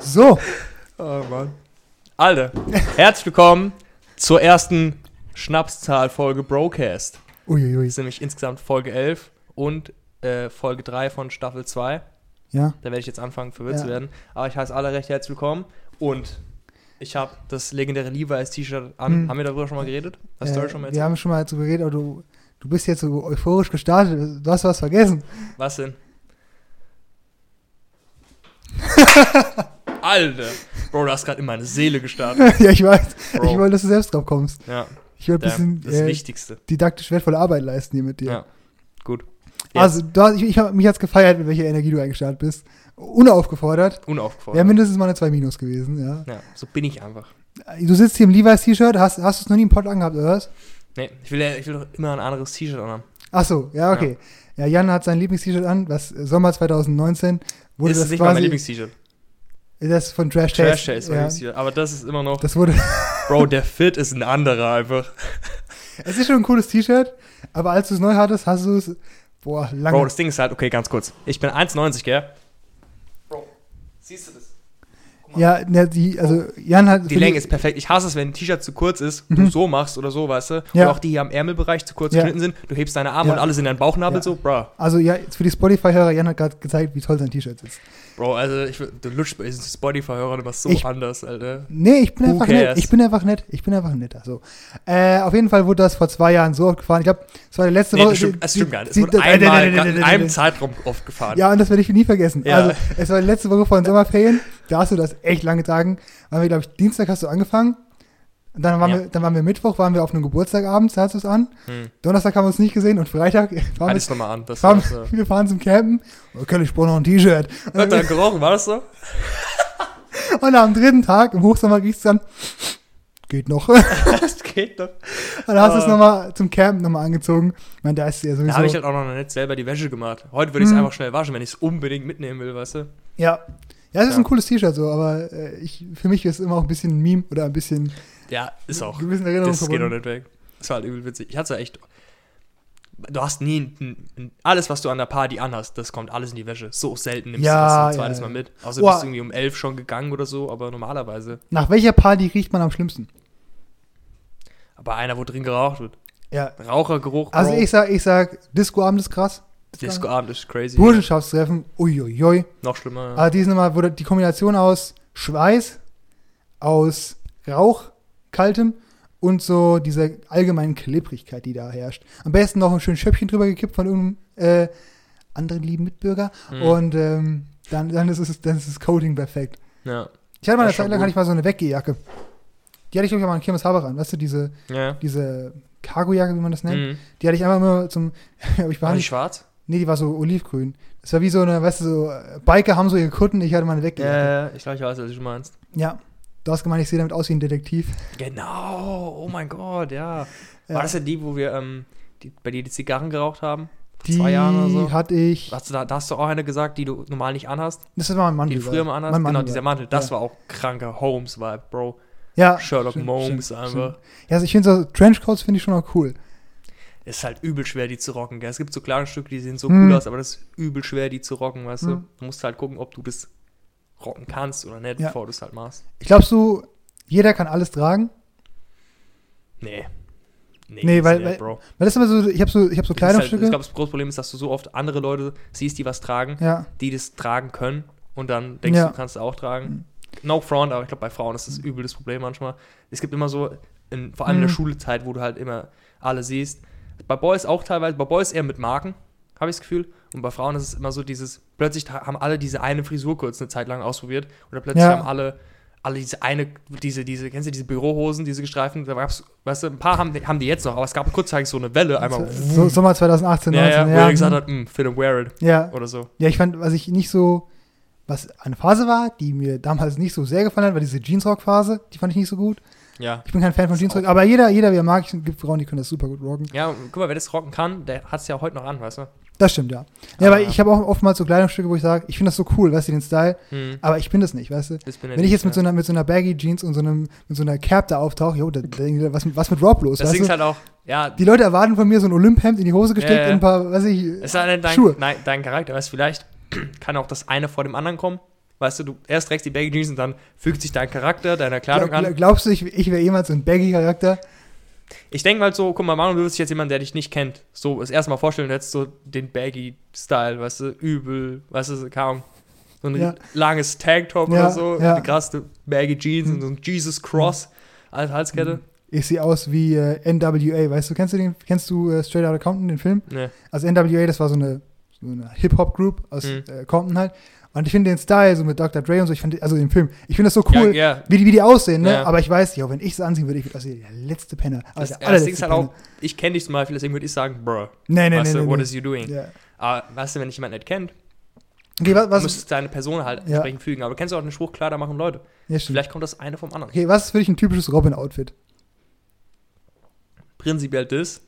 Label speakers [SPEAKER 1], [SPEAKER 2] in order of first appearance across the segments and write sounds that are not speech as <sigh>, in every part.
[SPEAKER 1] So,
[SPEAKER 2] Oh Mann. Alter, herzlich willkommen zur ersten Schnapszahl-Folge Broadcast.
[SPEAKER 1] uiuiui.
[SPEAKER 2] Das ist nämlich insgesamt Folge 11 und äh, Folge 3 von Staffel 2. Da
[SPEAKER 1] Ja,
[SPEAKER 2] werde ich jetzt anfangen, verwirrt
[SPEAKER 1] Ja.
[SPEAKER 2] zu werden. Aber ich heiße alle recht herzlich willkommen und ich habe das legendäre Levi's-T-Shirt an.
[SPEAKER 1] Hm.
[SPEAKER 2] Haben wir darüber schon mal geredet? Hast du
[SPEAKER 1] äh,
[SPEAKER 2] da schon mal
[SPEAKER 1] wir
[SPEAKER 2] erzählt?
[SPEAKER 1] haben schon mal darüber geredet, aber du, du bist jetzt so euphorisch gestartet. Du hast was vergessen. <laughs>
[SPEAKER 2] Was denn? Alter, Bro, du hast gerade in meine Seele gestartet.
[SPEAKER 1] ja, ich weiß.
[SPEAKER 2] Bro.
[SPEAKER 1] Ich wollte, dass du selbst drauf kommst.
[SPEAKER 2] Ja,
[SPEAKER 1] Ich wollte
[SPEAKER 2] das
[SPEAKER 1] ein bisschen äh,
[SPEAKER 2] Wichtigste.
[SPEAKER 1] didaktisch wertvolle Arbeit leisten hier mit dir.
[SPEAKER 2] Ja. Gut.
[SPEAKER 1] Also, du, hast- ich, ich hab, mich hat's gefeiert, mit welcher Energie du eingestartet bist. Unaufgefordert.
[SPEAKER 2] Unaufgefordert.
[SPEAKER 1] Wäre mindestens mal eine 2 Minus gewesen, ja.
[SPEAKER 2] Ja, so bin ich einfach.
[SPEAKER 1] Du sitzt hier im Levi's-T-Shirt, hast, hast du es noch nie im Pod angehabt, oder was?
[SPEAKER 2] Nee, ich will, ja- ich will doch immer ein anderes T-Shirt anhaben.
[SPEAKER 1] Ach so, ja, okay. Ja, Jan hat sein Lieblings-T-Shirt an, was äh, Sommer 2019 wurde
[SPEAKER 2] Ist
[SPEAKER 1] das
[SPEAKER 2] das nicht mal mein
[SPEAKER 1] quasi,
[SPEAKER 2] Lieblings-T-Shirt.
[SPEAKER 1] das von Trash Taste.
[SPEAKER 2] Trash Taste, mein
[SPEAKER 1] ja,
[SPEAKER 2] Lieblings-T-Shirt. Aber das ist immer noch.
[SPEAKER 1] Das wurde,
[SPEAKER 2] Bro, der Fit ist ein anderer einfach.
[SPEAKER 1] es ist schon ein cooles T-Shirt, aber als du es neu hattest, hast du es, boah, lange.
[SPEAKER 2] Bro, das Ding ist halt, okay, ganz kurz. Ich bin 1,90, gell? Bro, siehst du das?
[SPEAKER 1] ja, ne, die, also Jan hat.
[SPEAKER 2] Die Länge ist perfekt. Ich hasse es, wenn ein T-Shirt zu kurz ist, du so machst oder so, weißt du?
[SPEAKER 1] Mhm. Ja.
[SPEAKER 2] Oder auch die hier am Ärmelbereich zu kurz
[SPEAKER 1] Ja.
[SPEAKER 2] geschnitten sind. Du hebst deine Arme
[SPEAKER 1] Ja.
[SPEAKER 2] und alles in deinen Bauchnabel
[SPEAKER 1] Ja.
[SPEAKER 2] so, bro.
[SPEAKER 1] Also ja, jetzt für die Spotify-Hörer, Jan hat gerade gezeigt, wie toll sein T-Shirt ist.
[SPEAKER 2] Bro, also ich, will- du lutschst bei diesen Spotify-Hörern immer so
[SPEAKER 1] Ich-
[SPEAKER 2] anders, Alter.
[SPEAKER 1] Nee, ich bin
[SPEAKER 2] Who
[SPEAKER 1] einfach
[SPEAKER 2] cares?
[SPEAKER 1] nett. Ich bin einfach nett. Ich bin einfach netter. So. Äh, auf jeden Fall wurde das vor zwei Jahren so oft gefahren. Ich glaube, es war der letzte
[SPEAKER 2] Nee,
[SPEAKER 1] Woche.
[SPEAKER 2] das stimmt, das stimmt
[SPEAKER 1] die-
[SPEAKER 2] gar nicht. Es
[SPEAKER 1] die-
[SPEAKER 2] wurde
[SPEAKER 1] die- nee,
[SPEAKER 2] einmal
[SPEAKER 1] nee, nee, nee,
[SPEAKER 2] in
[SPEAKER 1] nee,
[SPEAKER 2] einem
[SPEAKER 1] nee.
[SPEAKER 2] Zeitraum oft gefahren.
[SPEAKER 1] Ja, und das werde ich nie vergessen.
[SPEAKER 2] Ja.
[SPEAKER 1] Also, es war letzte Woche vor den Sommerferien, da hast du das echt lange getragen. Waren wir, glaube ich, Dienstag hast du angefangen. Und dann, waren
[SPEAKER 2] Ja.
[SPEAKER 1] wir, dann waren wir Mittwoch, waren wir auf einem Geburtstag abends, da hast du es an.
[SPEAKER 2] Hm.
[SPEAKER 1] Donnerstag haben wir uns nicht gesehen und Freitag <laughs> waren wir,
[SPEAKER 2] Alles nochmal an. Das
[SPEAKER 1] fahren,
[SPEAKER 2] war's, ja.
[SPEAKER 1] wir fahren zum Campen. Oh, Kölle, ich brauche noch ein T-Shirt.
[SPEAKER 2] Hat dann gerochen, war das so?
[SPEAKER 1] <laughs> Und am dritten Tag, im Hochsommer, riechst du dann, geht noch. <laughs> Und
[SPEAKER 2] <laughs> Das geht doch.
[SPEAKER 1] dann hast du es
[SPEAKER 2] Ah.
[SPEAKER 1] nochmal zum Campen nochmal angezogen. Ich meine, da ist ja
[SPEAKER 2] Da
[SPEAKER 1] sowieso.
[SPEAKER 2] habe ich halt auch noch nicht selber die Wäsche gemacht. Heute würde ich es
[SPEAKER 1] Hm.
[SPEAKER 2] einfach schnell waschen, wenn ich es unbedingt mitnehmen will, weißt du?
[SPEAKER 1] ja. Ja, es ist
[SPEAKER 2] Ja.
[SPEAKER 1] ein cooles T-Shirt so, aber äh, ich, für mich ist es immer auch ein bisschen ein Meme oder ein bisschen
[SPEAKER 2] Ja, ist auch.
[SPEAKER 1] gewissen Erinnerungen
[SPEAKER 2] Das geht doch nicht weg. Das war halt übel witzig. Ich hatte echt. Du hast nie. Ein, ein, alles, was du an der Party anhast, das kommt alles in die Wäsche. So selten nimmst
[SPEAKER 1] Ja,
[SPEAKER 2] du das ein
[SPEAKER 1] ja,
[SPEAKER 2] zweites
[SPEAKER 1] ja.
[SPEAKER 2] Mal mit. Außer
[SPEAKER 1] Boah.
[SPEAKER 2] du bist irgendwie um elf schon gegangen oder so, aber normalerweise.
[SPEAKER 1] Nach welcher Party riecht man am schlimmsten?
[SPEAKER 2] Aber einer, wo drin geraucht wird.
[SPEAKER 1] Ja.
[SPEAKER 2] Rauchergeruch.
[SPEAKER 1] Also
[SPEAKER 2] Bro.
[SPEAKER 1] ich sag, ich sag, Discoabend ist krass.
[SPEAKER 2] Discoabend ist crazy.
[SPEAKER 1] Burschenschaftstreffen, uiuiui.
[SPEAKER 2] Noch schlimmer.
[SPEAKER 1] Aber dieses Mal wurde die Kombination aus Schweiß, aus Rauch, kaltem und so dieser allgemeinen Klebrigkeit, die da herrscht. Am besten noch ein schönes Schöppchen drüber gekippt von irgendeinem äh, anderen lieben Mitbürger
[SPEAKER 2] Mhm.
[SPEAKER 1] und ähm, dann, dann ist es, dann ist es Coating perfekt.
[SPEAKER 2] ja.
[SPEAKER 1] Ich hatte mal
[SPEAKER 2] Ja,
[SPEAKER 1] eine
[SPEAKER 2] schon
[SPEAKER 1] Zeit lang
[SPEAKER 2] gut.
[SPEAKER 1] hatte ich mal so eine Weggejacke. Die hatte ich, glaube ich, mal an Kirmes Haber an. Weißt du, diese,
[SPEAKER 2] Ja.
[SPEAKER 1] diese Cargojacke, wie man das nennt?
[SPEAKER 2] Mhm.
[SPEAKER 1] Die hatte ich einfach immer zum. <laughs> aber ich war
[SPEAKER 2] War die
[SPEAKER 1] nicht,
[SPEAKER 2] schwarz?
[SPEAKER 1] nee, die war so olivgrün. Das war wie so eine, weißt du, so äh, Biker haben so ihre Kutten, ich hatte meine weggejagt.
[SPEAKER 2] Ja, Äh, ich glaube, ich weiß, was du meinst.
[SPEAKER 1] Ja. Du hast gemeint, ich sehe damit aus wie ein Detektiv.
[SPEAKER 2] Genau, oh mein Gott, ja.
[SPEAKER 1] Ja.
[SPEAKER 2] War das ja die, wo wir ähm, die, bei dir die Zigarren geraucht haben? Vor
[SPEAKER 1] Die
[SPEAKER 2] zwei Jahren oder so?
[SPEAKER 1] hatte ich.
[SPEAKER 2] Hast du da, da hast du auch eine gesagt, die du normal nicht anhast,
[SPEAKER 1] Das war mein Mantel.
[SPEAKER 2] die du früher mal anhast.
[SPEAKER 1] Mein
[SPEAKER 2] genau,
[SPEAKER 1] Mantel
[SPEAKER 2] dieser
[SPEAKER 1] war.
[SPEAKER 2] Mantel,
[SPEAKER 1] Ja.
[SPEAKER 2] das
[SPEAKER 1] Ah,
[SPEAKER 2] war auch kranker Holmes-Vibe, Bro.
[SPEAKER 1] ja,
[SPEAKER 2] Sherlock
[SPEAKER 1] stimmt,
[SPEAKER 2] Holmes
[SPEAKER 1] stimmt,
[SPEAKER 2] einfach.
[SPEAKER 1] stimmt. Ja, also ich finde so Trenchcoats finde ich schon auch cool.
[SPEAKER 2] Ist halt übel schwer, die zu rocken, gell? Es gibt so kleine Stücke, die sehen so
[SPEAKER 1] Hm.
[SPEAKER 2] cool aus, aber das ist übel schwer, die zu rocken, weißt
[SPEAKER 1] Hm.
[SPEAKER 2] du? Du musst halt gucken, ob du das rocken kannst oder nicht,
[SPEAKER 1] Ja.
[SPEAKER 2] bevor du es halt machst.
[SPEAKER 1] Ich glaube so, jeder kann alles tragen.
[SPEAKER 2] Nee.
[SPEAKER 1] Nee,
[SPEAKER 2] ist
[SPEAKER 1] weil-
[SPEAKER 2] nicht,
[SPEAKER 1] weil-
[SPEAKER 2] Bro.
[SPEAKER 1] Weil das ist immer so, ich habe so, ich habe so
[SPEAKER 2] Das ist Halt,
[SPEAKER 1] Kleidungsstücke.
[SPEAKER 2] ich glaube, das große Problem ist, dass du so oft andere Leute siehst, die was tragen,
[SPEAKER 1] ja.
[SPEAKER 2] die das tragen können und dann denkst
[SPEAKER 1] Ja.
[SPEAKER 2] du, kannst es auch tragen. No front, aber ich glaube, bei Frauen ist das übel das Problem manchmal. Es gibt immer so, in, vor allem in der
[SPEAKER 1] Mhm.
[SPEAKER 2] Schulzeit, wo du halt immer alle siehst. Bei Boys auch teilweise, bei Boys eher mit Marken, habe ich das Gefühl. Und bei Frauen ist es immer so dieses, plötzlich tra- haben alle diese eine Frisur kurz eine Zeit lang ausprobiert oder plötzlich
[SPEAKER 1] Ja.
[SPEAKER 2] haben alle alle diese eine, diese, diese, kennst du diese Bürohosen, diese gestreiften, da gab's, weißt du, ein paar haben, die- haben die jetzt noch, aber es gab kurzzeitig so eine Welle, einmal,
[SPEAKER 1] so, Sommer 2018,
[SPEAKER 2] ja,
[SPEAKER 1] 19.
[SPEAKER 2] ja, wo
[SPEAKER 1] ja.
[SPEAKER 2] er gesagt hat, mm, fit and wear it
[SPEAKER 1] ja.
[SPEAKER 2] oder so.
[SPEAKER 1] Ja, ich fand, was ich nicht so, was eine Phase war, die mir damals nicht so sehr gefallen hat, war diese Jeansrock-Phase, die fand ich nicht so gut.
[SPEAKER 2] Ja.
[SPEAKER 1] Ich bin kein Fan von
[SPEAKER 2] Ist
[SPEAKER 1] Jeansrock, aber jeder, jeder, wer mag, es gibt Frauen, die können das super gut rocken.
[SPEAKER 2] Ja, und guck mal, wer das rocken kann, der hat's ja heute noch an, weißt du?
[SPEAKER 1] Das stimmt, ja. Ja,
[SPEAKER 2] Aber-
[SPEAKER 1] aber ich habe auch oftmals so Kleidungsstücke, wo ich sage, ich finde das so cool, weißt du, den Style,
[SPEAKER 2] Hm,
[SPEAKER 1] aber ich bin das nicht, weißt du.
[SPEAKER 2] das bin
[SPEAKER 1] Wenn ich jetzt mit so
[SPEAKER 2] ja.
[SPEAKER 1] einer, mit so einer Baggy-Jeans und so einem, mit so einer Cap da auftauche, jo,
[SPEAKER 2] <laughs>
[SPEAKER 1] da, da, was, was mit Rob los,
[SPEAKER 2] Das Ding
[SPEAKER 1] weißt
[SPEAKER 2] ist
[SPEAKER 1] du?
[SPEAKER 2] halt auch, ja,
[SPEAKER 1] Die Leute erwarten von mir so ein Olymp-Hemd in die Hose gesteckt
[SPEAKER 2] Ja, ja.
[SPEAKER 1] und ein paar, weiß ich,
[SPEAKER 2] es ist halt nicht dein,
[SPEAKER 1] Schuhe.
[SPEAKER 2] nein, dein Charakter, weißt du, vielleicht kann auch das eine vor dem anderen kommen Weißt du, du erst trägst die Baggy Jeans und dann fügt sich dein Charakter, deiner Kleidung
[SPEAKER 1] Gla-
[SPEAKER 2] an.
[SPEAKER 1] Glaubst du, ich, ich wäre jemals so ein Baggy-Charakter?
[SPEAKER 2] Ich denke mal so, guck mal, Manu, du bist jetzt jemand, der dich nicht kennt. So, das erste Mal vorstellen, du hättest so den Baggy-Style, weißt du, übel, weißt du, kaum. So ein
[SPEAKER 1] Ja.
[SPEAKER 2] langes Tanktop
[SPEAKER 1] Ja,
[SPEAKER 2] oder so,
[SPEAKER 1] ja. Hm.
[SPEAKER 2] eine krasse Baggy-Jeans und so ein Jesus Cross als Halskette.
[SPEAKER 1] Ich sehe aus wie äh, NWA, weißt du? Kennst du den? Kennst du äh, Straight Outta Compton, den Film?
[SPEAKER 2] Nee.
[SPEAKER 1] Also NWA, das war so eine, so eine Hip-Hop-Group aus
[SPEAKER 2] Mhm.
[SPEAKER 1] äh, Compton halt. Und ich finde den Style, so mit Dr. Dre und so, ich fand, also den Film, ich finde das so cool,
[SPEAKER 2] Ja, ja.
[SPEAKER 1] Wie, die, wie die aussehen, ne?
[SPEAKER 2] Ja.
[SPEAKER 1] Aber ich weiß nicht, auch wenn ich es anziehen würde, ich würde aussehen, wie der letzte Penner. Aber
[SPEAKER 2] Das,
[SPEAKER 1] der
[SPEAKER 2] das Ding
[SPEAKER 1] allerletzte
[SPEAKER 2] ist halt
[SPEAKER 1] Penner.
[SPEAKER 2] auch, ich kenne dich zum Beispiel, deswegen würde ich sagen, bruh,
[SPEAKER 1] Also Nee, nee, nee.
[SPEAKER 2] weißt
[SPEAKER 1] nee,
[SPEAKER 2] du, what
[SPEAKER 1] nee.
[SPEAKER 2] is you doing?
[SPEAKER 1] ja.
[SPEAKER 2] Aber weißt du, wenn dich jemand nicht kennt,
[SPEAKER 1] Okay, was, was,
[SPEAKER 2] musst du deine Person halt
[SPEAKER 1] Ja.
[SPEAKER 2] entsprechend fügen. Aber kennst du auch den Spruch, klar, da machen Leute.
[SPEAKER 1] ja, stimmt.
[SPEAKER 2] Vielleicht kommt das eine vom anderen.
[SPEAKER 1] okay, was ist für dich ein typisches Robin-Outfit? <laughs>
[SPEAKER 2] prinzipiell das,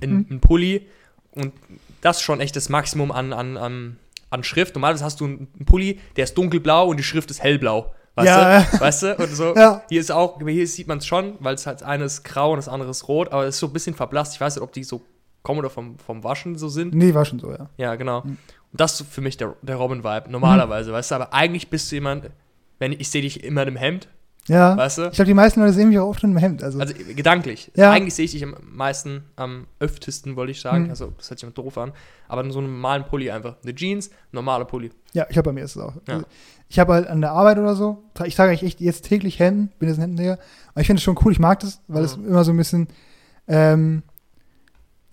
[SPEAKER 2] in
[SPEAKER 1] Mhm.
[SPEAKER 2] ein Pulli und das ist schon echt das Maximum an, an, an, an Schrift. Normalerweise hast du einen einen Pulli, der ist dunkelblau und die Schrift ist hellblau. Weißt
[SPEAKER 1] Ja,
[SPEAKER 2] du? Weißt du? Und so.
[SPEAKER 1] <laughs> Ja.
[SPEAKER 2] Hier ist auch, hier sieht man es schon, weil es halt eine ist grau und das andere ist rot, aber es ist so ein bisschen verblasst. Ich weiß nicht, ob die so kommen oder vom, vom Waschen so sind.
[SPEAKER 1] Nee, war schon so, ja.
[SPEAKER 2] Ja, genau.
[SPEAKER 1] Mhm.
[SPEAKER 2] Und das ist für mich der, der Robin-Vibe, normalerweise, weißt du? Aber eigentlich bist du jemand, wenn ich, ich sehe dich immer im Hemd,
[SPEAKER 1] Ja.
[SPEAKER 2] weißt du?
[SPEAKER 1] Ich glaube, die meisten Leute sehen mich auch oft in einem Hemd. Also,
[SPEAKER 2] Also gedanklich.
[SPEAKER 1] Ja.
[SPEAKER 2] Eigentlich sehe ich dich am meisten, am öftesten, wollte ich sagen.
[SPEAKER 1] Mhm.
[SPEAKER 2] Also, das hört sich immer doof an. Aber in so einem normalen Pulli einfach. Eine Jeans, normaler Pulli.
[SPEAKER 1] ja, ich habe bei mir ist es auch.
[SPEAKER 2] Ja.
[SPEAKER 1] Ich habe halt an der Arbeit oder so, tra- ich trage eigentlich echt jetzt täglich Hemden, bin jetzt ein Hemdenträger. Aber ich finde es schon cool, ich mag das, weil es
[SPEAKER 2] Mhm.
[SPEAKER 1] immer so ein bisschen, ähm,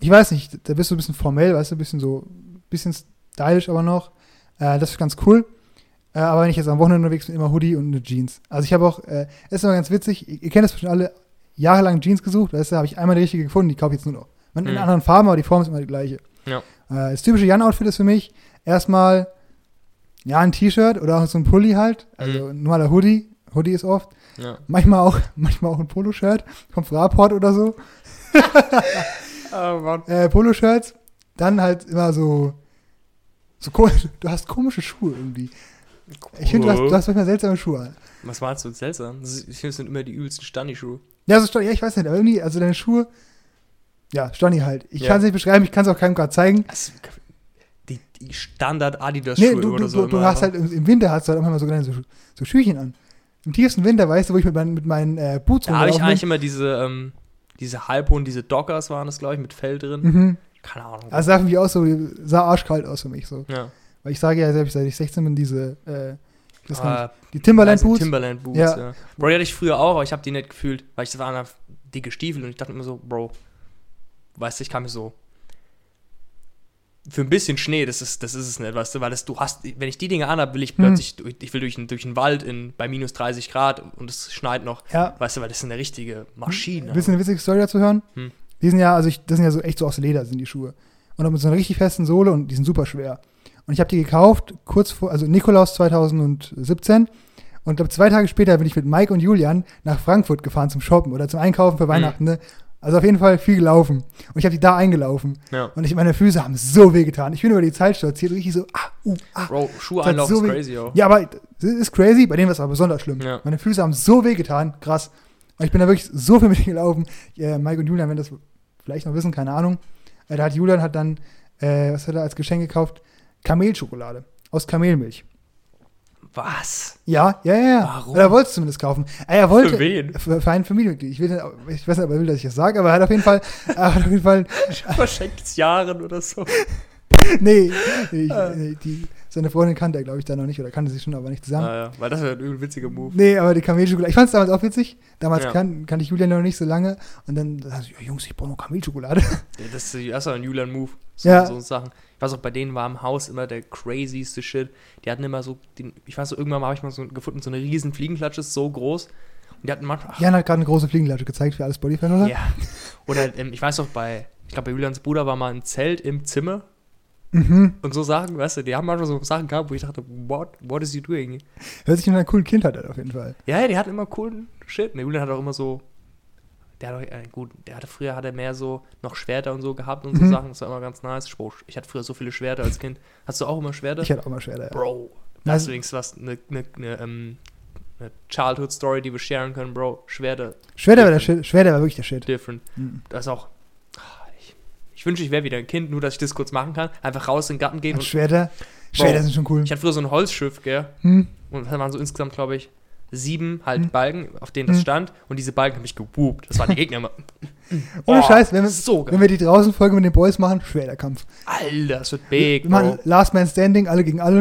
[SPEAKER 1] ich weiß nicht, da bist du ein bisschen formell, weißt du, ein bisschen so, ein bisschen stylisch aber noch. Äh, das ist ganz cool. Äh, aber wenn ich jetzt am Wochenende unterwegs bin, immer Hoodie und eine Jeans. Also ich habe auch, äh, das ist immer ganz witzig, ihr, ihr kennt das bestimmt alle, jahrelang Jeans gesucht, weißt du, habe ich einmal die richtige gefunden, die kaufe ich jetzt nur noch. Man, In
[SPEAKER 2] Mhm.
[SPEAKER 1] anderen Farben, aber die Form ist immer die gleiche.
[SPEAKER 2] Ja.
[SPEAKER 1] Äh, das typische Jan-Outfit ist für mich erstmal, ja, ein T-Shirt oder auch so ein Pulli halt, also
[SPEAKER 2] Mhm.
[SPEAKER 1] ein normaler Hoodie, Hoodie ist oft,
[SPEAKER 2] Ja.
[SPEAKER 1] manchmal auch, <laughs> manchmal auch ein Poloshirt, kommt von Raport oder so,
[SPEAKER 2] Oh Mann.
[SPEAKER 1] äh, Poloshirts, dann halt immer so, so ko- <laughs> du hast komische Schuhe irgendwie. Ich finde, du hast, du hast manchmal seltsame Schuhe an.
[SPEAKER 2] Was meinst du, seltsam? Das ist- Ich finde, es sind immer die übelsten Stani-Schuhe.
[SPEAKER 1] Ja, so Stoni, ja, ich weiß nicht, aber irgendwie, also deine Schuhe, ja, Stoni halt. Ich
[SPEAKER 2] Ja.
[SPEAKER 1] kann es nicht beschreiben, ich kann es auch keinem gerade zeigen.
[SPEAKER 2] Also, die die Standard-Adidas-Schuhe
[SPEAKER 1] Nee, du, du,
[SPEAKER 2] oder so. ne,
[SPEAKER 1] du, du
[SPEAKER 2] immer
[SPEAKER 1] hast halt im, im Winter hast du halt auch immer so kleine so, Schu- so Schüchen an. Im tiefsten Winter, weißt du, wo ich mit meinen, mit meinen äh, Boots
[SPEAKER 2] da habe ich
[SPEAKER 1] rumgelaufen
[SPEAKER 2] eigentlich immer diese, ähm, diese Halbhohen, diese Dockers waren es, glaube ich, mit Fell drin.
[SPEAKER 1] bin. Mhm.
[SPEAKER 2] Keine Ahnung.
[SPEAKER 1] Also sah für mich aus so, sah arschkalt aus für mich so.
[SPEAKER 2] ja.
[SPEAKER 1] Weil ich sage ja selbst, seit ich 16 bin, diese, äh, ich weiß gar
[SPEAKER 2] Ah,
[SPEAKER 1] nicht, die Timberland
[SPEAKER 2] Also
[SPEAKER 1] Boots.
[SPEAKER 2] Timberland Boots,
[SPEAKER 1] Ja.
[SPEAKER 2] ja. Bro, die hatte ich früher auch, aber ich habe die nicht gefühlt, weil ich das waren einfach dicke Stiefel und ich dachte immer so, Bro, weißt du, ich kann mich so. Für ein bisschen Schnee, das ist, das ist es nicht, weißt du, weil das, du hast, wenn ich die Dinge anhab, will ich
[SPEAKER 1] Mhm.
[SPEAKER 2] plötzlich, durch- ich will durch, den- durch den Wald in, bei minus 30 Grad und es schneit noch,
[SPEAKER 1] ja.
[SPEAKER 2] weißt du, weil das ist eine richtige Maschine.
[SPEAKER 1] Willst du eine witzige Story dazu hören?
[SPEAKER 2] Hm.
[SPEAKER 1] Die sind ja, also ich, das sind ja so echt so aus Leder sind die Schuhe. Und auch mit so einer richtig festen Sohle und die sind super schwer. Und ich habe die gekauft kurz vor, also Nikolaus 2017. Und glaube zwei Tage später bin ich mit Mike und Julian nach Frankfurt gefahren zum Shoppen oder zum Einkaufen
[SPEAKER 2] Hm.
[SPEAKER 1] für Weihnachten. Ne? Also auf jeden Fall viel gelaufen. Und ich habe die da eingelaufen.
[SPEAKER 2] ja.
[SPEAKER 1] Und ich meine Füße haben so weh getan. Ich bin über die Zeit stolziert, richtig so, ah, uh, ah.
[SPEAKER 2] Bro, Schuhe
[SPEAKER 1] Das hat
[SPEAKER 2] einlaufen
[SPEAKER 1] so
[SPEAKER 2] ist
[SPEAKER 1] weh-
[SPEAKER 2] crazy, auch.
[SPEAKER 1] Ja, aber das ist crazy, bei denen war es aber besonders schlimm.
[SPEAKER 2] Ja.
[SPEAKER 1] Meine Füße haben so weh getan, krass. Und ich bin da wirklich so viel mit denen <laughs> gelaufen. Äh, Mike und Julian werden das vielleicht noch wissen, keine Ahnung. Äh, da hat Julian hat dann, äh, was hat er als Geschenk gekauft? Kamelschokolade aus Kamelmilch.
[SPEAKER 2] Was? <laughs>
[SPEAKER 1] Ja, ja, ja, ja.
[SPEAKER 2] Warum?
[SPEAKER 1] Oder er wollte es zumindest kaufen. Äh, Er wollte,
[SPEAKER 2] Für wen?
[SPEAKER 1] Für, für ein Familienmitglied. Ich, will, nicht, ob- ich weiß nicht, ob er will, dass ich das sage, aber er hat auf jeden Fall, <laughs> er hat auf jeden Fall,
[SPEAKER 2] Verschenkt es Jahren oder so.
[SPEAKER 1] nee, nee, ich,
[SPEAKER 2] Äh.
[SPEAKER 1] nee die, seine Freundin kannte er, glaube ich, da noch nicht, oder kannte sie schon, aber nicht zusammen.
[SPEAKER 2] Ah, ja, weil das wäre ein übel witziger Move.
[SPEAKER 1] Nee, aber die Kamelschokolade. Ich fand es damals auch witzig. Damals
[SPEAKER 2] Ja.
[SPEAKER 1] kan kannte ich Julian noch nicht so lange. Und dann dachte ich, ja, Jungs, ich brauche noch Kamelschokolade. <laughs>
[SPEAKER 2] Ja, Das ist erstmal ein Julian-Move. So,
[SPEAKER 1] Ja.
[SPEAKER 2] so Sachen. Ich weiß auch, bei denen war im Haus immer der crazyste Shit. Die hatten immer so, den, ich weiß so, irgendwann habe ich mal so gefunden, so eine riesen Fliegenklatsche, ist so groß. Und die hatten manchmal, ach,
[SPEAKER 1] Jan hat gerade eine große Fliegenlatsche gezeigt für alle Spotify, oder?
[SPEAKER 2] ja. Oder ähm, ich weiß noch, bei, ich glaube, bei Julians Bruder war mal ein Zelt im Zimmer
[SPEAKER 1] Mhm.
[SPEAKER 2] und so Sachen, weißt du, die haben manchmal so Sachen gehabt, wo ich dachte, what, what is he doing?
[SPEAKER 1] Hört sich in einer coolen Kindheit an, auf jeden Fall.
[SPEAKER 2] Ja, ja, die hatten immer coolen Shit. Und der Julian hat auch immer so, der hat auch, äh, gut, der hatte früher hat er mehr so noch Schwerter und so gehabt und so
[SPEAKER 1] Mhm.
[SPEAKER 2] Sachen. Das war immer ganz nice. Bro, Ich hatte früher so viele Schwerter als Kind. Hast du auch immer Schwerter?
[SPEAKER 1] Ich Also- hatte auch mal schwer da.
[SPEAKER 2] Bro.
[SPEAKER 1] Na,
[SPEAKER 2] Das ist übrigens was, eine ne, ne, ähm, ne Childhood-Story, die wir sharen können, Bro. Schwerte,
[SPEAKER 1] Schwerter war der Shit. Schwerter war wirklich der Shit.
[SPEAKER 2] different.
[SPEAKER 1] Mhm.
[SPEAKER 2] Das ist auch. ah, Ich, ich wünsche, ich wäre wieder ein Kind, nur dass ich das kurz machen kann. Einfach raus in den Garten gehen
[SPEAKER 1] Und
[SPEAKER 2] und
[SPEAKER 1] Schwerter. Shader sind schon cool.
[SPEAKER 2] Ich hatte früher so ein Holzschiff, gell?
[SPEAKER 1] Hm?
[SPEAKER 2] Und da waren so insgesamt, glaube ich, sieben halt
[SPEAKER 1] Hm.
[SPEAKER 2] Balken, auf denen das
[SPEAKER 1] Hm.
[SPEAKER 2] stand. Und diese Balken haben mich gewoopt.
[SPEAKER 1] <laughs>
[SPEAKER 2] Das waren die Gegner immer.
[SPEAKER 1] Ohne
[SPEAKER 2] Boah,
[SPEAKER 1] Scheiß, wenn wir,
[SPEAKER 2] so geil.
[SPEAKER 1] wenn wir die draußen Folge mit den Boys machen, schwerer Kampf.
[SPEAKER 2] Alter, das wird big,
[SPEAKER 1] wir machen
[SPEAKER 2] Bro.
[SPEAKER 1] Last Man Standing, alle gegen alle.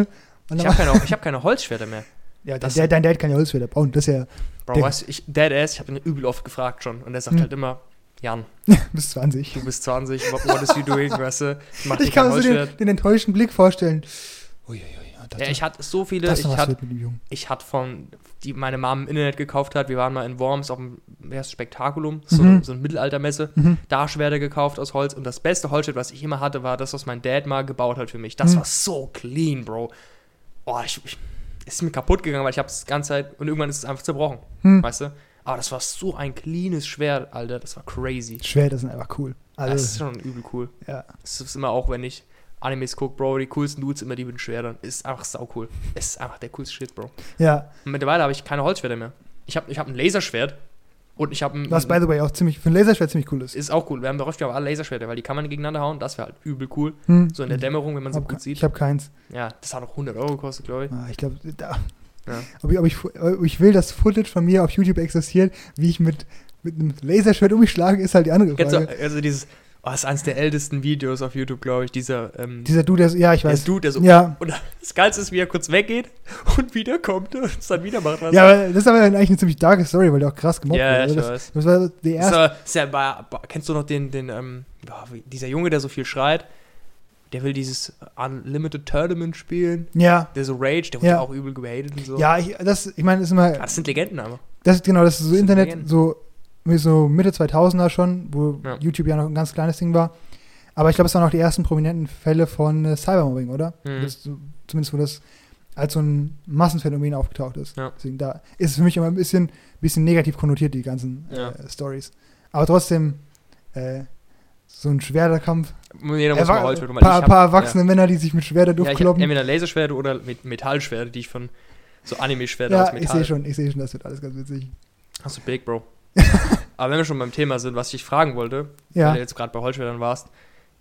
[SPEAKER 1] Und
[SPEAKER 2] Ich
[SPEAKER 1] dann,
[SPEAKER 2] habe keine, ich hab keine Holzschwerter mehr.
[SPEAKER 1] ja,
[SPEAKER 2] das-
[SPEAKER 1] dein, dein Dad kann ja Holzschwerter bauen. Das ist ja
[SPEAKER 2] Bro,
[SPEAKER 1] Digga.
[SPEAKER 2] weißt du, ich, Deadass, ich habe ihn übel oft gefragt schon. Und er sagt
[SPEAKER 1] Hm.
[SPEAKER 2] halt immer, Jan,
[SPEAKER 1] <laughs> bis 20.
[SPEAKER 2] du bist 20, what, what is you doing, weißt du? Mach dir
[SPEAKER 1] Ich kann
[SPEAKER 2] kein
[SPEAKER 1] mir so
[SPEAKER 2] Holzschwert.
[SPEAKER 1] den, den enttäuschten Blick vorstellen. Uiuiui, ja, das,
[SPEAKER 2] Ja, ich hatte so viele,
[SPEAKER 1] das
[SPEAKER 2] ich
[SPEAKER 1] noch was
[SPEAKER 2] hatte
[SPEAKER 1] wird mit dem Jungen.
[SPEAKER 2] ich hatte von, die meine Mom im Internet gekauft hat, wir waren mal in Worms auf dem wie heißt das, Spektakulum, so,
[SPEAKER 1] Mhm.
[SPEAKER 2] so eine Mittelaltermesse,
[SPEAKER 1] Mhm.
[SPEAKER 2] da Schwerter gekauft aus Holz und das beste Holzschwert, was ich immer hatte, war das, was mein Dad mal gebaut hat für mich. Das
[SPEAKER 1] Mhm.
[SPEAKER 2] war so clean, Bro. Oh, ich, ich, es ist mir kaputt gegangen, weil ich habe es die ganze Zeit und irgendwann ist es einfach zerbrochen,
[SPEAKER 1] Hm.
[SPEAKER 2] weißt du? Aber das war so ein cleanes Schwert, Alter, das war crazy.
[SPEAKER 1] Schwerter sind einfach cool.
[SPEAKER 2] das ist
[SPEAKER 1] Also,
[SPEAKER 2] schon übel cool.
[SPEAKER 1] ja.
[SPEAKER 2] Das ist immer auch, wenn ich Animes gucke, Bro, die coolsten Dudes immer die mit Schwertern. Ist einfach saucool. Ist einfach der coolste Shit, Bro.
[SPEAKER 1] ja.
[SPEAKER 2] Und mittlerweile habe ich keine Holzschwerter mehr. Ich habe ich hab ein Laserschwert und ich habe ein.
[SPEAKER 1] Was, by the way, auch ziemlich, für ein Laserschwert ziemlich cool ist.
[SPEAKER 2] ist auch cool. Wir haben bei Rolfspiel aber alle Laserschwerter, weil die kann man gegeneinander hauen. Das wäre halt übel cool.
[SPEAKER 1] Hm.
[SPEAKER 2] So in der Dämmerung, wenn man so
[SPEAKER 1] Hab
[SPEAKER 2] gut
[SPEAKER 1] ke- Ich
[SPEAKER 2] sieht.
[SPEAKER 1] habe keins.
[SPEAKER 2] Ja, das hat auch 100 Euro gekostet, glaube ich.
[SPEAKER 1] Ah, ich glaube, da.
[SPEAKER 2] Ja.
[SPEAKER 1] Ob ich, ob, ich, fu- ob ich will, dass Footage von mir auf YouTube existiert, wie ich mit, mit einem Laserschwert um mich schlage, ist halt die andere
[SPEAKER 2] Kennst du,
[SPEAKER 1] Frage.
[SPEAKER 2] also dieses. Oh, das ist eines der ältesten Videos auf YouTube, glaube ich. Dieser. Ähm,
[SPEAKER 1] Dieser Dude, der, ist- ja, ich
[SPEAKER 2] der
[SPEAKER 1] weiß.
[SPEAKER 2] Dude, der so.
[SPEAKER 1] Ja.
[SPEAKER 2] Und das Geilste ist, wie er kurz weggeht und wiederkommt und es dann wieder macht. Was
[SPEAKER 1] Ja, aber das ist aber eigentlich eine ziemlich darke Story, weil der auch krass gemobbt
[SPEAKER 2] ja, ja,
[SPEAKER 1] wurde.
[SPEAKER 2] ich
[SPEAKER 1] Das,
[SPEAKER 2] weiß.
[SPEAKER 1] das war der
[SPEAKER 2] Ist
[SPEAKER 1] erste.
[SPEAKER 2] aber, ist ja bei, bei, kennst du noch den, den ähm, ja, wie- dieser Junge, der so viel schreit? Der will dieses Unlimited Tournament spielen.
[SPEAKER 1] Ja,
[SPEAKER 2] Der so Rage, der wurde
[SPEAKER 1] Ja.
[SPEAKER 2] auch übel gehatet und so.
[SPEAKER 1] ja, ich, das, ich meine, das ist immer,
[SPEAKER 2] Ah, das sind Legenden aber.
[SPEAKER 1] das ist genau, das ist so
[SPEAKER 2] Das sind
[SPEAKER 1] Internet,
[SPEAKER 2] Legenden.
[SPEAKER 1] so, wie so Mitte 2000er schon, wo
[SPEAKER 2] Ja.
[SPEAKER 1] YouTube ja noch ein ganz kleines Ding war. Aber ich glaube, es waren auch die ersten prominenten Fälle von äh, Cybermobbing, oder?
[SPEAKER 2] Mhm.
[SPEAKER 1] Das, so- zumindest, wo das als so ein Massenphänomen aufgetaucht ist.
[SPEAKER 2] Ja.
[SPEAKER 1] Deswegen, da ist es für mich immer ein bisschen, bisschen negativ konnotiert, die ganzen
[SPEAKER 2] Ja.
[SPEAKER 1] äh, Stories. Aber trotzdem, äh, so ein Schwerterkampf.
[SPEAKER 2] Jeder muss mal Holz werden,
[SPEAKER 1] ein
[SPEAKER 2] weil ich
[SPEAKER 1] paar,
[SPEAKER 2] hab,
[SPEAKER 1] paar erwachsene Männer, die sich mit Schwertern
[SPEAKER 2] ja, ja, ich hab
[SPEAKER 1] durchkloppen.
[SPEAKER 2] entweder Laserschwerte oder mit Metallschwerte, die ich von so Anime-Schwerter aus
[SPEAKER 1] Ja, ich
[SPEAKER 2] Metall.
[SPEAKER 1] sehe schon, ich sehe schon, das wird alles ganz witzig.
[SPEAKER 2] Hast du
[SPEAKER 1] <laughs>
[SPEAKER 2] Big, Bro. aber wenn wir schon beim Thema sind, was ich dich fragen wollte,
[SPEAKER 1] Ja.
[SPEAKER 2] weil du jetzt gerade bei Holzschwertern warst,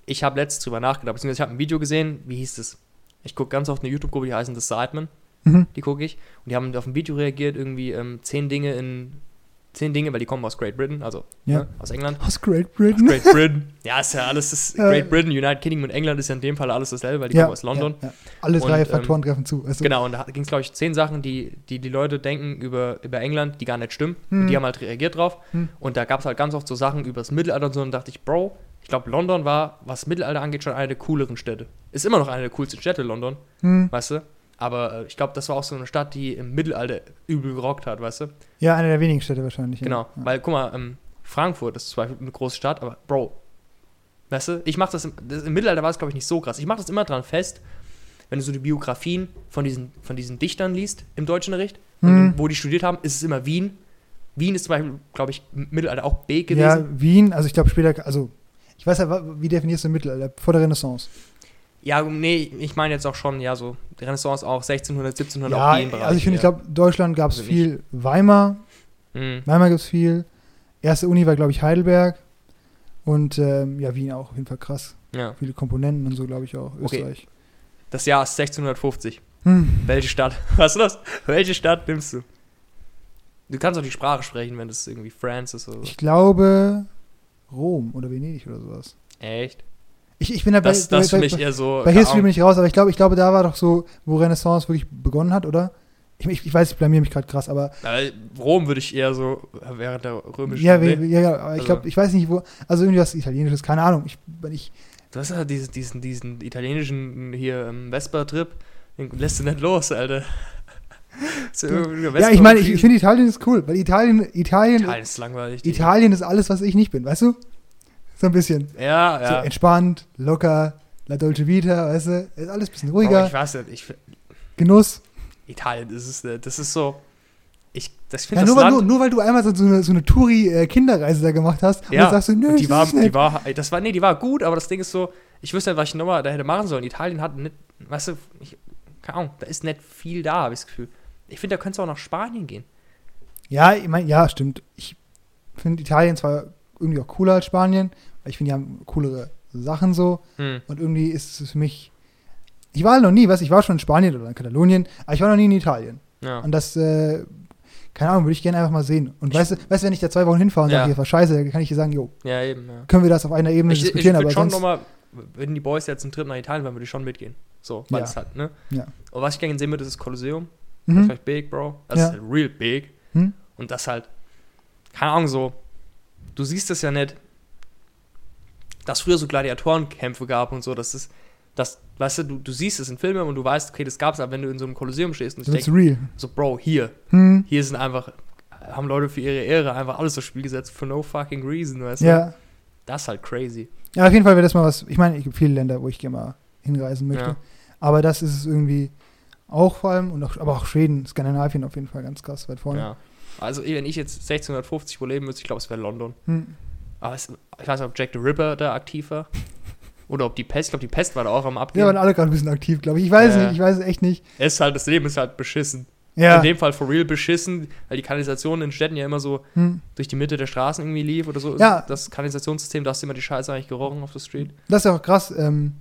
[SPEAKER 2] ich habe letztens drüber nachgedacht, beziehungsweise ich habe ein Video gesehen, wie hieß es? Ich gucke ganz oft eine YouTube-Gruppe, die heißen The Sidemen.
[SPEAKER 1] Mhm.
[SPEAKER 2] die gucke ich. Und die haben auf ein Video reagiert, irgendwie ähm, zehn Dinge in. Zehn Dinge, weil die kommen aus Great Britain, also
[SPEAKER 1] Ja.
[SPEAKER 2] ne, aus England.
[SPEAKER 1] Aus Great
[SPEAKER 2] Aus
[SPEAKER 1] Britain. <laughs>
[SPEAKER 2] Great Britain. ja, ist ja alles. Ist
[SPEAKER 1] Ja.
[SPEAKER 2] Great Britain, United Kingdom und England ist ja in dem Fall alles dasselbe, weil die kommen aus London.
[SPEAKER 1] Ja, ja. Alle drei
[SPEAKER 2] Und, ähm,
[SPEAKER 1] Faktoren treffen zu. Also,
[SPEAKER 2] Genau, und da ging es, glaube ich, zehn Sachen, die, die die Leute denken über, über England, die gar nicht stimmen. Und
[SPEAKER 1] Hm.
[SPEAKER 2] die haben halt reagiert drauf.
[SPEAKER 1] Hm.
[SPEAKER 2] Und da gab es halt ganz oft so Sachen über das Mittelalter und so. Und dachte ich, Bro, ich glaube, London war, was Mittelalter angeht, schon eine der cooleren Städte. Ist immer noch eine der coolsten Städte, London.
[SPEAKER 1] Hm.
[SPEAKER 2] weißt du? Aber äh, ich glaube, das war auch so eine Stadt, die im Mittelalter übel gerockt hat, weißt du?
[SPEAKER 1] Ja, eine der wenigen Städte wahrscheinlich.
[SPEAKER 2] Genau,
[SPEAKER 1] Ja.
[SPEAKER 2] weil guck mal, ähm, Frankfurt ist zwar eine große Stadt, aber Bro, weißt du, ich mach das, im, das im Mittelalter war es glaube ich nicht so krass. Ich mach das immer dran fest, wenn du so die Biografien von diesen, von diesen Dichtern liest im Deutschunterricht,
[SPEAKER 1] Hm.
[SPEAKER 2] und wo die studiert haben, ist es immer Wien. Wien ist zum Beispiel, glaube ich, im Mittelalter auch B gewesen.
[SPEAKER 1] Ja, Wien, also ich glaube später, also ich weiß ja, wa- wie definierst du Mittelalter? Vor der Renaissance.
[SPEAKER 2] Ja, nee, ich meine jetzt auch schon, ja, so die Renaissance auch 1600, 1700,
[SPEAKER 1] Ja,
[SPEAKER 2] auch die im Bereich,
[SPEAKER 1] also ich finde, ich
[SPEAKER 2] ja.
[SPEAKER 1] glaube, Deutschland gab es
[SPEAKER 2] Also
[SPEAKER 1] viel Weimar,
[SPEAKER 2] Mhm.
[SPEAKER 1] Weimar gibt es viel. Erste Uni war, glaube ich, Heidelberg. Und ähm, ja, Wien auch auf jeden Fall krass.
[SPEAKER 2] ja.
[SPEAKER 1] Viele Komponenten und so, glaube ich, auch.
[SPEAKER 2] Okay.
[SPEAKER 1] Österreich.
[SPEAKER 2] Das Jahr ist 1650.
[SPEAKER 1] Hm.
[SPEAKER 2] Welche Stadt? <laughs> Was ist das? Welche Stadt nimmst du? Du kannst auch die Sprache sprechen, wenn das irgendwie France ist oder so.
[SPEAKER 1] Ich glaube Rom oder Venedig oder sowas.
[SPEAKER 2] Echt?
[SPEAKER 1] Ich, ich bin da bei,
[SPEAKER 2] Das, das ist für
[SPEAKER 1] bei,
[SPEAKER 2] mich
[SPEAKER 1] bei,
[SPEAKER 2] eher so.
[SPEAKER 1] bei
[SPEAKER 2] keine
[SPEAKER 1] History bin
[SPEAKER 2] Ahnung.
[SPEAKER 1] ich raus, aber ich glaube, ich glaube, da war doch so, wo Renaissance wirklich begonnen hat, oder? Ich, ich, ich weiß, ich blamier mich gerade krass, aber
[SPEAKER 2] Äh, Rom würde ich eher so äh, während der römischen.
[SPEAKER 1] ja, we-
[SPEAKER 2] nee.
[SPEAKER 1] we- ja, ja, aber ich glaube,
[SPEAKER 2] Also-
[SPEAKER 1] ich weiß nicht wo, also irgendwie was Italienisches, keine Ahnung. Ich, wenn ich
[SPEAKER 2] Du hast ja diesen, diesen, diesen italienischen hier ähm, Vespa-Trip. Den lässt du nicht los, Alter. <laughs> So irgendwie eine
[SPEAKER 1] ja,
[SPEAKER 2] Vespa
[SPEAKER 1] ich meine, ich,
[SPEAKER 2] kriegen.
[SPEAKER 1] ich finde Italien ist cool, weil Italien, Italien,
[SPEAKER 2] Italien
[SPEAKER 1] Italien,
[SPEAKER 2] ist langweilig. Digga.
[SPEAKER 1] Italien ist alles, was ich nicht bin, weißt du? So ein bisschen.
[SPEAKER 2] Ja, ja.
[SPEAKER 1] So entspannt, locker, La Dolce Vita, weißt du? Ist alles ein bisschen ruhiger,
[SPEAKER 2] Aber ich weiß nicht. Ich,
[SPEAKER 1] Genuss.
[SPEAKER 2] Italien, das ist, äh, das ist so. Ich, das finde
[SPEAKER 1] Ja,
[SPEAKER 2] das
[SPEAKER 1] nur, weil,
[SPEAKER 2] Land,
[SPEAKER 1] nur, nur weil du einmal so so eine, so eine Touri-Kinderreise da gemacht hast und
[SPEAKER 2] Ja,
[SPEAKER 1] dann sagst du, nö, <laughs>
[SPEAKER 2] Und die
[SPEAKER 1] das
[SPEAKER 2] war,
[SPEAKER 1] ist nett.
[SPEAKER 2] die war, ey, das war, nee, die war gut, aber das Ding ist so, ich wüsste nicht, was ich nochmal da hätte machen sollen. Italien hat nicht, weißt du, ich, keine Ahnung, da ist nicht viel da, habe ich das Gefühl. Ich finde, da könntest du auch nach Spanien gehen.
[SPEAKER 1] Ja, ich meine, ja, stimmt. Ich finde Italien zwar irgendwie auch cooler als
[SPEAKER 2] Hm,
[SPEAKER 1] Spanien, weil ich finde, die haben coolere Sachen so. Und irgendwie ist es für mich Ich war halt noch nie, was, ich war schon in Spanien oder in Katalonien, aber ich war noch nie in Italien.
[SPEAKER 2] Ja.
[SPEAKER 1] Und das, äh, keine Ahnung, würde ich gerne einfach mal sehen. Und weißt du, weißt, du, wenn ich da zwei Wochen hinfahre und
[SPEAKER 2] Ja.
[SPEAKER 1] sage, hier war scheiße, dann kann ich dir sagen, jo,
[SPEAKER 2] ja, eben. Ja.
[SPEAKER 1] können wir das auf einer Ebene
[SPEAKER 2] Ich, ich
[SPEAKER 1] diskutieren,
[SPEAKER 2] würde
[SPEAKER 1] aber
[SPEAKER 2] schon
[SPEAKER 1] sonst.
[SPEAKER 2] nochmal, wenn die Boys jetzt einen Trip nach Italien waren, würde ich schon mitgehen. So, weil
[SPEAKER 1] Ja.
[SPEAKER 2] es halt, ne?
[SPEAKER 1] Ja.
[SPEAKER 2] Und was ich gerne sehen würde, ist das Kolosseum. Das ist
[SPEAKER 1] Mhm.
[SPEAKER 2] halt big, Bro. Das
[SPEAKER 1] Ja.
[SPEAKER 2] ist halt real big.
[SPEAKER 1] Hm?
[SPEAKER 2] Und das halt, keine Ahnung, so, du siehst das ja nicht, dass früher so Gladiatorenkämpfe gab und so, das ist, das, weißt du, du, du siehst es in Filmen und du weißt, okay, das gab's, aber wenn du in so einem Kolosseum stehst und ich
[SPEAKER 1] Das ist
[SPEAKER 2] denke,
[SPEAKER 1] real.
[SPEAKER 2] so, Bro, hier,
[SPEAKER 1] Hm?
[SPEAKER 2] hier sind einfach, haben Leute für ihre Ehre einfach alles aufs Spiel gesetzt, for no fucking reason, weißt du?
[SPEAKER 1] Ja.
[SPEAKER 2] Das ist halt crazy.
[SPEAKER 1] Ja, auf jeden Fall wäre das mal was. Ich meine, es gibt viele Länder, wo ich gerne mal hinreisen möchte.
[SPEAKER 2] Ja.
[SPEAKER 1] Aber das ist es irgendwie auch vor allem, und auch, aber auch Schweden, Skandinavien auf jeden Fall ganz krass weit vorne.
[SPEAKER 2] Ja. Also, wenn ich jetzt 1650 wo leben müsste, ich glaube, es wäre London.
[SPEAKER 1] Hm.
[SPEAKER 2] Aber es, ich weiß nicht, ob Jack the Ripper da
[SPEAKER 1] <laughs>
[SPEAKER 2] aktiv war. Oder ob die Pest, ich glaube, die Pest war da auch am
[SPEAKER 1] Wir
[SPEAKER 2] Abgehen.
[SPEAKER 1] waren alle gerade ein bisschen aktiv, glaube ich. Ich weiß
[SPEAKER 2] Ja.
[SPEAKER 1] nicht, ich weiß es echt nicht.
[SPEAKER 2] Es ist halt, das Leben ist halt beschissen.
[SPEAKER 1] Ja.
[SPEAKER 2] In dem Fall for real beschissen, weil die Kanalisation in Städten ja immer so
[SPEAKER 1] Hm.
[SPEAKER 2] durch die Mitte der Straßen irgendwie lief oder so.
[SPEAKER 1] Ja.
[SPEAKER 2] Das Kanalisationssystem, da hast du immer die Scheiße eigentlich gerochen auf der Street.
[SPEAKER 1] Das ist ja auch krass. Ähm,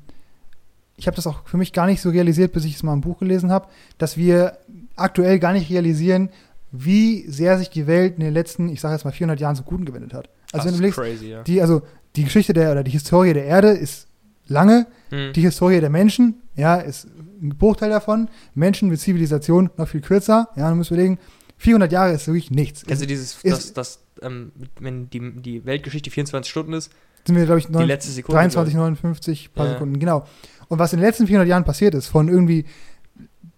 [SPEAKER 1] ich habe das auch für mich gar nicht so realisiert, bis ich es mal im Buch gelesen habe, dass wir aktuell gar nicht realisieren, wie sehr sich die Welt in den letzten, ich sage jetzt mal 400 Jahren zum Guten gewendet hat. Also wenn
[SPEAKER 2] das
[SPEAKER 1] du
[SPEAKER 2] ist
[SPEAKER 1] überlegst,
[SPEAKER 2] crazy, ja.
[SPEAKER 1] die, also die Geschichte der oder die Historie der Erde ist lange,
[SPEAKER 2] Hm.
[SPEAKER 1] Die Historie der Menschen, ja, ist ein Bruchteil davon. Menschen mit Zivilisation noch viel kürzer. Ja, du musst überlegen, 400 Jahre ist wirklich nichts.
[SPEAKER 2] Kennst du dieses, das,
[SPEAKER 1] ist-
[SPEAKER 2] das, ähm, wenn die, die Weltgeschichte 24 Stunden ist,
[SPEAKER 1] sind wir, glaube ich,
[SPEAKER 2] die
[SPEAKER 1] neun-
[SPEAKER 2] letzte Sekunde.
[SPEAKER 1] 23, 59 paar
[SPEAKER 2] Ja.
[SPEAKER 1] Sekunden, genau. Und was in den letzten 400 Jahren passiert ist, von irgendwie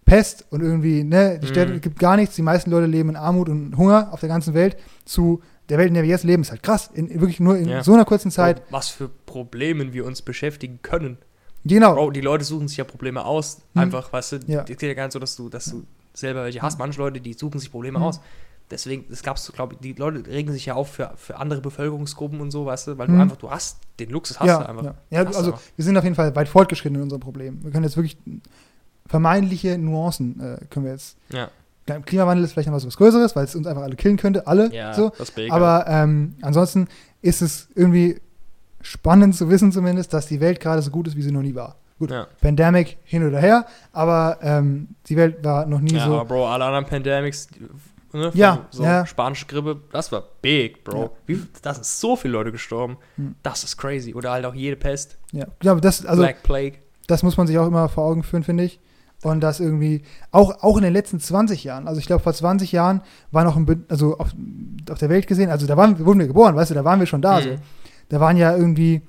[SPEAKER 1] Pest und irgendwie, ne, die
[SPEAKER 2] Mhm.
[SPEAKER 1] Städte, es gibt gar nichts, die meisten Leute leben in Armut und Hunger auf der ganzen Welt, zu der Welt, in der wir jetzt leben, ist halt krass. In, wirklich nur in
[SPEAKER 2] Ja.
[SPEAKER 1] so einer kurzen
[SPEAKER 2] Zeit.
[SPEAKER 1] Zeit.
[SPEAKER 2] Bro, was für Problemen wir uns beschäftigen können.
[SPEAKER 1] Genau.
[SPEAKER 2] Bro, die Leute suchen sich ja Probleme aus.
[SPEAKER 1] Mhm.
[SPEAKER 2] Einfach, weißt du,
[SPEAKER 1] Ja.
[SPEAKER 2] ja. geht ja gar nicht so, dass du, dass du selber welche hast. Manche Leute, die suchen sich Probleme
[SPEAKER 1] Mhm.
[SPEAKER 2] aus. Deswegen, es gab's, glaube ich, die Leute regen sich ja auf für, für andere Bevölkerungsgruppen und so, weißt du, weil
[SPEAKER 1] Mhm.
[SPEAKER 2] du einfach, du hast den Luxus, hast
[SPEAKER 1] ja,
[SPEAKER 2] du einfach.
[SPEAKER 1] Ja, ja
[SPEAKER 2] Hast du
[SPEAKER 1] also
[SPEAKER 2] einfach.
[SPEAKER 1] wir sind auf jeden Fall weit fortgeschritten in unserem Problem. Wir können jetzt wirklich vermeintliche Nuancen äh, können wir jetzt.
[SPEAKER 2] Ja.
[SPEAKER 1] Klimawandel ist vielleicht noch was, was Größeres, weil es uns einfach alle killen könnte, alle. ne, so.
[SPEAKER 2] das Bild.
[SPEAKER 1] Aber ähm, ansonsten ist es irgendwie spannend zu wissen zumindest, dass die Welt gerade so gut ist, wie sie noch nie war. Gut,
[SPEAKER 2] Ja.
[SPEAKER 1] Pandemic hin oder her, aber ähm, die Welt war noch nie
[SPEAKER 2] ja,
[SPEAKER 1] so.
[SPEAKER 2] aber Bro, alle anderen Pandemics, die- ne, von
[SPEAKER 1] Ja,
[SPEAKER 2] so
[SPEAKER 1] ja.
[SPEAKER 2] spanische Grippe, das war big, Bro.
[SPEAKER 1] Ja.
[SPEAKER 2] Wie, da sind so viele Leute gestorben.
[SPEAKER 1] Mhm.
[SPEAKER 2] Das ist crazy. Oder halt auch jede Pest,
[SPEAKER 1] Ja, ja, aber das, also
[SPEAKER 2] Black Plague.
[SPEAKER 1] das muss man sich auch immer vor Augen führen, finde ich. Und das irgendwie, auch, auch in den letzten 20 Jahren, also ich glaube, vor 20 Jahren war noch ein, Be- also auf, auf der Welt gesehen, also da waren, wurden wir geboren, weißt du, da waren wir schon da. also. So.
[SPEAKER 2] Mhm.
[SPEAKER 1] Da waren ja irgendwie,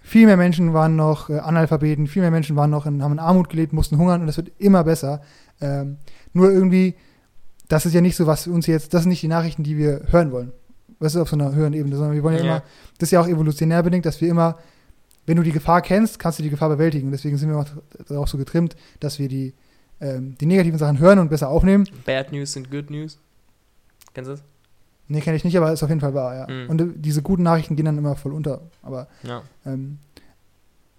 [SPEAKER 1] viel mehr Menschen waren noch äh, Analphabeten, viel mehr Menschen waren noch in, haben in Armut gelebt, mussten hungern und das wird immer besser. Ähm, nur irgendwie, das ist ja nicht so, was uns jetzt, das sind nicht die Nachrichten, die wir hören wollen. Weißt du, auf so einer höheren Ebene, sondern wir wollen ja,
[SPEAKER 2] Ja.
[SPEAKER 1] immer, das ist ja auch evolutionär bedingt, dass wir immer, wenn du die Gefahr kennst, kannst du die Gefahr bewältigen. Deswegen sind wir auch darauf so getrimmt, dass wir die, ähm, die negativen Sachen hören und besser aufnehmen.
[SPEAKER 2] Bad News sind Good News. Kennst du das?
[SPEAKER 1] Nee, kenne ich nicht, aber ist auf jeden Fall wahr, ja.
[SPEAKER 2] Mhm.
[SPEAKER 1] Und äh, diese guten Nachrichten gehen dann immer voll unter. Aber
[SPEAKER 2] Ja.
[SPEAKER 1] Ähm,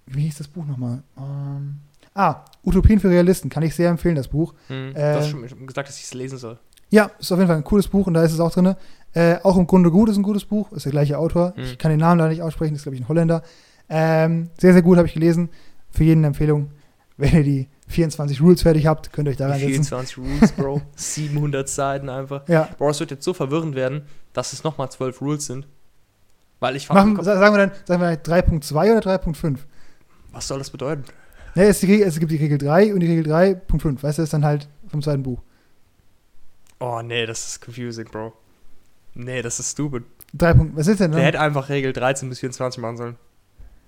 [SPEAKER 1] wie hieß das Buch nochmal? Ähm, ah, Utopien für Realisten. Kann ich sehr empfehlen, das Buch.
[SPEAKER 2] Mhm.
[SPEAKER 1] Äh,
[SPEAKER 2] du hast schon schon gesagt, dass ich es lesen soll.
[SPEAKER 1] Ja, ist auf jeden Fall ein cooles Buch und da ist es auch drin. Äh, auch im Grunde gut ist ein gutes Buch. Ist der gleiche Autor.
[SPEAKER 2] Mhm.
[SPEAKER 1] Ich kann den Namen leider nicht aussprechen. Ist, glaube ich, ein Holländer. Ähm, sehr, sehr gut habe ich gelesen. Für jeden eine Empfehlung. Wenn ihr die 24 Rules fertig habt, könnt ihr euch daran
[SPEAKER 2] Die
[SPEAKER 1] setzen.
[SPEAKER 2] 24 Rules,
[SPEAKER 1] <laughs>
[SPEAKER 2] Bro. 700 Seiten einfach.
[SPEAKER 1] Ja.
[SPEAKER 2] Bro, es wird jetzt so verwirrend werden, dass es nochmal 12 Rules sind. Weil ich
[SPEAKER 1] Machen,
[SPEAKER 2] frage,
[SPEAKER 1] sa- sagen wir dann, sagen wir dann 3.2 oder 3.5?
[SPEAKER 2] was soll das bedeuten?
[SPEAKER 1] Ne, es, die Regel- es gibt die Regel 3 und die Regel 3.5. Weißt du, das ist dann halt vom zweiten Buch.
[SPEAKER 2] Oh, nee, das ist confusing, Bro. Nee, das ist stupid.
[SPEAKER 1] 3. Punkt- Was ist denn? ne?
[SPEAKER 2] Der
[SPEAKER 1] Dann?
[SPEAKER 2] hätte einfach Regel 13 bis 24 machen sollen.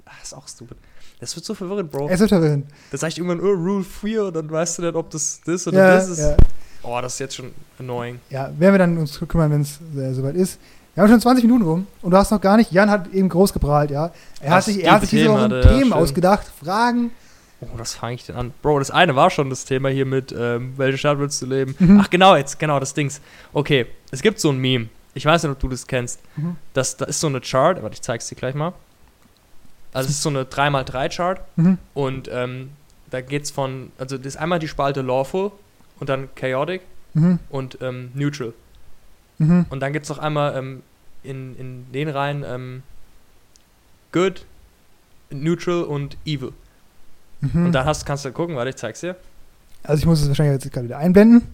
[SPEAKER 2] Das ist auch stupid. Das wird so verwirrend, Bro.
[SPEAKER 1] Es wird verwirrend.
[SPEAKER 2] Das heißt irgendwann, oh, Rule 4 und dann weißt du nicht, ob das das oder
[SPEAKER 1] Ja,
[SPEAKER 2] das ist.
[SPEAKER 1] ja.
[SPEAKER 2] Oh, das ist jetzt schon annoying.
[SPEAKER 1] Ja, werden wir dann uns kümmern, wenn es äh, soweit ist. Wir haben schon 20 Minuten rum und du hast noch gar nicht, Jan hat eben groß geprahlt, ja. Er hat
[SPEAKER 2] Das
[SPEAKER 1] sich, er hat sich diese
[SPEAKER 2] Themen
[SPEAKER 1] Woche
[SPEAKER 2] hatte, ja,
[SPEAKER 1] Themen
[SPEAKER 2] stimmt.
[SPEAKER 1] ausgedacht, Fragen.
[SPEAKER 2] Oh, das fange ich denn an? Bro, das eine war schon das Thema hier mit, ähm, welche Stadt willst du leben?
[SPEAKER 1] Mhm.
[SPEAKER 2] Ach, genau, jetzt, genau, das Dings. Okay, es gibt so ein Meme. Ich weiß nicht, ob du das kennst.
[SPEAKER 1] Mhm.
[SPEAKER 2] Das, da ist so eine Chart, aber ich zeig's dir gleich mal. Also, es ist so eine 3x3-Chart
[SPEAKER 1] Mhm.
[SPEAKER 2] und ähm, da geht's von, also, das ist einmal die Spalte Lawful und dann Chaotic
[SPEAKER 1] Mhm.
[SPEAKER 2] und ähm, Neutral.
[SPEAKER 1] Mhm.
[SPEAKER 2] Und dann gibt's noch einmal ähm, in, in den Reihen ähm, Good, Neutral und Evil.
[SPEAKER 1] Mhm.
[SPEAKER 2] Und dann hast, kannst du gucken, warte, ich zeig's dir.
[SPEAKER 1] Also ich muss es wahrscheinlich jetzt gerade wieder einblenden.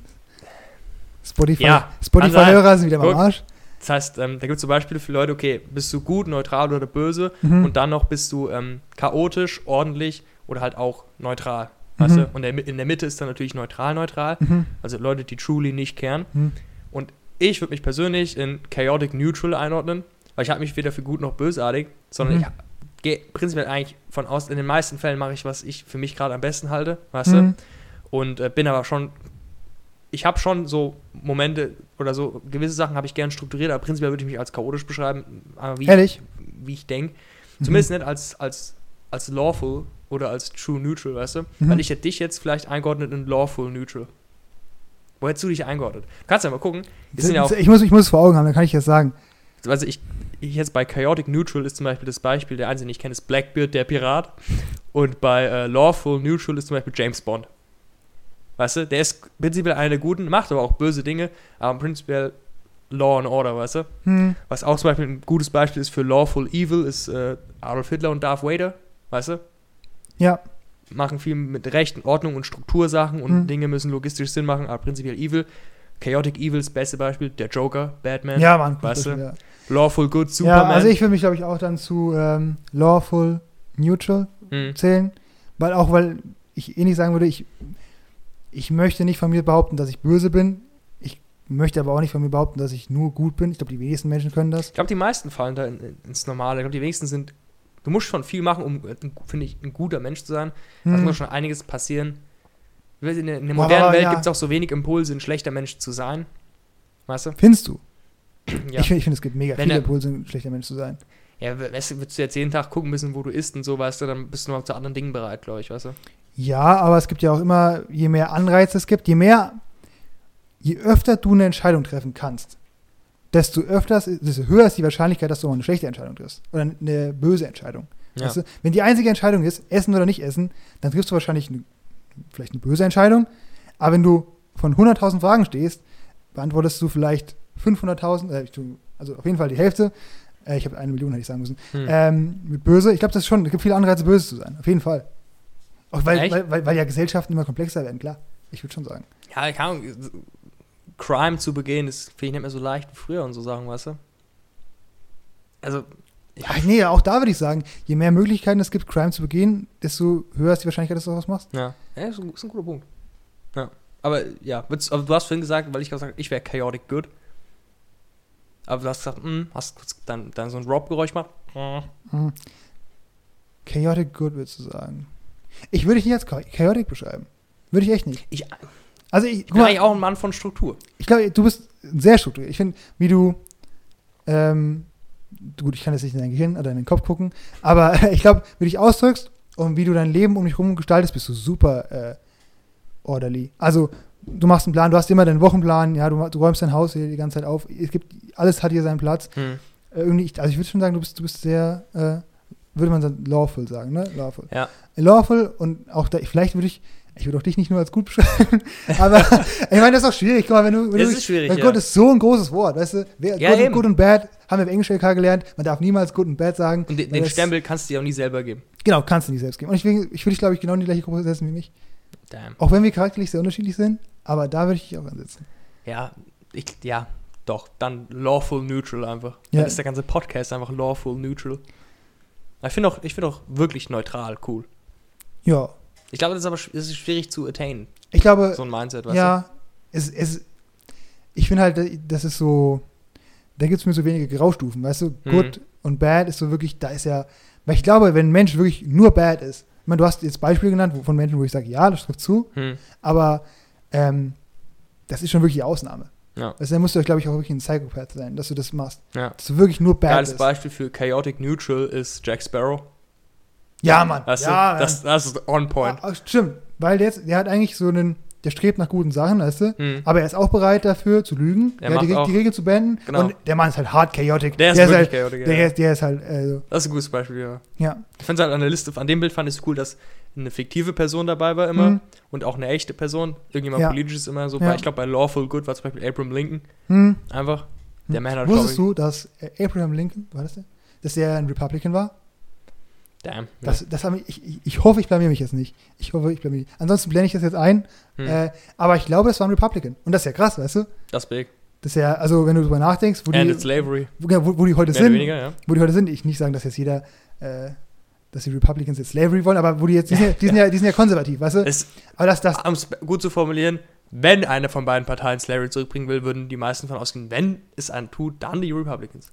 [SPEAKER 1] Spotify,
[SPEAKER 2] Ja,
[SPEAKER 1] Spotify-Hörer sind wieder mal am
[SPEAKER 2] Guck.
[SPEAKER 1] Arsch.
[SPEAKER 2] Das heißt, ähm, da gibt es zum Beispiel für Leute, okay, bist du gut, neutral oder böse?
[SPEAKER 1] Mhm.
[SPEAKER 2] Und dann noch bist du ähm, chaotisch, ordentlich oder halt auch neutral. Weißt
[SPEAKER 1] Mhm.
[SPEAKER 2] du? Und der, Mi- in der Mitte ist dann natürlich neutral, neutral.
[SPEAKER 1] Mhm.
[SPEAKER 2] Also Leute, die truly nicht kehren.
[SPEAKER 1] Mhm.
[SPEAKER 2] Und ich würde mich persönlich in chaotic neutral einordnen, weil ich habe mich weder für gut noch bösartig, sondern
[SPEAKER 1] Mhm.
[SPEAKER 2] ich gehe prinzipiell eigentlich von aus, in den meisten Fällen mache ich, was ich für mich gerade am besten halte, weißt du?
[SPEAKER 1] Mhm.
[SPEAKER 2] und äh, bin aber schon, ich habe schon so Momente oder so gewisse Sachen habe ich gern strukturiert, aber prinzipiell würde ich mich als chaotisch beschreiben, aber wie,
[SPEAKER 1] Ehrlich? Mhm.
[SPEAKER 2] wie ich denke. Zumindest nicht als, als, als lawful oder als true neutral, weißt du?
[SPEAKER 1] Mhm.
[SPEAKER 2] Weil ich hätte dich jetzt vielleicht eingeordnet in lawful neutral. Wo hättest du dich eingeordnet? Kannst ja mal gucken. Wir sind ja auch,
[SPEAKER 1] Mhm. ich, muss, ich muss es vor Augen haben, dann kann ich das sagen.
[SPEAKER 2] also ich, ich jetzt bei chaotic neutral ist zum Beispiel das Beispiel, der einzige, den ich kenne, ist Blackbeard, der Pirat. Und bei äh, Lawful Neutral ist zum Beispiel James Bond. Weißt du, der ist prinzipiell einer der Guten, macht aber auch böse Dinge, aber prinzipiell Law and Order, weißt du?
[SPEAKER 1] Hm.
[SPEAKER 2] Was auch zum Beispiel ein gutes Beispiel ist für Lawful Evil, ist äh, Adolf Hitler und Darth Vader, weißt du?
[SPEAKER 1] Ja.
[SPEAKER 2] Machen viel mit Recht und Ordnung und Struktursachen und
[SPEAKER 1] Hm.
[SPEAKER 2] Dinge müssen logistisch Sinn machen, aber prinzipiell Evil. Chaotic Evil ist das beste Beispiel, der Joker, Batman.
[SPEAKER 1] Ja, Mann. gut,
[SPEAKER 2] Weißt
[SPEAKER 1] das-
[SPEAKER 2] du?
[SPEAKER 1] ja.
[SPEAKER 2] Lawful Good,
[SPEAKER 1] ja,
[SPEAKER 2] Superman.
[SPEAKER 1] also ich würde mich, glaube ich, auch dann zu ähm, Lawful Neutral
[SPEAKER 2] Hm.
[SPEAKER 1] zählen. Weil auch, weil ich eh nicht sagen würde, ich, ich möchte nicht von mir behaupten, dass ich böse bin. Ich möchte aber auch nicht von mir behaupten, dass ich nur gut bin. Ich glaube, die wenigsten Menschen können das.
[SPEAKER 2] Ich glaube, die meisten fallen da in, in, ins Normale. Ich glaube, die wenigsten sind. Du musst schon viel machen, um, äh, ein- finde ich, ein guter Mensch zu sein. Da
[SPEAKER 1] Hm.
[SPEAKER 2] muss schon einiges passieren. Ich weiß, In der, in der
[SPEAKER 1] Mhm. Boah,
[SPEAKER 2] modernen
[SPEAKER 1] aber
[SPEAKER 2] Welt
[SPEAKER 1] ja.
[SPEAKER 2] gibt es auch so wenig Impulse, ein schlechter Mensch zu sein. Weißt du?
[SPEAKER 1] Findest du?
[SPEAKER 2] Ja.
[SPEAKER 1] Ich finde, ich find, es gibt mega
[SPEAKER 2] Wenn
[SPEAKER 1] viele
[SPEAKER 2] er-
[SPEAKER 1] Impulse, ein schlechter Mensch zu sein.
[SPEAKER 2] ja, we- weißt du, würdest du jetzt jeden Tag gucken müssen, wo du isst und so, weißt du, dann bist du noch zu anderen Dingen bereit, glaube ich, weißt du?
[SPEAKER 1] Ja, aber es gibt ja auch immer, je mehr Anreize es gibt, je mehr, je öfter du eine Entscheidung treffen kannst, desto öfter, desto höher ist die Wahrscheinlichkeit, dass du auch eine schlechte Entscheidung triffst. Oder eine böse Entscheidung.
[SPEAKER 2] Ja.
[SPEAKER 1] Weißt du? Wenn die einzige Entscheidung ist, essen oder nicht essen, dann triffst du wahrscheinlich eine, vielleicht eine böse Entscheidung. Aber wenn du von 100.000 Fragen stehst, beantwortest du vielleicht 500.000, äh, ich tu- also auf jeden Fall die Hälfte. Äh, ich habe eine Million, hätte ich sagen müssen.
[SPEAKER 2] Hm.
[SPEAKER 1] Ähm, mit böse, ich glaube, das ist schon, es gibt viele Anreize, böse zu sein, auf jeden Fall. Auch weil,
[SPEAKER 2] Echt?
[SPEAKER 1] weil, weil, weil ja Gesellschaften immer komplexer werden, klar. Ich würde schon sagen.
[SPEAKER 2] Ja, keine Ahnung. Crime zu begehen, ist, finde ich, nicht mehr so leicht wie früher und so Sachen, weißt du? Also,
[SPEAKER 1] Ach, nee, auch da würde ich sagen, je mehr Möglichkeiten es gibt, Crime zu begehen, desto höher ist die Wahrscheinlichkeit, dass du was machst.
[SPEAKER 2] Ja, ja ist, ein, ist ein guter Punkt. Ja. Aber ja, würdest- aber du hast vorhin gesagt, weil ich gesagt habe, ich wäre chaotic good. Aber du hast gesagt, hm, hast kurz dann, dann so ein Rob-Geräusch gemacht. Hm.
[SPEAKER 1] Hm. Chaotic Good würdest du sagen. Ich würde dich nicht als cha- chaotic beschreiben. Würde ich echt nicht.
[SPEAKER 2] Ich, ich
[SPEAKER 1] Also ich,
[SPEAKER 2] bin
[SPEAKER 1] guck mal,
[SPEAKER 2] eigentlich auch ein Mann von Struktur.
[SPEAKER 1] ich glaube, du bist sehr strukturiert. Ich finde, wie du, ähm, gut, ich kann jetzt nicht in dein Gehirn oder in den Kopf gucken, aber <laughs> ich glaube, wie du dich ausdrückst und wie du dein Leben um dich herum gestaltest, bist du super äh, orderly. Also du machst einen Plan, du hast immer deinen Wochenplan, ja, du, ma- du räumst dein Haus hier die ganze Zeit auf. Es gibt, alles hat hier seinen Platz.
[SPEAKER 2] Hm.
[SPEAKER 1] Äh, irgendwie, ich, also ich würde schon sagen, du bist, du bist sehr, äh, würde man sagen, lawful sagen, ne? Lawful.
[SPEAKER 2] Ja.
[SPEAKER 1] Lawful und auch da, vielleicht würde ich, ich würde auch dich nicht nur als gut beschreiben, <laughs> aber ich meine, das ist auch schwierig. Guck mal, wenn du, wenn
[SPEAKER 2] Es
[SPEAKER 1] du
[SPEAKER 2] ist schwierig,
[SPEAKER 1] weil
[SPEAKER 2] ja.
[SPEAKER 1] Gott ist so ein großes Wort, weißt du? Wer,
[SPEAKER 2] Ja,
[SPEAKER 1] good, und-
[SPEAKER 2] eben.
[SPEAKER 1] good und bad haben wir im Englisch LK gelernt. Man darf niemals good und bad sagen.
[SPEAKER 2] Und den,
[SPEAKER 1] weil
[SPEAKER 2] den
[SPEAKER 1] das-
[SPEAKER 2] Stempel kannst du dir auch nie selber geben.
[SPEAKER 1] Genau, kannst du nicht selbst geben. Und ich, will- ich würde dich, glaube ich, genau in die gleiche Gruppe setzen wie mich.
[SPEAKER 2] Damn.
[SPEAKER 1] Auch wenn wir charakterlich sehr unterschiedlich sind, aber da würde ich dich auch ansetzen.
[SPEAKER 2] Ja, ich, ja, doch. Dann lawful neutral einfach.
[SPEAKER 1] Ja.
[SPEAKER 2] Dann ist der ganze Podcast einfach lawful neutral. Aber Ich finde auch, ich finde auch wirklich neutral cool.
[SPEAKER 1] Ja.
[SPEAKER 2] Ich glaube, das ist aber sch- das ist schwierig zu attain,
[SPEAKER 1] Ich glaube,
[SPEAKER 2] so ein Mindset, weißt
[SPEAKER 1] Äh, ja, es, es, ich finde halt, das ist so, da gibt es mir so wenige Graustufen, weißt du?
[SPEAKER 2] Mhm.
[SPEAKER 1] Good und bad ist so wirklich, da ist ja, weil ich glaube, wenn ein Mensch wirklich nur bad ist, ich meine, du hast jetzt Beispiele genannt wo- von Menschen, wo ich sage, ja, das trifft zu,
[SPEAKER 2] du? Hm.
[SPEAKER 1] aber ähm, das ist schon wirklich die Ausnahme.
[SPEAKER 2] Ja.
[SPEAKER 1] Also, da musst du, glaube ich, auch wirklich ein Psychopath sein, dass du das machst.
[SPEAKER 2] Ja.
[SPEAKER 1] Dass du wirklich nur bad
[SPEAKER 2] Geiles
[SPEAKER 1] bist.
[SPEAKER 2] Beispiel für Chaotic Neutral ist Jack Sparrow.
[SPEAKER 1] Ja, Mann.
[SPEAKER 2] Weißt
[SPEAKER 1] ja,
[SPEAKER 2] du,
[SPEAKER 1] Mann.
[SPEAKER 2] das, das ist on point.
[SPEAKER 1] Ah, stimmt, weil der, jetzt, der hat eigentlich so einen, der strebt nach guten Sachen, weißt du?
[SPEAKER 2] Hm.
[SPEAKER 1] Aber er ist auch bereit dafür zu lügen, ja,
[SPEAKER 2] Er
[SPEAKER 1] die,
[SPEAKER 2] macht
[SPEAKER 1] Reg-
[SPEAKER 2] auch-
[SPEAKER 1] die Regel zu beenden.
[SPEAKER 2] Genau.
[SPEAKER 1] Und der Mann ist halt hart chaotic.
[SPEAKER 2] Der ist
[SPEAKER 1] ist
[SPEAKER 2] wirklich
[SPEAKER 1] halt,
[SPEAKER 2] Chaotic.
[SPEAKER 1] der,
[SPEAKER 2] Ja.
[SPEAKER 1] ist, der ist halt, äh, so,
[SPEAKER 2] Das ist ein gutes Beispiel, ja.
[SPEAKER 1] ja.
[SPEAKER 2] Ich finde es halt an der Liste, an dem Bild fand ich es cool, dass eine fiktive Person dabei war immer
[SPEAKER 1] Mhm.
[SPEAKER 2] und auch eine echte Person. Irgendjemand
[SPEAKER 1] Ja.
[SPEAKER 2] politisches immer so.
[SPEAKER 1] Ja.
[SPEAKER 2] Bei, ich glaube, bei Lawful Good war zum Beispiel Abraham Lincoln.
[SPEAKER 1] Hm.
[SPEAKER 2] Einfach. Der Man hat, glaub
[SPEAKER 1] Mhm. Wusstest
[SPEAKER 2] ich-
[SPEAKER 1] du, dass äh, Abraham Lincoln, war das der? Dass er ein Republican war?
[SPEAKER 2] Damn.
[SPEAKER 1] Das, das haben, ich, ich- ich hoffe, ich blamier mich jetzt nicht. Ich hoffe, ich blamier mich. Ansonsten blende ich das jetzt ein.
[SPEAKER 2] Hm.
[SPEAKER 1] Äh, aber ich glaube, das waren Republican. Und das ist ja krass, weißt du?
[SPEAKER 2] das big.
[SPEAKER 1] Das ist ja, also wenn du drüber nachdenkst, wo
[SPEAKER 2] Ended
[SPEAKER 1] die,
[SPEAKER 2] slavery.
[SPEAKER 1] wo, wo- wo die heute
[SPEAKER 2] Mehr oder
[SPEAKER 1] sind,
[SPEAKER 2] weniger, ja.
[SPEAKER 1] wo die heute sind, ich nicht sagen, dass jetzt jeder, äh, dass die Republicans jetzt Slavery wollen, aber wo die jetzt, die sind ja, die sind ja, die sind ja konservativ, weißt du?
[SPEAKER 2] Es,
[SPEAKER 1] Aber das, das,
[SPEAKER 2] um es gut zu formulieren, wenn eine von beiden Parteien Slavery zurückbringen will, würden die meisten von ausgehen, wenn es einen tut, dann die Republicans.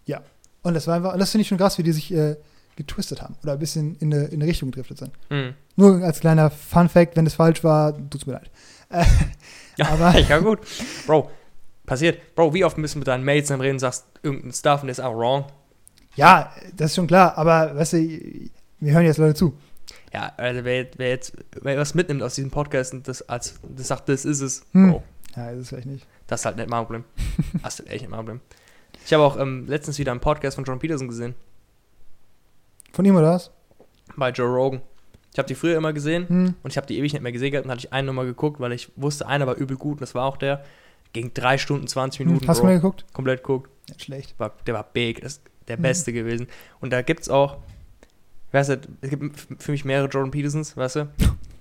[SPEAKER 1] und das war einfach, und das finde ich schon krass, wie die sich äh, getwistet haben oder ein bisschen in eine, in eine Richtung gedriftet sind.
[SPEAKER 2] Hm.
[SPEAKER 1] Nur als kleiner Fun Fact, wenn es falsch war, tut's mir leid.
[SPEAKER 2] <laughs>
[SPEAKER 1] Äh, aber
[SPEAKER 2] ja, gut. Bro, passiert. Bro, wie oft müssen wir mit deinen Mates dann reden, sagst irgendeinen Stuff und der ist auch wrong?
[SPEAKER 1] ja, das ist schon klar, aber weißt du, wir hören jetzt Leute zu.
[SPEAKER 2] Ja, also wer, jetzt- wer jetzt wer was mitnimmt aus diesem Podcast und das, als, das sagt, das ist es,
[SPEAKER 1] Hm.
[SPEAKER 2] Bro,
[SPEAKER 1] Ja, das ist vielleicht nicht.
[SPEAKER 2] das ist halt nicht mein
[SPEAKER 1] <laughs>
[SPEAKER 2] Problem. das ist halt echt nicht mein Problem. Ich habe auch ähm, letztens wieder einen Podcast von John Peterson gesehen,
[SPEAKER 1] Von ihm oder was?
[SPEAKER 2] bei Joe Rogan. Ich habe die früher immer gesehen
[SPEAKER 1] Hm.
[SPEAKER 2] und ich habe die ewig nicht mehr gesehen gehabt und hatte ich einen nochmal geguckt, weil ich wusste, einer war übel gut und das war auch der. Ging drei Stunden, 20 Minuten,
[SPEAKER 1] Hm, Hast du mal
[SPEAKER 2] Bro,
[SPEAKER 1] geguckt?
[SPEAKER 2] komplett guckt.
[SPEAKER 1] Ja, schlecht.
[SPEAKER 2] war, der war big, das ist der
[SPEAKER 1] Mhm.
[SPEAKER 2] Beste gewesen. Und da gibt's auch, weißt du, es gibt f- für mich mehrere Jordan Petersons, weißt du?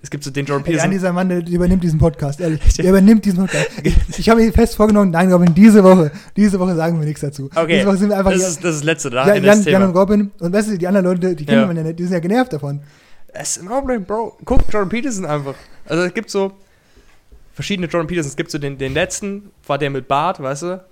[SPEAKER 2] Es gibt so den Jordan
[SPEAKER 1] <laughs> Ja,
[SPEAKER 2] Peterson.
[SPEAKER 1] dieser Mann, der übernimmt diesen Podcast, ehrlich.
[SPEAKER 2] <laughs>
[SPEAKER 1] Der übernimmt diesen Podcast. Ich, ich habe mir fest vorgenommen, nein, Robin, diese Woche, diese Woche sagen wir nichts dazu.
[SPEAKER 2] Okay,
[SPEAKER 1] Diese Woche sind wir einfach
[SPEAKER 2] das,
[SPEAKER 1] hier-
[SPEAKER 2] ist, das ist das letzte, da
[SPEAKER 1] Jan,
[SPEAKER 2] Ende das
[SPEAKER 1] Jan, Jan
[SPEAKER 2] Thema.
[SPEAKER 1] und Robin und weißt du, die anderen Leute, die kennen
[SPEAKER 2] Ja.
[SPEAKER 1] man ja nicht, die sind ja genervt davon.
[SPEAKER 2] Es ist ein Problem, Bro. Guck Jordan Peterson einfach. Also es gibt so verschiedene Jordan Petersons. Es gibt so den, den letzten, war der mit Bart, weißt du?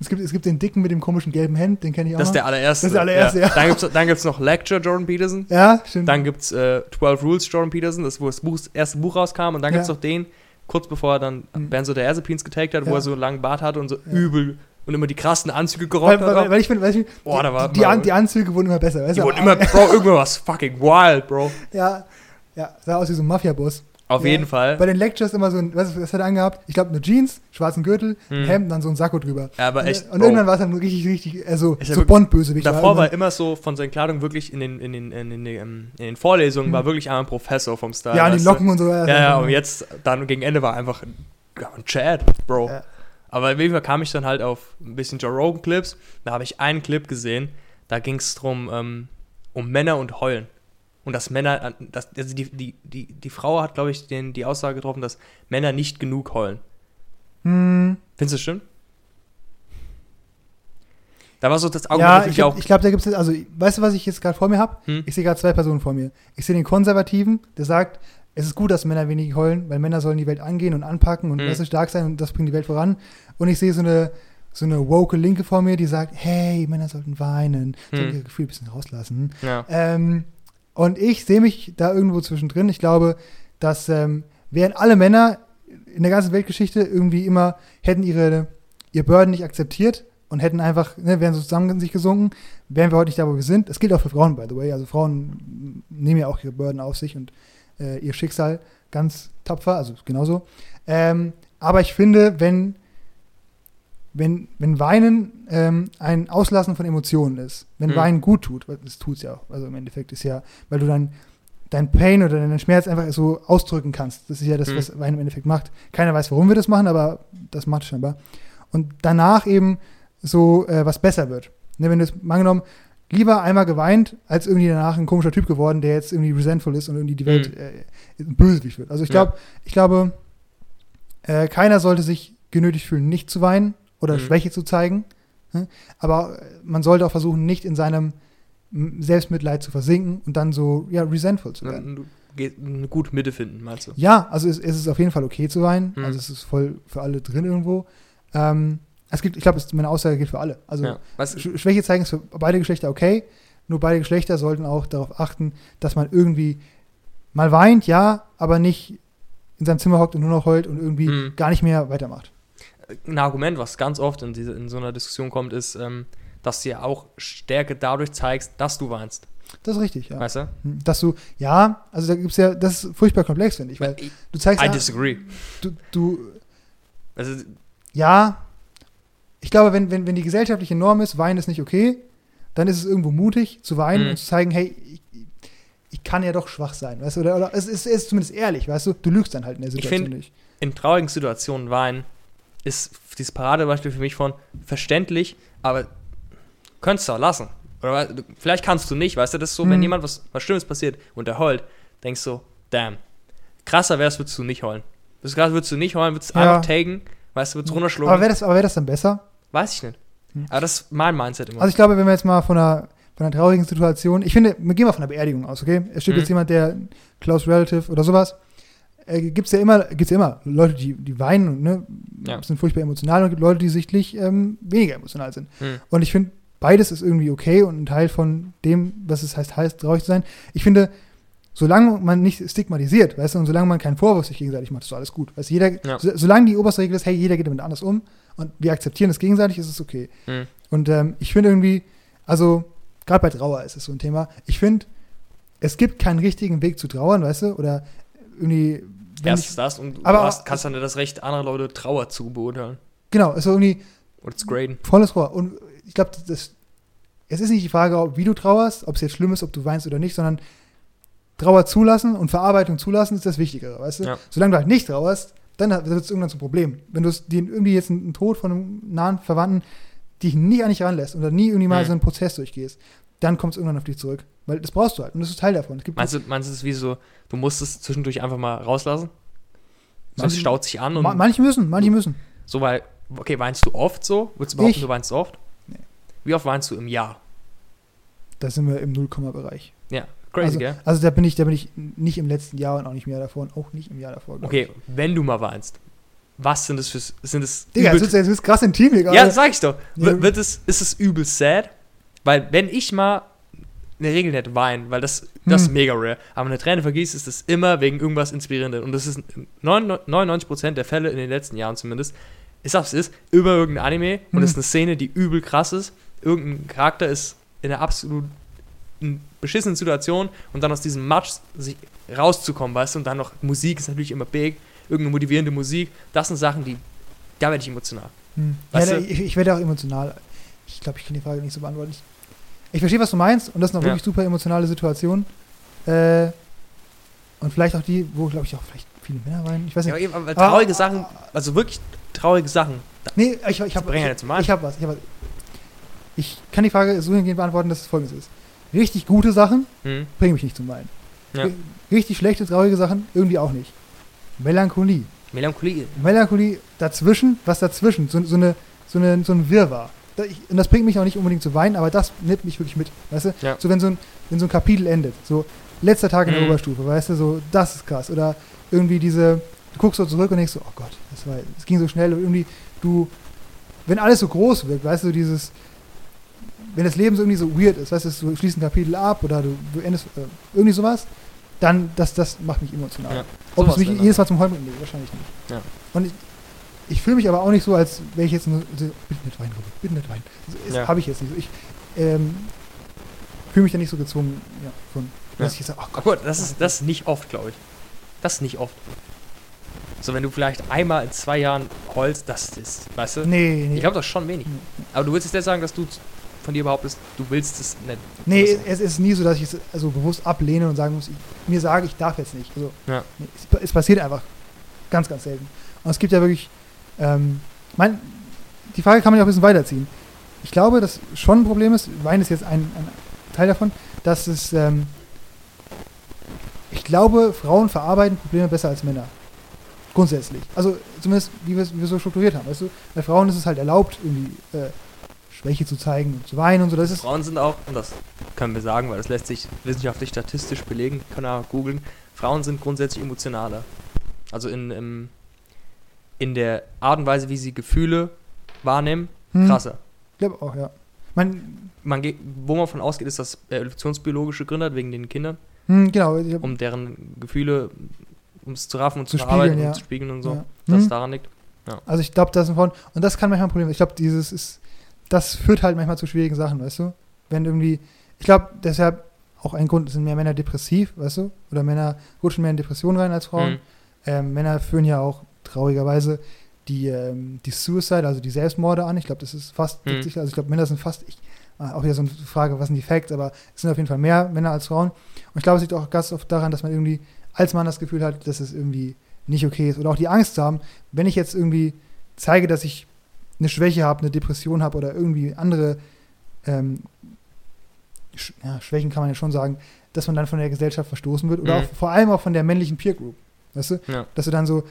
[SPEAKER 1] Es gibt, es gibt den Dicken mit dem komischen gelben Hemd, den kenne ich auch.
[SPEAKER 2] Das ist
[SPEAKER 1] noch.
[SPEAKER 2] der allererste.
[SPEAKER 1] Das ist der allererste, ja.
[SPEAKER 2] Dann gibt's, dann gibt's noch Lecture Jordan Peterson.
[SPEAKER 1] ja, stimmt.
[SPEAKER 2] Dann gibt's äh, 12 Rules Jordan Peterson, das wo das, Buch, das erste Buch rauskam. Und dann
[SPEAKER 1] Ja.
[SPEAKER 2] gibt's noch den, kurz bevor er dann
[SPEAKER 1] Mhm.
[SPEAKER 2] Benzo der Erzepins getaggt hat, wo
[SPEAKER 1] Ja.
[SPEAKER 2] er so einen langen Bart hatte und so
[SPEAKER 1] Ja.
[SPEAKER 2] übel und immer die krassen Anzüge gerockt
[SPEAKER 1] weil,
[SPEAKER 2] hat.
[SPEAKER 1] weil, weil, also weil ich finde, weil ich find,
[SPEAKER 2] Boah, da war
[SPEAKER 1] die, die,
[SPEAKER 2] mal-
[SPEAKER 1] An, die Anzüge wurden immer besser, weißt
[SPEAKER 2] die
[SPEAKER 1] du?
[SPEAKER 2] wurden
[SPEAKER 1] <laughs>
[SPEAKER 2] immer, Bro, irgendwann was fucking wild, Bro.
[SPEAKER 1] ja, ja, sah aus wie so ein Mafia-Boss.
[SPEAKER 2] Auf
[SPEAKER 1] Ja.
[SPEAKER 2] jeden Fall.
[SPEAKER 1] Bei den Lectures immer so ein, was, was hat er angehabt? Ich glaube, eine Jeans, schwarzen Gürtel, ein
[SPEAKER 2] Hm.
[SPEAKER 1] Hemd und dann so ein Sakko drüber.
[SPEAKER 2] Aber
[SPEAKER 1] Und-
[SPEAKER 2] echt,
[SPEAKER 1] und
[SPEAKER 2] Bro.
[SPEAKER 1] irgendwann war ne? es dann richtig, richtig, also
[SPEAKER 2] Ist ja
[SPEAKER 1] so
[SPEAKER 2] wirklich-
[SPEAKER 1] Bond-Bösewicht.
[SPEAKER 2] Davor war
[SPEAKER 1] irgendwann-
[SPEAKER 2] immer so von seinen Kleidung wirklich in den, in den, in den, ähm, in den Vorlesungen
[SPEAKER 1] Hm.
[SPEAKER 2] war wirklich einmal ein Professor vom Style.
[SPEAKER 1] Ja, und die
[SPEAKER 2] weißt du?
[SPEAKER 1] Locken und so. <laughs>
[SPEAKER 2] ne? Ja, ja, und jetzt, dann gegen Ende war einfach ein, ja, ein Chad, Bro.
[SPEAKER 1] Ja.
[SPEAKER 2] Aber auf jeden Fall kam ich dann halt auf ein bisschen Joe Rogan Clips. Da habe ich einen Clip gesehen, da ging es drum, ähm, um Männer und Heulen. Und dass Männer, äh, dass, also die, die, die, die Frau hat, glaube ich, den, die Aussage getroffen, dass Männer nicht genug heulen.
[SPEAKER 1] Hm,
[SPEAKER 2] Findest du das stimmt? Da war so das Argument
[SPEAKER 1] ja, ich
[SPEAKER 2] natürlich
[SPEAKER 1] glaube,
[SPEAKER 2] auch.
[SPEAKER 1] ich glaub, da gibt es, also, weißt du, was ich jetzt gerade vor mir habe?
[SPEAKER 2] Hm?
[SPEAKER 1] Ich sehe gerade zwei Personen vor mir. Ich sehe den Konservativen, der sagt, es ist gut, dass Männer wenig heulen, weil Männer sollen die Welt angehen und anpacken und
[SPEAKER 2] Hm.
[SPEAKER 1] weißt du, stark sein und das bringt die Welt voran. Und ich sehe so eine, so eine woke Linke vor mir, die sagt, hey, Männer sollten weinen, sollten
[SPEAKER 2] Hm.
[SPEAKER 1] ihre Gefühle ein bisschen rauslassen.
[SPEAKER 2] ja.
[SPEAKER 1] Ähm, und ich sehe mich da irgendwo zwischendrin. Ich glaube, dass ähm, wären alle Männer in der ganzen Weltgeschichte irgendwie immer, hätten ihre, ihr Burden nicht akzeptiert und hätten einfach, ne, wären so zusammen in sich gesunken, wären wir heute nicht da, wo wir sind. Das gilt auch für Frauen, by the way. Also Frauen nehmen ja auch ihre Burden auf sich und äh, ihr Schicksal ganz tapfer, also genauso. Ähm, aber ich finde, wenn, wenn, wenn Weinen ähm, ein Auslassen von Emotionen ist, wenn
[SPEAKER 2] Mhm.
[SPEAKER 1] Weinen gut tut, weil das tut es ja auch, also im Endeffekt ist ja, weil du dann dein Pain oder deinen Schmerz einfach so ausdrücken kannst. Das ist ja das,
[SPEAKER 2] Mhm.
[SPEAKER 1] was Weinen im Endeffekt macht. Keiner weiß, warum wir das machen, aber das macht es scheinbar. Und danach eben so äh, was besser wird. Ne, wenn du jetzt mal angenommen, lieber einmal geweint, als irgendwie danach ein komischer Typ geworden, der jetzt irgendwie resentful ist und irgendwie die Welt
[SPEAKER 2] Mhm.
[SPEAKER 1] äh, böswillig wird. Also ich
[SPEAKER 2] Ja.
[SPEAKER 1] glaube, ich glaube, äh, keiner sollte sich genötigt fühlen, nicht zu weinen oder
[SPEAKER 2] Mhm.
[SPEAKER 1] Schwäche zu zeigen. ne? Aber äh, man sollte auch versuchen, nicht in seinem m, Selbstmitleid zu versinken und dann so ja, resentful zu werden.
[SPEAKER 2] Du gehst eine gute Mitte finden, meinst du?
[SPEAKER 1] Ja, also es, es ist auf jeden Fall okay zu weinen.
[SPEAKER 2] Mhm.
[SPEAKER 1] Also es ist voll für alle drin irgendwo. Ähm, es gibt, ich glaube, es- meine Aussage gilt für alle. Also
[SPEAKER 2] ja. Was,
[SPEAKER 1] Sch Schwäche zeigen ist für beide Geschlechter okay, nur beide Geschlechter sollten auch darauf achten, dass man irgendwie mal weint, ja, aber nicht in seinem Zimmer hockt und nur noch heult und irgendwie
[SPEAKER 2] Mhm.
[SPEAKER 1] gar nicht mehr weitermacht.
[SPEAKER 2] ein Argument, was ganz oft in, diese, in so einer Diskussion kommt, ist, ähm, dass du ja auch Stärke dadurch zeigst, dass du weinst.
[SPEAKER 1] Das ist richtig, ja.
[SPEAKER 2] Weißt du?
[SPEAKER 1] Hm, Dass du, ja, also da gibt es ja, das ist furchtbar komplex, finde ich, weil
[SPEAKER 2] I,
[SPEAKER 1] du zeigst,
[SPEAKER 2] I
[SPEAKER 1] ja,
[SPEAKER 2] disagree.
[SPEAKER 1] du, du,
[SPEAKER 2] Also,
[SPEAKER 1] ja, ich glaube, wenn, wenn, wenn die gesellschaftliche Norm ist, weinen ist nicht okay, dann ist es irgendwo mutig zu weinen
[SPEAKER 2] Mhm.
[SPEAKER 1] und zu zeigen, hey, ich, ich kann ja doch schwach sein, weißt du, oder, oder es, ist, es ist zumindest ehrlich, weißt du, du lügst dann halt in der
[SPEAKER 2] Ich
[SPEAKER 1] Situation
[SPEAKER 2] find-
[SPEAKER 1] nicht.
[SPEAKER 2] in traurigen Situationen weinen ist dieses Paradebeispiel für mich von verständlich, aber könntest du auch lassen. Oder wa- du- vielleicht kannst du nicht, weißt du, das ist so, wenn
[SPEAKER 1] Mhm.
[SPEAKER 2] jemand was, was Schlimmes passiert und der heult, denkst du, damn, krasser wär's, würdest du nicht heulen. Das krass würdest du nicht heulen, würdest du
[SPEAKER 1] Ja. Mhm.
[SPEAKER 2] einfach taken, weißt du, würdest runterschlucken.
[SPEAKER 1] Aber wäre das, aber wär das dann besser?
[SPEAKER 2] Weiß ich nicht.
[SPEAKER 1] Hm.
[SPEAKER 2] Aber das ist mein Mindset immer.
[SPEAKER 1] Also ich glaube, wenn wir jetzt mal von einer, von einer traurigen Situation, ich finde, wir gehen mal von einer Beerdigung aus, okay? Es steht
[SPEAKER 2] Mhm.
[SPEAKER 1] jetzt jemand, der Close Relative oder sowas, äh, gibt es ja immer, gibt's ja immer Leute, die, die weinen und ne,
[SPEAKER 2] Ja.
[SPEAKER 1] sind furchtbar emotional und gibt Leute, die sichtlich ähm, weniger emotional sind.
[SPEAKER 2] Hm.
[SPEAKER 1] Und ich finde, beides ist irgendwie okay und ein Teil von dem, was es heißt, heißt, traurig zu sein. Ich finde, solange man nicht stigmatisiert, weißt du, und solange man keinen Vorwurf sich gegenseitig macht, ist doch alles gut. Weißt du, jeder,
[SPEAKER 2] Ja.
[SPEAKER 1] so, solange die oberste Regel ist, hey, jeder geht damit anders um und wir akzeptieren es gegenseitig, ist es okay.
[SPEAKER 2] Mhm.
[SPEAKER 1] Und ähm, ich finde irgendwie, also, gerade bei Trauer ist es so ein Thema, ich finde, es gibt keinen richtigen Weg zu trauern, weißt du, oder irgendwie. wenn
[SPEAKER 2] Erst
[SPEAKER 1] ich,
[SPEAKER 2] ist das und
[SPEAKER 1] aber-
[SPEAKER 2] du hast, kannst dann nicht das Recht, andere Leute Trauer zu beurteilen
[SPEAKER 1] genau, also irgendwie
[SPEAKER 2] oder zu graden.
[SPEAKER 1] volles Rohr. Und ich glaube, das, das, es ist nicht die Frage, ob- wie du trauerst, ob es jetzt schlimm ist, ob du weinst oder nicht, sondern Trauer zulassen und Verarbeitung zulassen ist das Wichtigere, weißt du?
[SPEAKER 2] Ja.
[SPEAKER 1] Solange du halt nicht trauerst, dann wird es irgendwann zum Problem. Wenn du es dir irgendwie jetzt einen Tod von einem nahen Verwandten dich nie an dich ranlässt oder nie irgendwie mal
[SPEAKER 2] Mhm.
[SPEAKER 1] so einen Prozess durchgehst, dann kommt es irgendwann auf dich zurück. Weil das brauchst du halt und das ist Teil davon. Es gibt
[SPEAKER 2] Meinst du, meinst du, es ist wie so, du musst es zwischendurch einfach mal rauslassen? Sonst
[SPEAKER 1] Manche-
[SPEAKER 2] staut sich an und
[SPEAKER 1] ma manche müssen, manche müssen.
[SPEAKER 2] so, weil, okay, weinst du oft so? Würdest du behaupten,
[SPEAKER 1] Ich?
[SPEAKER 2] du weinst oft?
[SPEAKER 1] Nee.
[SPEAKER 2] Wie oft weinst du im Jahr?
[SPEAKER 1] Da sind wir im Nullkomma-Bereich.
[SPEAKER 2] Ja, crazy,
[SPEAKER 1] also,
[SPEAKER 2] gell?
[SPEAKER 1] also da bin ich, da bin ich nicht im letzten Jahr und auch nicht mehr davor und auch nicht im Jahr davor. glaub ich.
[SPEAKER 2] Okay, wenn du mal weinst, was sind es für, sind es
[SPEAKER 1] Digga, also
[SPEAKER 2] übel-
[SPEAKER 1] jetzt wird's- jetzt ist krass intim, Digga.
[SPEAKER 2] Ja, sag ich doch. W-
[SPEAKER 1] Ja.
[SPEAKER 2] Wird es, ist es übel sad? Weil wenn ich mal in der Regel nicht weine, weil das, das ist
[SPEAKER 1] Hm.
[SPEAKER 2] mega rare, aber eine Träne vergießt, ist es immer wegen irgendwas Inspirierendes. Und das ist in 99% der Fälle in den letzten Jahren zumindest, ich sag's es ist, über irgendein Anime und
[SPEAKER 1] Hm.
[SPEAKER 2] es ist eine Szene, die übel krass ist. Irgendein Charakter ist in einer absolut in beschissenen Situation und dann aus diesem Matsch sich rauszukommen, weißt du, und dann noch Musik ist natürlich immer big, irgendeine motivierende Musik, das sind Sachen, die, da werde ich emotional.
[SPEAKER 1] Hm. Ja,
[SPEAKER 2] Weißt
[SPEAKER 1] da-
[SPEAKER 2] du-
[SPEAKER 1] ich, ich werde auch emotional. Ich glaube, ich kann die Frage nicht so beantworten. Ich, ich verstehe, was du meinst und das sind auch
[SPEAKER 2] Ja.
[SPEAKER 1] wirklich super emotionale Situationen. Äh, und vielleicht auch die, wo, glaube ich, auch vielleicht viele Männer weinen. Ich weiß
[SPEAKER 2] Ja,
[SPEAKER 1] nicht.
[SPEAKER 2] aber eben, aber
[SPEAKER 1] Ah.
[SPEAKER 2] traurige Sachen, also wirklich traurige Sachen.
[SPEAKER 1] nee, ich, ich habe
[SPEAKER 2] bringen ja nicht zum
[SPEAKER 1] ich, ich hab was. Ich, hab was. ich kann die Frage so hingehend beantworten, dass es folgendes ist. Richtig gute Sachen
[SPEAKER 2] Hm.
[SPEAKER 1] bringen mich nicht zum Weinen.
[SPEAKER 2] Ja.
[SPEAKER 1] Ri- Richtig schlechte, traurige Sachen irgendwie auch nicht. Melancholie.
[SPEAKER 2] Melancholie.
[SPEAKER 1] Melancholie dazwischen, was dazwischen, so, so, eine, so, eine, so ein Wirrwarr. Da- ich- Und das bringt mich auch nicht unbedingt zu weinen, aber das nimmt mich wirklich mit. Weißt du?
[SPEAKER 2] Ja.
[SPEAKER 1] So, wenn so, ein, wenn so ein Kapitel endet, so letzter Tag in der
[SPEAKER 2] Mhm.
[SPEAKER 1] Oberstufe, weißt du, so das ist krass. Oder irgendwie diese, du guckst so zurück und denkst so, oh Gott, das, war, das ging so schnell. Und irgendwie, du, wenn alles so groß wird, weißt du, dieses, wenn das Leben so irgendwie so weird ist, weißt du, du schließt ein Kapitel ab oder du, du endest äh, irgendwie sowas, dann, das, das macht mich emotional.
[SPEAKER 2] Ja.
[SPEAKER 1] Ob es
[SPEAKER 2] Sowas ne?
[SPEAKER 1] mich
[SPEAKER 2] wäre
[SPEAKER 1] jedes Mal zum Heulen bringt, nee, wahrscheinlich nicht.
[SPEAKER 2] Ja.
[SPEAKER 1] Und ich, ich fühle mich aber auch nicht so, als wäre ich jetzt nur, so, bitte nicht weinen, Robert, bitte nicht weinen. Das
[SPEAKER 2] Ja.
[SPEAKER 1] habe ich jetzt nicht so. Ich ähm, fühle mich da nicht so gezwungen, ja, von, dass ich jetzt sage, oh
[SPEAKER 2] Ach
[SPEAKER 1] Gott,
[SPEAKER 2] Ah, gut, das ist, das ist nicht oft, glaube ich. Das ist nicht oft. So, wenn du vielleicht einmal in zwei Jahren heulst, das ist, weißt du?
[SPEAKER 1] nee, nee,
[SPEAKER 2] Ich glaube, das ist schon wenig.
[SPEAKER 1] Nee.
[SPEAKER 2] Aber du willst jetzt nicht sagen, dass du z- von dir behauptest, du willst es nicht.
[SPEAKER 1] nee,
[SPEAKER 2] das-
[SPEAKER 1] es ist nie so, dass ich es also bewusst ablehne und sagen muss, ich, mir sage, ich darf jetzt nicht. Also,
[SPEAKER 2] Ja.
[SPEAKER 1] nee, es, pa- es passiert einfach ganz, ganz selten. Und es gibt ja wirklich, ähm, mein, die Frage kann man ja auch ein bisschen weiterziehen. Ich glaube, dass schon ein Problem ist, Wein ist jetzt ein, ein Teil davon, dass es, ähm, ich glaube, Frauen verarbeiten Probleme besser als Männer. Grundsätzlich. Also zumindest, wie wir es wie wir so strukturiert haben. Weißt du? Bei Frauen ist es halt erlaubt, irgendwie äh, Schwäche zu zeigen und zu weinen und so. Das ist,
[SPEAKER 2] Frauen sind auch, und das können wir sagen, weil das lässt sich wissenschaftlich statistisch belegen, kann man auch googeln, Frauen sind grundsätzlich emotionaler. Also in, im- in der Art und Weise, wie sie Gefühle wahrnehmen,
[SPEAKER 1] Hm.
[SPEAKER 2] krasser.
[SPEAKER 1] Ich glaube auch, ja. Man,
[SPEAKER 2] man geht, wo man von ausgeht, ist das evolutionsbiologische Gründe hat, wegen den Kindern,
[SPEAKER 1] hm, genau, ich hab,
[SPEAKER 2] um deren Gefühle, um es zu raffen und zu,
[SPEAKER 1] Zu
[SPEAKER 2] verarbeiten
[SPEAKER 1] spiegeln,
[SPEAKER 2] und
[SPEAKER 1] ja.
[SPEAKER 2] zu spiegeln und so,
[SPEAKER 1] ja.
[SPEAKER 2] dass es
[SPEAKER 1] hm?
[SPEAKER 2] daran liegt.
[SPEAKER 1] Also ich glaube, das sind Frauen. Und das kann manchmal ein Problem sein. Ich glaube, dieses ist, das führt halt manchmal zu schwierigen Sachen, weißt du? Wenn irgendwie, ich glaube, deshalb auch ein Grund sind mehr Männer depressiv, weißt du? Oder Männer rutschen mehr in Depressionen rein als Frauen.
[SPEAKER 2] Mhm.
[SPEAKER 1] Ähm, Männer führen ja auch traurigerweise die, ähm, die Suicide, also die Selbstmorde an. Ich glaube, das ist fast
[SPEAKER 2] Mhm.
[SPEAKER 1] 70, also ich glaube, Männer sind fast, ich, ah, auch wieder so eine Frage, was sind die Facts, aber es sind auf jeden Fall mehr Männer als Frauen. Und ich glaube, es liegt auch ganz oft daran, dass man irgendwie als Mann das Gefühl hat, dass es irgendwie nicht okay ist. Oder auch die Angst zu haben, wenn ich jetzt irgendwie zeige, dass ich eine Schwäche habe, eine Depression habe oder irgendwie andere ähm, Sch ja, Schwächen kann man ja schon sagen, dass man dann von der Gesellschaft verstoßen wird oder
[SPEAKER 2] Mhm.
[SPEAKER 1] auch, vor allem auch von der männlichen Peer Group. Weißt du?
[SPEAKER 2] Ja.
[SPEAKER 1] Dass du dann so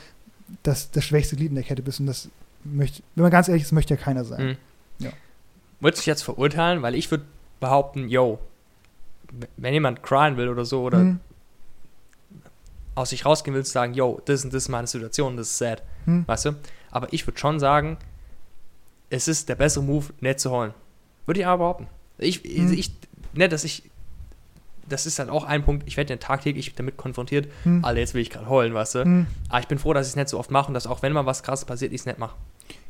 [SPEAKER 1] das, das schwächste Glied in der Kette bist und das möchte, wenn man ganz ehrlich ist, möchte ja keiner sein.
[SPEAKER 2] Mhm. Würdest du dich jetzt verurteilen? Weil ich würde behaupten, yo, w- wenn jemand cryen will oder so oder
[SPEAKER 1] Hm,
[SPEAKER 2] aus sich rausgehen willst, sagen, yo, das und das ist meine Situation, das ist sad,
[SPEAKER 1] hm.
[SPEAKER 2] weißt du? Aber ich würde schon sagen, es ist der bessere Move, nett zu heulen. Würde ich aber behaupten. Ich,
[SPEAKER 1] Mhm.
[SPEAKER 2] ich, ne, dass ich, das ist halt auch ein Punkt, ich werde ja tagtäglich damit konfrontiert,
[SPEAKER 1] Hm.
[SPEAKER 2] Alter, jetzt will ich gerade heulen, weißt du?
[SPEAKER 1] Hm.
[SPEAKER 2] Aber ich bin froh, dass ich es nicht so oft mache und dass auch wenn mal was krasses passiert, ich es nicht mache.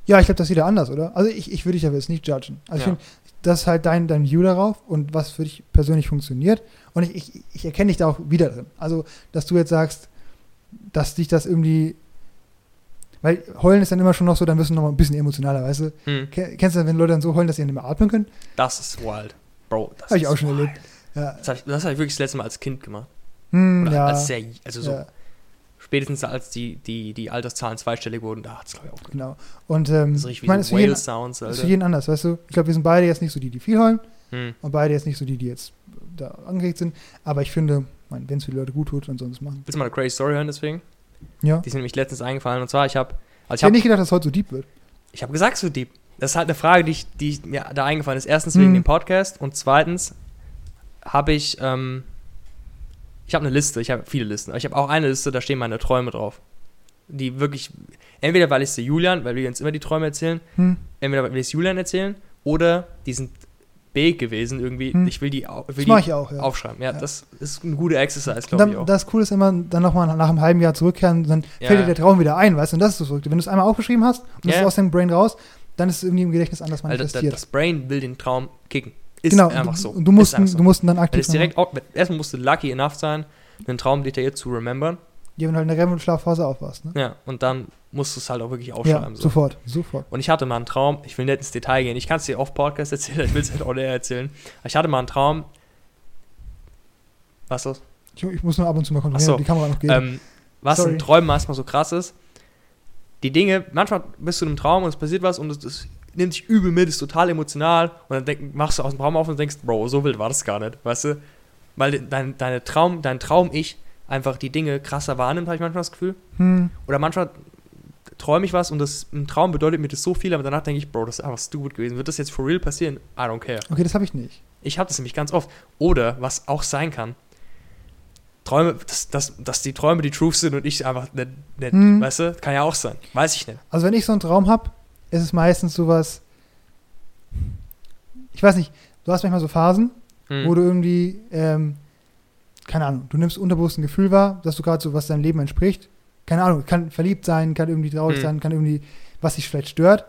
[SPEAKER 1] Ja, ich glaube, das ist jeder anders, oder? Also ich, ich würde dich dafür jetzt nicht judgen. Also
[SPEAKER 2] Ja.
[SPEAKER 1] ich finde, das ist halt dein, dein View darauf und was für dich persönlich funktioniert. Und ich, ich, ich erkenne dich da auch wieder drin. Also, dass du jetzt sagst, dass dich das irgendwie. Weil heulen ist dann immer schon noch so, dann wirst du noch mal ein bisschen emotionaler, weißt du?
[SPEAKER 2] Hm.
[SPEAKER 1] Ke- Kennst du das, wenn Leute dann so heulen, dass sie nicht mehr atmen können?
[SPEAKER 2] Das ist wild. Bro, das
[SPEAKER 1] Habe ich
[SPEAKER 2] ist
[SPEAKER 1] auch schon
[SPEAKER 2] wild.
[SPEAKER 1] erlebt. Ja.
[SPEAKER 2] Das habe ich, das hab ich wirklich das letzte Mal als Kind gemacht.
[SPEAKER 1] Hm,
[SPEAKER 2] Oder
[SPEAKER 1] ja,
[SPEAKER 2] als sehr, also so
[SPEAKER 1] ja,
[SPEAKER 2] spätestens als die, die, die Alterszahlen zweistellig wurden, da hat es, glaube ich, auch ge-
[SPEAKER 1] genau. Und ähm,
[SPEAKER 2] Das ist richtig
[SPEAKER 1] ich meine, es
[SPEAKER 2] wie
[SPEAKER 1] ist
[SPEAKER 2] so
[SPEAKER 1] für jeden,
[SPEAKER 2] Whale-Sounds,
[SPEAKER 1] ist
[SPEAKER 2] Alter.
[SPEAKER 1] für jeden anders, weißt du? Ich glaube, wir sind beide jetzt nicht so die, die viel heulen.
[SPEAKER 2] Hm.
[SPEAKER 1] Und beide jetzt nicht so die, die jetzt da angeregt sind. Aber ich finde, wenn es für die Leute gut tut, dann sollen sie es machen.
[SPEAKER 2] Willst du mal eine crazy Story hören deswegen?
[SPEAKER 1] Ja.
[SPEAKER 2] Die ist mir nämlich letztens eingefallen. Und zwar, ich habe
[SPEAKER 1] Ich
[SPEAKER 2] also ich
[SPEAKER 1] hätte
[SPEAKER 2] hab,
[SPEAKER 1] nicht gedacht, dass es heute so deep wird.
[SPEAKER 2] ich hab gesagt, so deep. Das ist halt eine Frage, die, ich, die ich mir da eingefallen ist. Erstens wegen
[SPEAKER 1] Mhm.
[SPEAKER 2] dem Podcast und zweitens habe ich, ähm, ich habe eine Liste, ich habe viele Listen, aber ich habe auch eine Liste, da stehen meine Träume drauf. Die wirklich, entweder weil ich sie Julian, weil wir uns immer die Träume erzählen,
[SPEAKER 1] Hm.
[SPEAKER 2] entweder weil wir es Julian erzählen oder die sind big gewesen irgendwie.
[SPEAKER 1] Hm.
[SPEAKER 2] Ich will die, au- will
[SPEAKER 1] Das
[SPEAKER 2] die
[SPEAKER 1] mache ich auch, ja.
[SPEAKER 2] aufschreiben. Ja,
[SPEAKER 1] Ja.
[SPEAKER 2] das ist eine gute Exercise,
[SPEAKER 1] Und
[SPEAKER 2] glaube ich
[SPEAKER 1] dann,
[SPEAKER 2] auch.
[SPEAKER 1] das Coole ist immer, dann nochmal nach einem halben Jahr zurückkehren, dann
[SPEAKER 2] Ja,
[SPEAKER 1] fällt
[SPEAKER 2] ja.
[SPEAKER 1] dir der Traum wieder ein, weißt du? Und das ist das Verrückte. Wenn du es einmal aufgeschrieben hast und es
[SPEAKER 2] Ja.
[SPEAKER 1] ist aus deinem Brain raus, dann ist es irgendwie im Gedächtnis anders
[SPEAKER 2] Weil das,
[SPEAKER 1] manifestiert.
[SPEAKER 2] das Brain will den Traum kicken. Ist
[SPEAKER 1] genau.
[SPEAKER 2] einfach
[SPEAKER 1] und-
[SPEAKER 2] so.
[SPEAKER 1] Und du
[SPEAKER 2] ist
[SPEAKER 1] musst, ihn-
[SPEAKER 2] einfach so.
[SPEAKER 1] du musst genau ihn dann
[SPEAKER 2] Wenn
[SPEAKER 1] aktiv
[SPEAKER 2] es direkt au- erstmal musst du lucky enough sein, den Traum detailliert zu remembern.
[SPEAKER 1] machen. Ja, wenn du halt in der REM-Schlafphase aufwachst. Ne?
[SPEAKER 2] Ja, und dann musst du es halt auch wirklich aufschreiben.
[SPEAKER 1] Ja,
[SPEAKER 2] so.
[SPEAKER 1] sofort, sofort.
[SPEAKER 2] Und ich hatte mal einen Traum, ich will nicht ins Detail gehen, ich kann es dir auf Podcast erzählen, <laughs> ich will es nicht on air erzählen. Aber Ich hatte mal einen Traum. Was ist
[SPEAKER 1] Ich, ich muss nur ab und zu mal
[SPEAKER 2] Ach
[SPEAKER 1] kontrollieren,
[SPEAKER 2] so.
[SPEAKER 1] ob die Kamera noch geht.
[SPEAKER 2] ähm, was
[SPEAKER 1] Sorry.
[SPEAKER 2] in Träumen manchmal so krass ist. Die Dinge, manchmal bist du in einem Traum und es passiert was und es, es nimmt dich übel mit, ist total emotional und dann denk, machst du aus dem Traum auf und denkst, Bro, so wild war das gar nicht, weißt du? Weil de- dein, deine Traum, dein Traum-Ich einfach die Dinge krasser wahrnimmt, habe ich manchmal das Gefühl.
[SPEAKER 1] hm.
[SPEAKER 2] Oder manchmal träume ich was und das im Traum bedeutet mir das so viel, aber danach denke ich, Bro, das ist einfach stupid gewesen. Wird das jetzt for real passieren? I don't care.
[SPEAKER 1] Okay, das habe ich nicht.
[SPEAKER 2] Ich habe das nämlich ganz oft. Oder was auch sein kann, Träume, dass, dass, dass die Träume die Truth sind und ich einfach nicht, nicht
[SPEAKER 1] Hm.
[SPEAKER 2] weißt du, kann ja auch sein. Weiß ich nicht.
[SPEAKER 1] Also wenn ich so einen Traum habe, ist es meistens sowas, ich weiß nicht, du hast manchmal so Phasen,
[SPEAKER 2] Hm.
[SPEAKER 1] wo du irgendwie, ähm, keine Ahnung, du nimmst unterbewusst ein Gefühl wahr, dass du gerade so, was deinem Leben entspricht. Keine Ahnung, kann verliebt sein, kann irgendwie traurig
[SPEAKER 2] Hm.
[SPEAKER 1] sein, kann irgendwie, was dich vielleicht stört.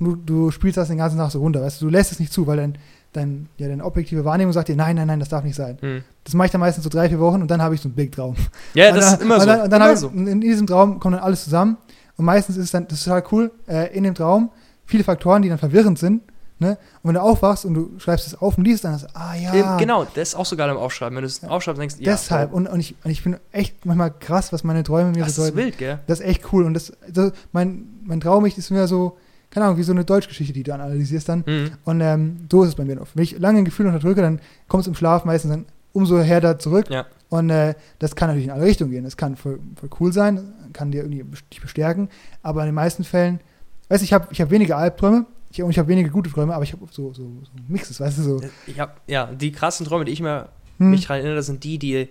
[SPEAKER 1] Und du, du spielst das den ganzen Tag so runter, weißt du, du lässt es nicht zu, weil dein, dein, ja, deine objektive Wahrnehmung sagt dir, nein, nein, nein, das darf nicht sein.
[SPEAKER 2] Hm.
[SPEAKER 1] Das mache ich dann meistens so drei, vier Wochen und dann habe ich so einen Big Traum.
[SPEAKER 2] Ja,
[SPEAKER 1] Und
[SPEAKER 2] das
[SPEAKER 1] dann-
[SPEAKER 2] ist immer
[SPEAKER 1] und
[SPEAKER 2] so.
[SPEAKER 1] Dann, und dann
[SPEAKER 2] immer
[SPEAKER 1] hab ich- in- In diesem Traum kommt dann alles zusammen. Und meistens ist es dann, das ist total cool, äh, in dem Traum viele Faktoren, die dann verwirrend sind. Ne? Und wenn du aufwachst und du schreibst es auf und liest dann, das, ah ja,
[SPEAKER 2] Ähm, Genau, das ist auch so geil am Aufschreiben. Wenn du es
[SPEAKER 1] Ja.
[SPEAKER 2] aufschreibst, denkst du, ja,
[SPEAKER 1] deshalb.
[SPEAKER 2] Bro,
[SPEAKER 1] Und, und, ich, und ich bin echt manchmal krass, was meine Träume mir
[SPEAKER 2] das ist
[SPEAKER 1] bedeuten.
[SPEAKER 2] wild, gell?
[SPEAKER 1] Das ist echt cool. Und das, das mein, mein Traum ist mir so, keine Ahnung, wie so eine Deutschgeschichte, die du dann analysierst dann.
[SPEAKER 2] Hm.
[SPEAKER 1] Und ähm, so ist es bei mir noch. Wenn ich lange ein Gefühl unterdrücke, dann kommt es im Schlaf meistens dann umso härter zurück.
[SPEAKER 2] Ja.
[SPEAKER 1] Und äh, das kann natürlich in alle Richtungen gehen. Das kann voll, voll cool sein, kann dir irgendwie best- dich bestärken. Aber in den meisten Fällen, weißt du, ich habe ich hab wenige Albträume ich, und ich habe wenige gute Träume, aber ich habe so, so, so Mixes, weißt du, so.
[SPEAKER 2] Ich hab, ja, die krassen Träume, die ich mir
[SPEAKER 1] Hm,
[SPEAKER 2] mich daran erinnere, sind die, die,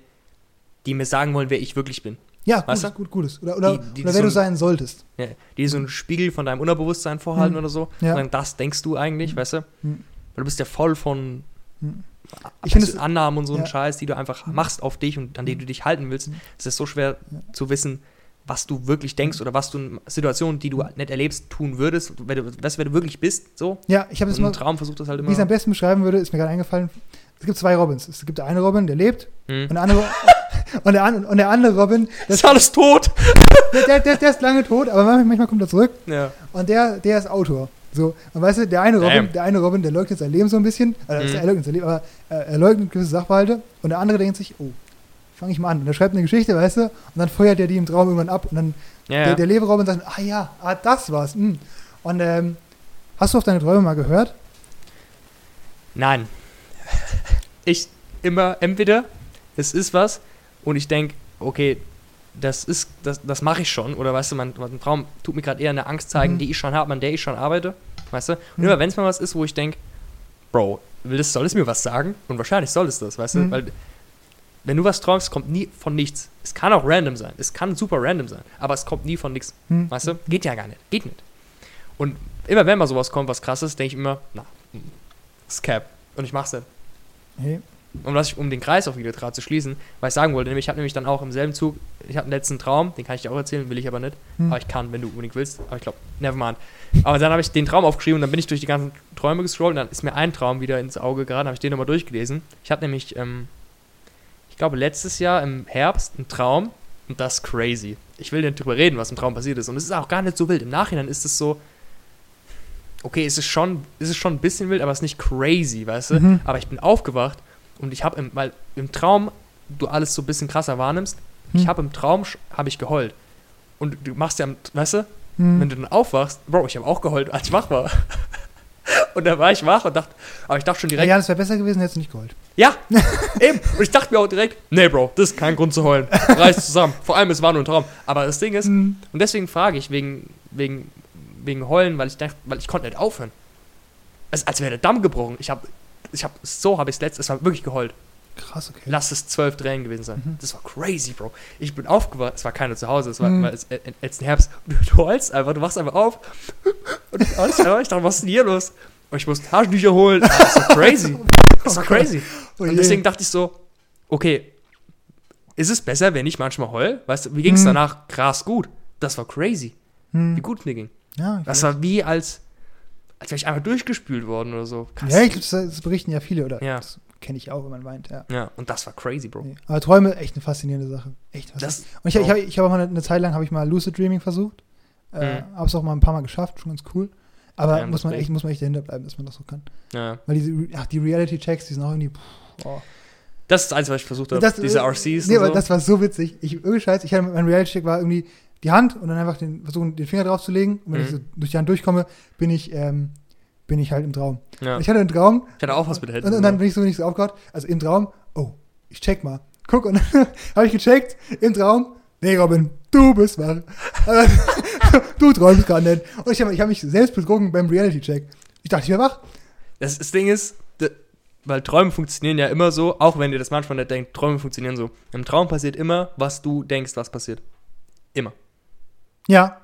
[SPEAKER 2] die mir sagen wollen, wer ich wirklich bin.
[SPEAKER 1] ja, gutes,
[SPEAKER 2] weißt du?
[SPEAKER 1] gut, gutes. Oder, oder,
[SPEAKER 2] Die- die-
[SPEAKER 1] oder
[SPEAKER 2] die
[SPEAKER 1] wer du
[SPEAKER 2] so
[SPEAKER 1] sein solltest.
[SPEAKER 2] Ja, die so einen Spiegel von deinem Unterbewusstsein vorhalten
[SPEAKER 1] Hm.
[SPEAKER 2] oder so.
[SPEAKER 1] Ja.
[SPEAKER 2] Und dann das denkst du eigentlich, weißt du?
[SPEAKER 1] Hm.
[SPEAKER 2] Weil du bist ja voll von
[SPEAKER 1] Hm. Ich
[SPEAKER 2] ich
[SPEAKER 1] find es-
[SPEAKER 2] finde Annahmen und so einen
[SPEAKER 1] ja.
[SPEAKER 2] Scheiß, die du einfach machst auf dich und an die du dich halten willst.
[SPEAKER 1] Mhm.
[SPEAKER 2] Es ist so schwer
[SPEAKER 1] Ja. Mhm.
[SPEAKER 2] zu wissen, was du wirklich denkst oder was du in Situationen, die du nicht erlebst, tun würdest, wenn du, weißt, du, wer du wirklich bist, so.
[SPEAKER 1] Ja, ich habe
[SPEAKER 2] Und
[SPEAKER 1] es mal,
[SPEAKER 2] ein Traum versucht das halt
[SPEAKER 1] wie
[SPEAKER 2] immer.
[SPEAKER 1] ich es am besten beschreiben würde, ist mir gerade eingefallen. Es gibt zwei Robins. Es gibt der eine Robin, der lebt,
[SPEAKER 2] Mhm.
[SPEAKER 1] und der andere, <laughs> und der, an- und der andere Robin, der,
[SPEAKER 2] ist alles tot!
[SPEAKER 1] der, der, der, der ist lange tot, aber manchmal kommt er zurück.
[SPEAKER 2] Ja.
[SPEAKER 1] Und der, der ist Autor. So, und weißt du, der eine Robin,
[SPEAKER 2] Damn.
[SPEAKER 1] der eine Robin, der leugnet sein Leben so ein bisschen, also
[SPEAKER 2] Mhm.
[SPEAKER 1] er leugnet sein Leben, aber äh, er leugnet gewisse Sachverhalte und der andere denkt sich, oh, fange ich mal an. Und er schreibt eine Geschichte, weißt du, und dann feuert er die im Traum irgendwann ab und dann
[SPEAKER 2] ja,
[SPEAKER 1] der, der Leberobin sagt, ah ja, ah, das war's. Mh. Und ähm, hast du auf deine Träume mal gehört?
[SPEAKER 2] Nein. ich immer entweder es ist was und ich denke, okay, das ist, das, das mache ich schon. Oder weißt du, mein, mein Traum tut mir gerade eher eine Angst zeigen,
[SPEAKER 1] Mhm.
[SPEAKER 2] die ich schon habe, an der ich schon arbeite. Weißt du? Und
[SPEAKER 1] Mhm.
[SPEAKER 2] immer wenn es mal was ist, wo ich denke, Bro, will es, soll es mir was sagen? Und wahrscheinlich soll es das, weißt du?
[SPEAKER 1] Mhm.
[SPEAKER 2] Weil wenn du was träumst, kommt nie von nichts. Es kann auch random sein. Es kann super random sein. Aber es kommt nie von nichts.
[SPEAKER 1] Hm.
[SPEAKER 2] Weißt du? Geht ja gar nicht. Geht nicht. Und immer wenn mal sowas kommt, was krasses, denke ich immer, na, hm, Scab. Und ich mach's nicht.
[SPEAKER 1] Hey.
[SPEAKER 2] Und was ich, um den Kreis auch wieder gerade zu schließen, was ich sagen wollte, nämlich ich habe nämlich dann auch im selben Zug, ich hatte einen letzten Traum, den kann ich dir auch erzählen, will ich aber nicht.
[SPEAKER 1] Hm.
[SPEAKER 2] Aber ich kann, wenn du unbedingt willst. Aber ich glaube, nevermind. Aber dann habe ich den Traum aufgeschrieben und dann bin ich durch die ganzen Träume gescrollt und dann ist mir ein Traum wieder ins Auge geraten, habe ich den nochmal durchgelesen. Ich hatte nämlich, ähm, ich glaube, letztes Jahr im Herbst einen Traum und das ist crazy. Ich will nicht drüber reden, was im Traum passiert ist. Und es ist auch gar nicht so wild. Im Nachhinein ist es so, okay, es ist schon, es ist schon ein bisschen wild, aber es ist nicht crazy, weißt du?
[SPEAKER 1] Mhm.
[SPEAKER 2] Aber ich bin aufgewacht und ich habe, weil im Traum du alles so ein bisschen krasser wahrnimmst, ich
[SPEAKER 1] Hm.
[SPEAKER 2] habe im Traum habe ich geheult. Und du machst ja, am- weißt du,
[SPEAKER 1] Hm.
[SPEAKER 2] wenn du dann aufwachst, Bro, ich habe auch geheult, als ich wach war. <laughs> und da war ich wach und dachte, aber ich dachte schon
[SPEAKER 1] ja,
[SPEAKER 2] direkt,
[SPEAKER 1] ja, das wäre besser gewesen, hättest du nicht geholt.
[SPEAKER 2] ja, <laughs> eben. Und ich dachte mir auch direkt, nee, Bro, das ist kein Grund zu heulen. Reiß zusammen. Vor allem, es war nur ein Traum. Aber das Ding ist,
[SPEAKER 1] Hm.
[SPEAKER 2] und deswegen frage ich wegen, wegen, wegen Heulen, weil ich dachte, weil ich konnte nicht aufhören. Es, als wäre der Damm gebrochen. Ich habe, ich habe, so habe ich es letztes Mal wirklich geheult.
[SPEAKER 1] Krass, okay.
[SPEAKER 2] Lass es zwölf Tränen gewesen sein.
[SPEAKER 1] Mhm.
[SPEAKER 2] Das war crazy, Bro. Ich bin aufgewacht. Es war keiner zu Hause. Es war,
[SPEAKER 1] Mhm.
[SPEAKER 2] war es, äh, äh, jetzt ein Herbst. <laughs> Du, du heulst einfach. Du wachst einfach auf. <laughs> Und ich, alles klar, ich dachte, was ist denn hier los? Und ich musste Taschentücher holen. Das war crazy. Das war
[SPEAKER 1] Oh Gott.
[SPEAKER 2] crazy.
[SPEAKER 1] Oh
[SPEAKER 2] Und
[SPEAKER 1] je.
[SPEAKER 2] deswegen dachte ich so, okay, ist es besser, wenn ich manchmal heul? Weißt du, wie ging es
[SPEAKER 1] Mhm.
[SPEAKER 2] danach? Krass gut. Das war crazy.
[SPEAKER 1] Hm.
[SPEAKER 2] Wie gut mir ging.
[SPEAKER 1] Ja, ich
[SPEAKER 2] Das war wie als, als wäre ich einmal durchgespült worden oder so. Krass.
[SPEAKER 1] ja, ich glaube, das, das berichten ja viele, oder?
[SPEAKER 2] Ja.
[SPEAKER 1] Das kenne ich auch, wenn man weint, ja.
[SPEAKER 2] Ja, und das war crazy, Bro.
[SPEAKER 1] Nee. Aber Träume, echt eine faszinierende Sache. Echt was.
[SPEAKER 2] Das,
[SPEAKER 1] Und ich, ich habe ich hab auch mal eine, eine Zeit lang habe ich mal Lucid Dreaming versucht. Äh,
[SPEAKER 2] Mhm.
[SPEAKER 1] Habe es auch mal ein paar Mal geschafft, schon ganz cool. Aber
[SPEAKER 2] Ja,
[SPEAKER 1] muss, man
[SPEAKER 2] deswegen.
[SPEAKER 1] echt, muss man echt dahinter bleiben, dass man das so kann.
[SPEAKER 2] ja.
[SPEAKER 1] Weil diese, Re- ach, die Reality-Checks, die sind auch irgendwie. Pff, oh.
[SPEAKER 2] das ist das Einzige, was ich versucht habe.
[SPEAKER 1] Das-
[SPEAKER 2] Diese RCs
[SPEAKER 1] Nee,
[SPEAKER 2] und
[SPEAKER 1] aber
[SPEAKER 2] so.
[SPEAKER 1] das war so witzig. Ich, irgendwie Scheiß, ich hatte, mein Reality-Check war irgendwie die Hand und dann einfach den, versuchen, den Finger draufzulegen. Und wenn
[SPEAKER 2] Mhm.
[SPEAKER 1] ich so durch die Hand durchkomme, bin ich, ähm, bin ich halt im Traum.
[SPEAKER 2] ja.
[SPEAKER 1] Ich hatte einen Traum,
[SPEAKER 2] Ich hatte auch was mit der Hälfte.
[SPEAKER 1] Und, und dann bin ich so nicht so aufgehört. Also im Traum, oh, ich check mal. Guck, und <laughs> dann habe ich gecheckt, im Traum, nee, Robin, du bist wach. <laughs> Aber du träumst gerade nicht. Und ich habe ich hab mich selbst betrogen beim Reality-Check. Ich dachte, ich wäre wach.
[SPEAKER 2] das, das Ding ist, d- weil Träume funktionieren ja immer so, auch wenn ihr das manchmal nicht denkt, Träume funktionieren so. Im Traum passiert immer, was du denkst, was passiert.
[SPEAKER 1] Ja.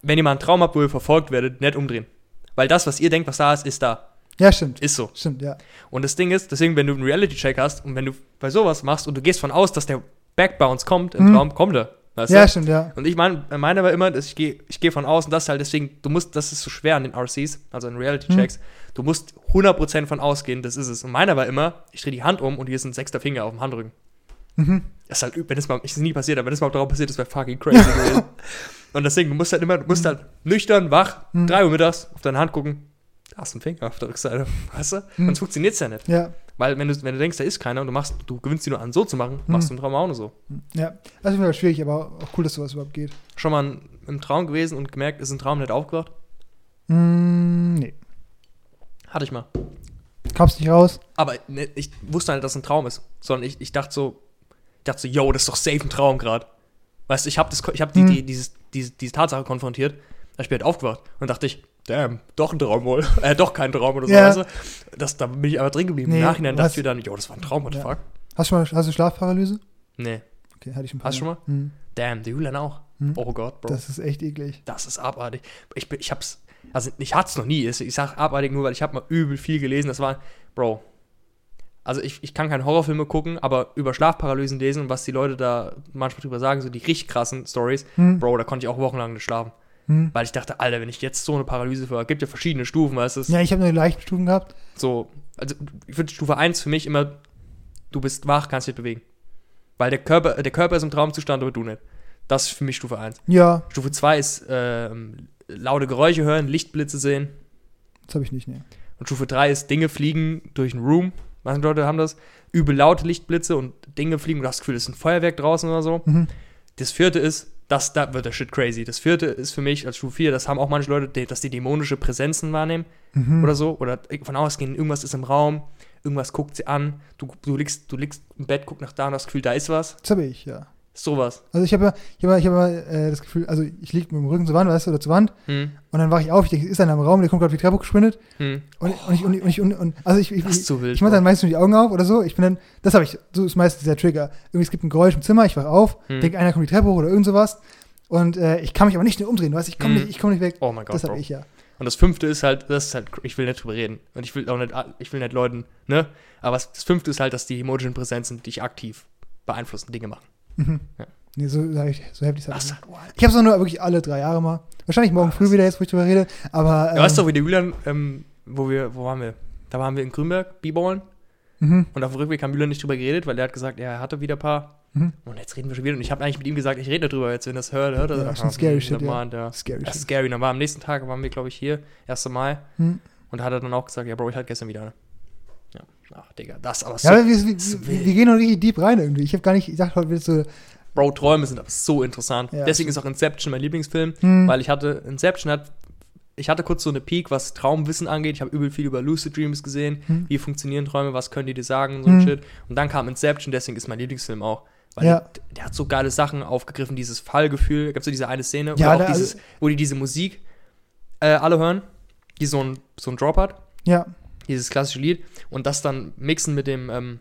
[SPEAKER 2] Wenn ihr mal einen Traum habt, wo ihr verfolgt werdet, nicht umdrehen. Weil das, was ihr denkt, was da ist, ist da.
[SPEAKER 1] Ja, stimmt.
[SPEAKER 2] Ist so.
[SPEAKER 1] Stimmt, ja.
[SPEAKER 2] Und das Ding ist, deswegen, wenn du einen Reality-Check hast und wenn du bei sowas machst und du gehst von aus, dass der Backbounce kommt, im
[SPEAKER 1] Mhm.
[SPEAKER 2] Traum kommt er. Weißt
[SPEAKER 1] Ja,
[SPEAKER 2] du?
[SPEAKER 1] stimmt, ja.
[SPEAKER 2] Und ich meine, meine war immer, dass ich gehe ich geh von aus und das ist halt deswegen, du musst, das ist so schwer an den RCs, also an
[SPEAKER 1] Mhm.
[SPEAKER 2] Reality-Checks, du musst 100% von ausgehen, das ist es. Und meiner war immer, ich drehe die Hand um und hier ist ein sechster Finger auf dem Handrücken.
[SPEAKER 1] Mhm.
[SPEAKER 2] Das ist halt, üb- wenn es mal, ist nie passiert, aber wenn es mal drauf passiert, das wäre fucking crazy gewesen. Und deswegen, du musst halt immer, du musst halt nüchtern, wach,
[SPEAKER 1] Mhm.
[SPEAKER 2] 3 Uhr mittags auf deine Hand gucken, da hast du einen Finger auf der Rückseite, <laughs> weißt du?
[SPEAKER 1] Mhm.
[SPEAKER 2] Sonst funktioniert es ja nicht.
[SPEAKER 1] Ja,
[SPEAKER 2] Weil wenn du, wenn du denkst, da ist keiner und du machst, du gewinnst die nur an so zu machen, machst du im Traum auch nur so.
[SPEAKER 1] ja. Das ist auf jeden Fall schwierig, aber auch cool, dass sowas überhaupt geht.
[SPEAKER 2] Schon mal in- im Traum gewesen und gemerkt, ist ein Traum nicht aufgewacht?
[SPEAKER 1] Mm, nee.
[SPEAKER 2] Hatte ich mal.
[SPEAKER 1] Kommst nicht raus.
[SPEAKER 2] Aber ne, ich wusste halt, dass es ein Traum ist. Sondern ich, ich dachte so, ich dachte so, yo, das ist doch safe ein Traum gerade. Weißt du, ich habe hab die,
[SPEAKER 1] Hm.
[SPEAKER 2] die, dieses, diese, diese Tatsache konfrontiert. Da bin ich halt aufgewacht und dachte ich, damn, doch ein Traum wohl. <laughs> äh, doch kein Traum oder so.
[SPEAKER 1] Ja.
[SPEAKER 2] Weißt du? das, da bin ich aber drin geblieben.
[SPEAKER 1] Nee,
[SPEAKER 2] Im Nachhinein
[SPEAKER 1] was-
[SPEAKER 2] dachte ich mir dann, yo, das war ein Traum, what the
[SPEAKER 1] Ja.
[SPEAKER 2] fuck?
[SPEAKER 1] Hast du schon mal hast du Schlafparalyse?
[SPEAKER 2] Nee,
[SPEAKER 1] Okay, hatte ich ein paar.
[SPEAKER 2] hast du schon mal?
[SPEAKER 1] mal? Mhm.
[SPEAKER 2] Damn, die Julian auch.
[SPEAKER 1] Hm.
[SPEAKER 2] Oh Gott, Bro.
[SPEAKER 1] Das ist echt eklig.
[SPEAKER 2] Das ist abartig. Ich, bin, ich hab's, also ich hatte's noch nie. Ich sag abartig nur, weil ich hab mal übel viel gelesen. Das war, Bro. Also ich, ich kann keine Horrorfilme gucken, aber über Schlafparalysen lesen und was die Leute da manchmal drüber sagen, so die richtig krassen Stories,
[SPEAKER 1] Hm.
[SPEAKER 2] Bro, da konnte ich auch wochenlang nicht schlafen.
[SPEAKER 1] Hm.
[SPEAKER 2] Weil ich dachte, Alter, wenn ich jetzt so eine Paralyse für, gibt ja verschiedene Stufen, weißt du?
[SPEAKER 1] Ja, ich habe nur die leichten Stufen gehabt.
[SPEAKER 2] So, also ich finde Stufe 1 für mich immer, du bist wach, kannst dich bewegen. Weil der Körper, der Körper ist im Traumzustand, aber du nicht. Das ist für mich Stufe 1.
[SPEAKER 1] Ja,
[SPEAKER 2] Stufe 2 ist ähm, laute Geräusche hören, Lichtblitze sehen.
[SPEAKER 1] das habe ich nicht, ne. nee.
[SPEAKER 2] Und Stufe 3 ist Dinge fliegen durch den Room. Manche Leute haben das. Übel laute Lichtblitze und Dinge fliegen. Du hast das Gefühl, es ist ein Feuerwerk draußen oder so.
[SPEAKER 1] Mhm.
[SPEAKER 2] Das vierte ist, das, da wird der Shit crazy. Das vierte ist für mich als Stufe 4, das haben auch manche Leute, die- dass die dämonische Präsenzen wahrnehmen
[SPEAKER 1] Mhm.
[SPEAKER 2] oder so. Oder von ausgehen, irgendwas ist im Raum, irgendwas guckt sie an, du, du, liegst, du liegst im Bett, guck nach da und hast das Gefühl, da ist was.
[SPEAKER 1] Das habe ich, ja.
[SPEAKER 2] Sowas.
[SPEAKER 1] Also ich habe ja, ich habe ja, ich habe ja, äh, das Gefühl, also ich liege mit dem Rücken zur Wand, weißt du, oder zur Wand
[SPEAKER 2] Hm.
[SPEAKER 1] und dann wache ich auf, ich denke, es ist einer im Raum, der kommt gerade auf die Treppe gesprintet
[SPEAKER 2] Hm.
[SPEAKER 1] und, und ich, und, ich- und, ich, und, und also ich, ich,
[SPEAKER 2] Das ist
[SPEAKER 1] ich,
[SPEAKER 2] zu wild.
[SPEAKER 1] ich mache dann
[SPEAKER 2] Bro.
[SPEAKER 1] meistens die Augen auf oder so, ich bin dann, das habe ich, so ist meistens der Trigger. Irgendwie es gibt ein Geräusch im Zimmer, ich wache auf,
[SPEAKER 2] Hm.
[SPEAKER 1] denke, einer kommt die Treppe hoch oder irgend sowas und äh, ich kann mich aber nicht schnell umdrehen, weißt du, ich komme
[SPEAKER 2] Hm.
[SPEAKER 1] nicht, ich komm nicht weg.
[SPEAKER 2] oh mein Gott,
[SPEAKER 1] das
[SPEAKER 2] Bro.
[SPEAKER 1] habe ich ja.
[SPEAKER 2] Und das fünfte ist halt, das ist halt, ich will nicht drüber reden. Und ich will auch nicht, ich will nicht Leuten, ne? Aber es- das fünfte ist halt, dass die Emojis präsent sind, die ich aktiv beeinflussen, Dinge machen.
[SPEAKER 1] Mhm.
[SPEAKER 2] oh. Ja.
[SPEAKER 1] Nee, so, so heftig so heftig ist
[SPEAKER 2] Das
[SPEAKER 1] das.
[SPEAKER 2] ist
[SPEAKER 1] nicht.
[SPEAKER 2] halt wild.
[SPEAKER 1] Ich habe es nur wirklich alle drei Jahre mal. Wahrscheinlich morgen
[SPEAKER 2] Ah,
[SPEAKER 1] früh wieder, jetzt wo ich drüber rede. Aber.
[SPEAKER 2] Ja, weißt
[SPEAKER 1] ähm,
[SPEAKER 2] du, wie der Julian, ähm, wo wir, wo waren wir? Da waren wir in Grünberg, B-Ballen.
[SPEAKER 1] Mhm.
[SPEAKER 2] Und auf dem Rückweg haben Julian nicht drüber geredet, weil er hat gesagt, er hatte wieder ein paar.
[SPEAKER 1] Mhm.
[SPEAKER 2] Und jetzt reden wir schon wieder. Und ich habe eigentlich mit ihm gesagt, ich rede nicht drüber, jetzt wenn das hört, hört er.
[SPEAKER 1] Ja,
[SPEAKER 2] sagt,
[SPEAKER 1] schon
[SPEAKER 2] ah,
[SPEAKER 1] scary
[SPEAKER 2] hm,
[SPEAKER 1] shit,
[SPEAKER 2] never
[SPEAKER 1] ja.
[SPEAKER 2] mind, ja.
[SPEAKER 1] Scary.
[SPEAKER 2] Das
[SPEAKER 1] shit.
[SPEAKER 2] ist scary. Dann war am nächsten Tag, waren wir, glaube ich, hier, 1. Mai.
[SPEAKER 1] Hm.
[SPEAKER 2] Und da hat er dann auch gesagt, ja, Bro, ich hatte gestern wieder eine. Ja. Ach, Digga, das aber so.
[SPEAKER 1] Ja, aber wir, wir,
[SPEAKER 2] so
[SPEAKER 1] wir,
[SPEAKER 2] wild.
[SPEAKER 1] wir gehen noch richtig deep rein irgendwie. Ich habe gar nicht gedacht, heute wird so.
[SPEAKER 2] Bro, Träume sind aber so interessant.
[SPEAKER 1] Ja.
[SPEAKER 2] Deswegen ist auch Inception mein Lieblingsfilm,
[SPEAKER 1] Hm,
[SPEAKER 2] weil ich hatte, Inception hat, ich hatte kurz so eine Peak, was Traumwissen angeht. Ich habe übel viel über Lucid Dreams gesehen.
[SPEAKER 1] Hm.
[SPEAKER 2] Wie funktionieren Träume, was können die dir sagen und so ein
[SPEAKER 1] Hm.
[SPEAKER 2] Shit. Und dann kam Inception, deswegen ist mein Lieblingsfilm auch. Weil
[SPEAKER 1] Ja.
[SPEAKER 2] der, der hat so geile Sachen aufgegriffen, dieses Fallgefühl. Da gibt es ja diese eine Szene,
[SPEAKER 1] Ja,
[SPEAKER 2] oder auch
[SPEAKER 1] da- also
[SPEAKER 2] dieses, wo die diese Musik äh, alle hören, die so ein, so ein Drop hat
[SPEAKER 1] ja.
[SPEAKER 2] dieses klassische Lied und das dann mixen mit dem ähm,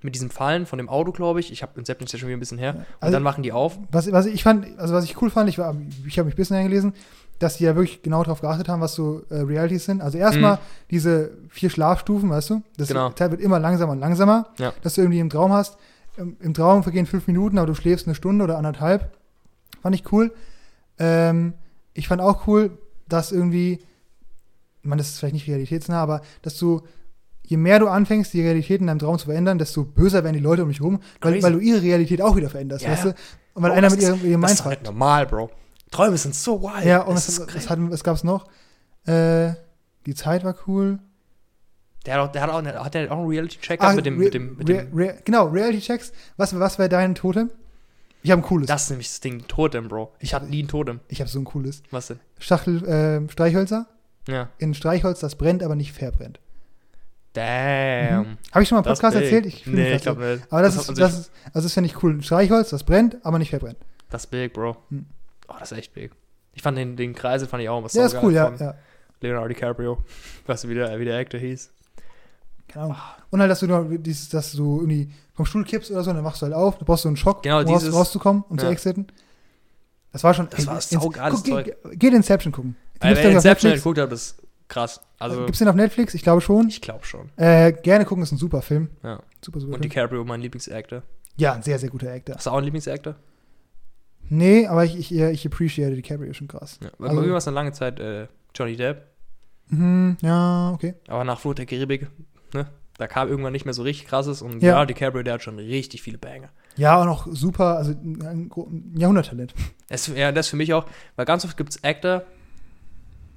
[SPEAKER 2] mit diesem Fallen von dem Auto, glaube ich. Ich habe Inception ist ja schon wieder ein bisschen her.
[SPEAKER 1] Ja,
[SPEAKER 2] und
[SPEAKER 1] also-
[SPEAKER 2] dann machen die auf.
[SPEAKER 1] Was, was ich fand, also was ich cool fand, ich, war- ich habe mich ein bisschen eingelesen, dass die ja wirklich genau darauf geachtet haben, was so äh, Realities sind. Also erstmal
[SPEAKER 2] Mhm.
[SPEAKER 1] diese vier Schlafstufen, weißt du? Das
[SPEAKER 2] Genau.
[SPEAKER 1] Zeit wird immer langsamer und langsamer,
[SPEAKER 2] Ja.
[SPEAKER 1] dass du irgendwie im Traum hast. Im, Im Traum vergehen fünf Minuten, aber du schläfst eine Stunde oder anderthalb. Fand ich cool. Ähm, ich fand auch cool, dass irgendwie, man, das ist vielleicht nicht realitätsnah, aber dass du, je mehr du anfängst, die Realität in deinem Traum zu verändern, desto böser werden die Leute um dich rum, weil,
[SPEAKER 2] Crazy.
[SPEAKER 1] weil du ihre Realität auch wieder veränderst,
[SPEAKER 2] Ja,
[SPEAKER 1] weißt du?
[SPEAKER 2] ja.
[SPEAKER 1] Und weil
[SPEAKER 2] Bro,
[SPEAKER 1] einer
[SPEAKER 2] das
[SPEAKER 1] mit
[SPEAKER 2] ist-
[SPEAKER 1] ihrem, ihrem
[SPEAKER 2] das
[SPEAKER 1] Mind
[SPEAKER 2] ist halt
[SPEAKER 1] fragt.
[SPEAKER 2] normal, Bro. Träume sind so wild.
[SPEAKER 1] Ja, und
[SPEAKER 2] das
[SPEAKER 1] was,
[SPEAKER 2] ist
[SPEAKER 1] was,
[SPEAKER 2] crazy.
[SPEAKER 1] hatten, was gab's noch? Äh, die Zeit war cool.
[SPEAKER 2] der hat auch, der hat auch, eine- hat der auch einen Reality-Check gehabt mit dem,
[SPEAKER 1] Ah, Re-
[SPEAKER 2] mit dem, mit
[SPEAKER 1] Re-
[SPEAKER 2] dem
[SPEAKER 1] Re- genau, Reality Checks. Was, was wäre dein Totem? Ich habe ein cooles.
[SPEAKER 2] das ist nämlich das Ding, ein Totem, Bro. Ich hatte nie ein Totem.
[SPEAKER 1] Ich habe so ein cooles.
[SPEAKER 2] Was denn?
[SPEAKER 1] Schachtel, äh, Streichhölzer.
[SPEAKER 2] Ja.
[SPEAKER 1] In Streichholz, das brennt, aber nicht verbrennt.
[SPEAKER 2] Damn.
[SPEAKER 1] Habe ich schon mal im
[SPEAKER 2] Ähm, Das
[SPEAKER 1] Mhm. Podcast
[SPEAKER 2] Ding.
[SPEAKER 1] erzählt? Ich finde
[SPEAKER 2] nee,
[SPEAKER 1] das
[SPEAKER 2] ich glaube nicht.
[SPEAKER 1] Aber das,
[SPEAKER 2] hat man
[SPEAKER 1] ist,
[SPEAKER 2] sich-
[SPEAKER 1] das ist, also das finde ich cool. Ein Streichholz, das brennt, aber nicht verbrennt.
[SPEAKER 2] das ist big, Bro.
[SPEAKER 1] Hm.
[SPEAKER 2] Oh, das ist echt big. Ich fand den, den Kreisel fand ich auch immer
[SPEAKER 1] Ja, ist
[SPEAKER 2] saugeil
[SPEAKER 1] cool, ja,
[SPEAKER 2] von
[SPEAKER 1] ja.
[SPEAKER 2] Leonardo DiCaprio. <laughs> Weißt du, wie der, wie der Actor hieß?
[SPEAKER 1] Keine Ahnung.
[SPEAKER 2] Ah.
[SPEAKER 1] Und halt, dass du, noch dieses, dass du irgendwie vom Stuhl kippst oder so, und dann machst du halt auf, dann brauchst du einen Schock,
[SPEAKER 2] Genau,
[SPEAKER 1] um raus,
[SPEAKER 2] dieses-
[SPEAKER 1] rauszukommen, um zu
[SPEAKER 2] Ja.
[SPEAKER 1] exiten. Das war schon.
[SPEAKER 2] Das war
[SPEAKER 1] ins-
[SPEAKER 2] saugeiles
[SPEAKER 1] guck, Geht, geht Inception gucken.
[SPEAKER 2] Ey,
[SPEAKER 1] Gibt's
[SPEAKER 2] Wer
[SPEAKER 1] den auf
[SPEAKER 2] Inception
[SPEAKER 1] Netflix?
[SPEAKER 2] geguckt hat, ist krass. Also,
[SPEAKER 1] Gibt's den auf Netflix? Ich glaube schon.
[SPEAKER 2] ich glaube schon.
[SPEAKER 1] Äh, gerne gucken, ist ein super Film.
[SPEAKER 2] Ja.
[SPEAKER 1] Super, super
[SPEAKER 2] Und
[SPEAKER 1] Film.
[SPEAKER 2] DiCaprio, mein Lieblingsactor.
[SPEAKER 1] Ja, ein sehr, sehr guter Actor.
[SPEAKER 2] Hast du auch einen Lieblingsactor?
[SPEAKER 1] Nee, aber ich, ich, ich appreciate DiCaprio schon krass.
[SPEAKER 2] Ja. Bei
[SPEAKER 1] Also-
[SPEAKER 2] mir war es eine lange Zeit äh, Johnny Depp.
[SPEAKER 1] Mhm, ja, okay.
[SPEAKER 2] Aber nach Flut der Karibik, ne? Da kam irgendwann nicht mehr so richtig krasses. Und ja,
[SPEAKER 1] Ja.
[SPEAKER 2] DiCaprio, der hat schon richtig viele Banger.
[SPEAKER 1] Ja, und auch super, also ein, gro- ein Jahrhunderttalent.
[SPEAKER 2] Das, ja, das für mich auch, weil ganz oft gibt es Actor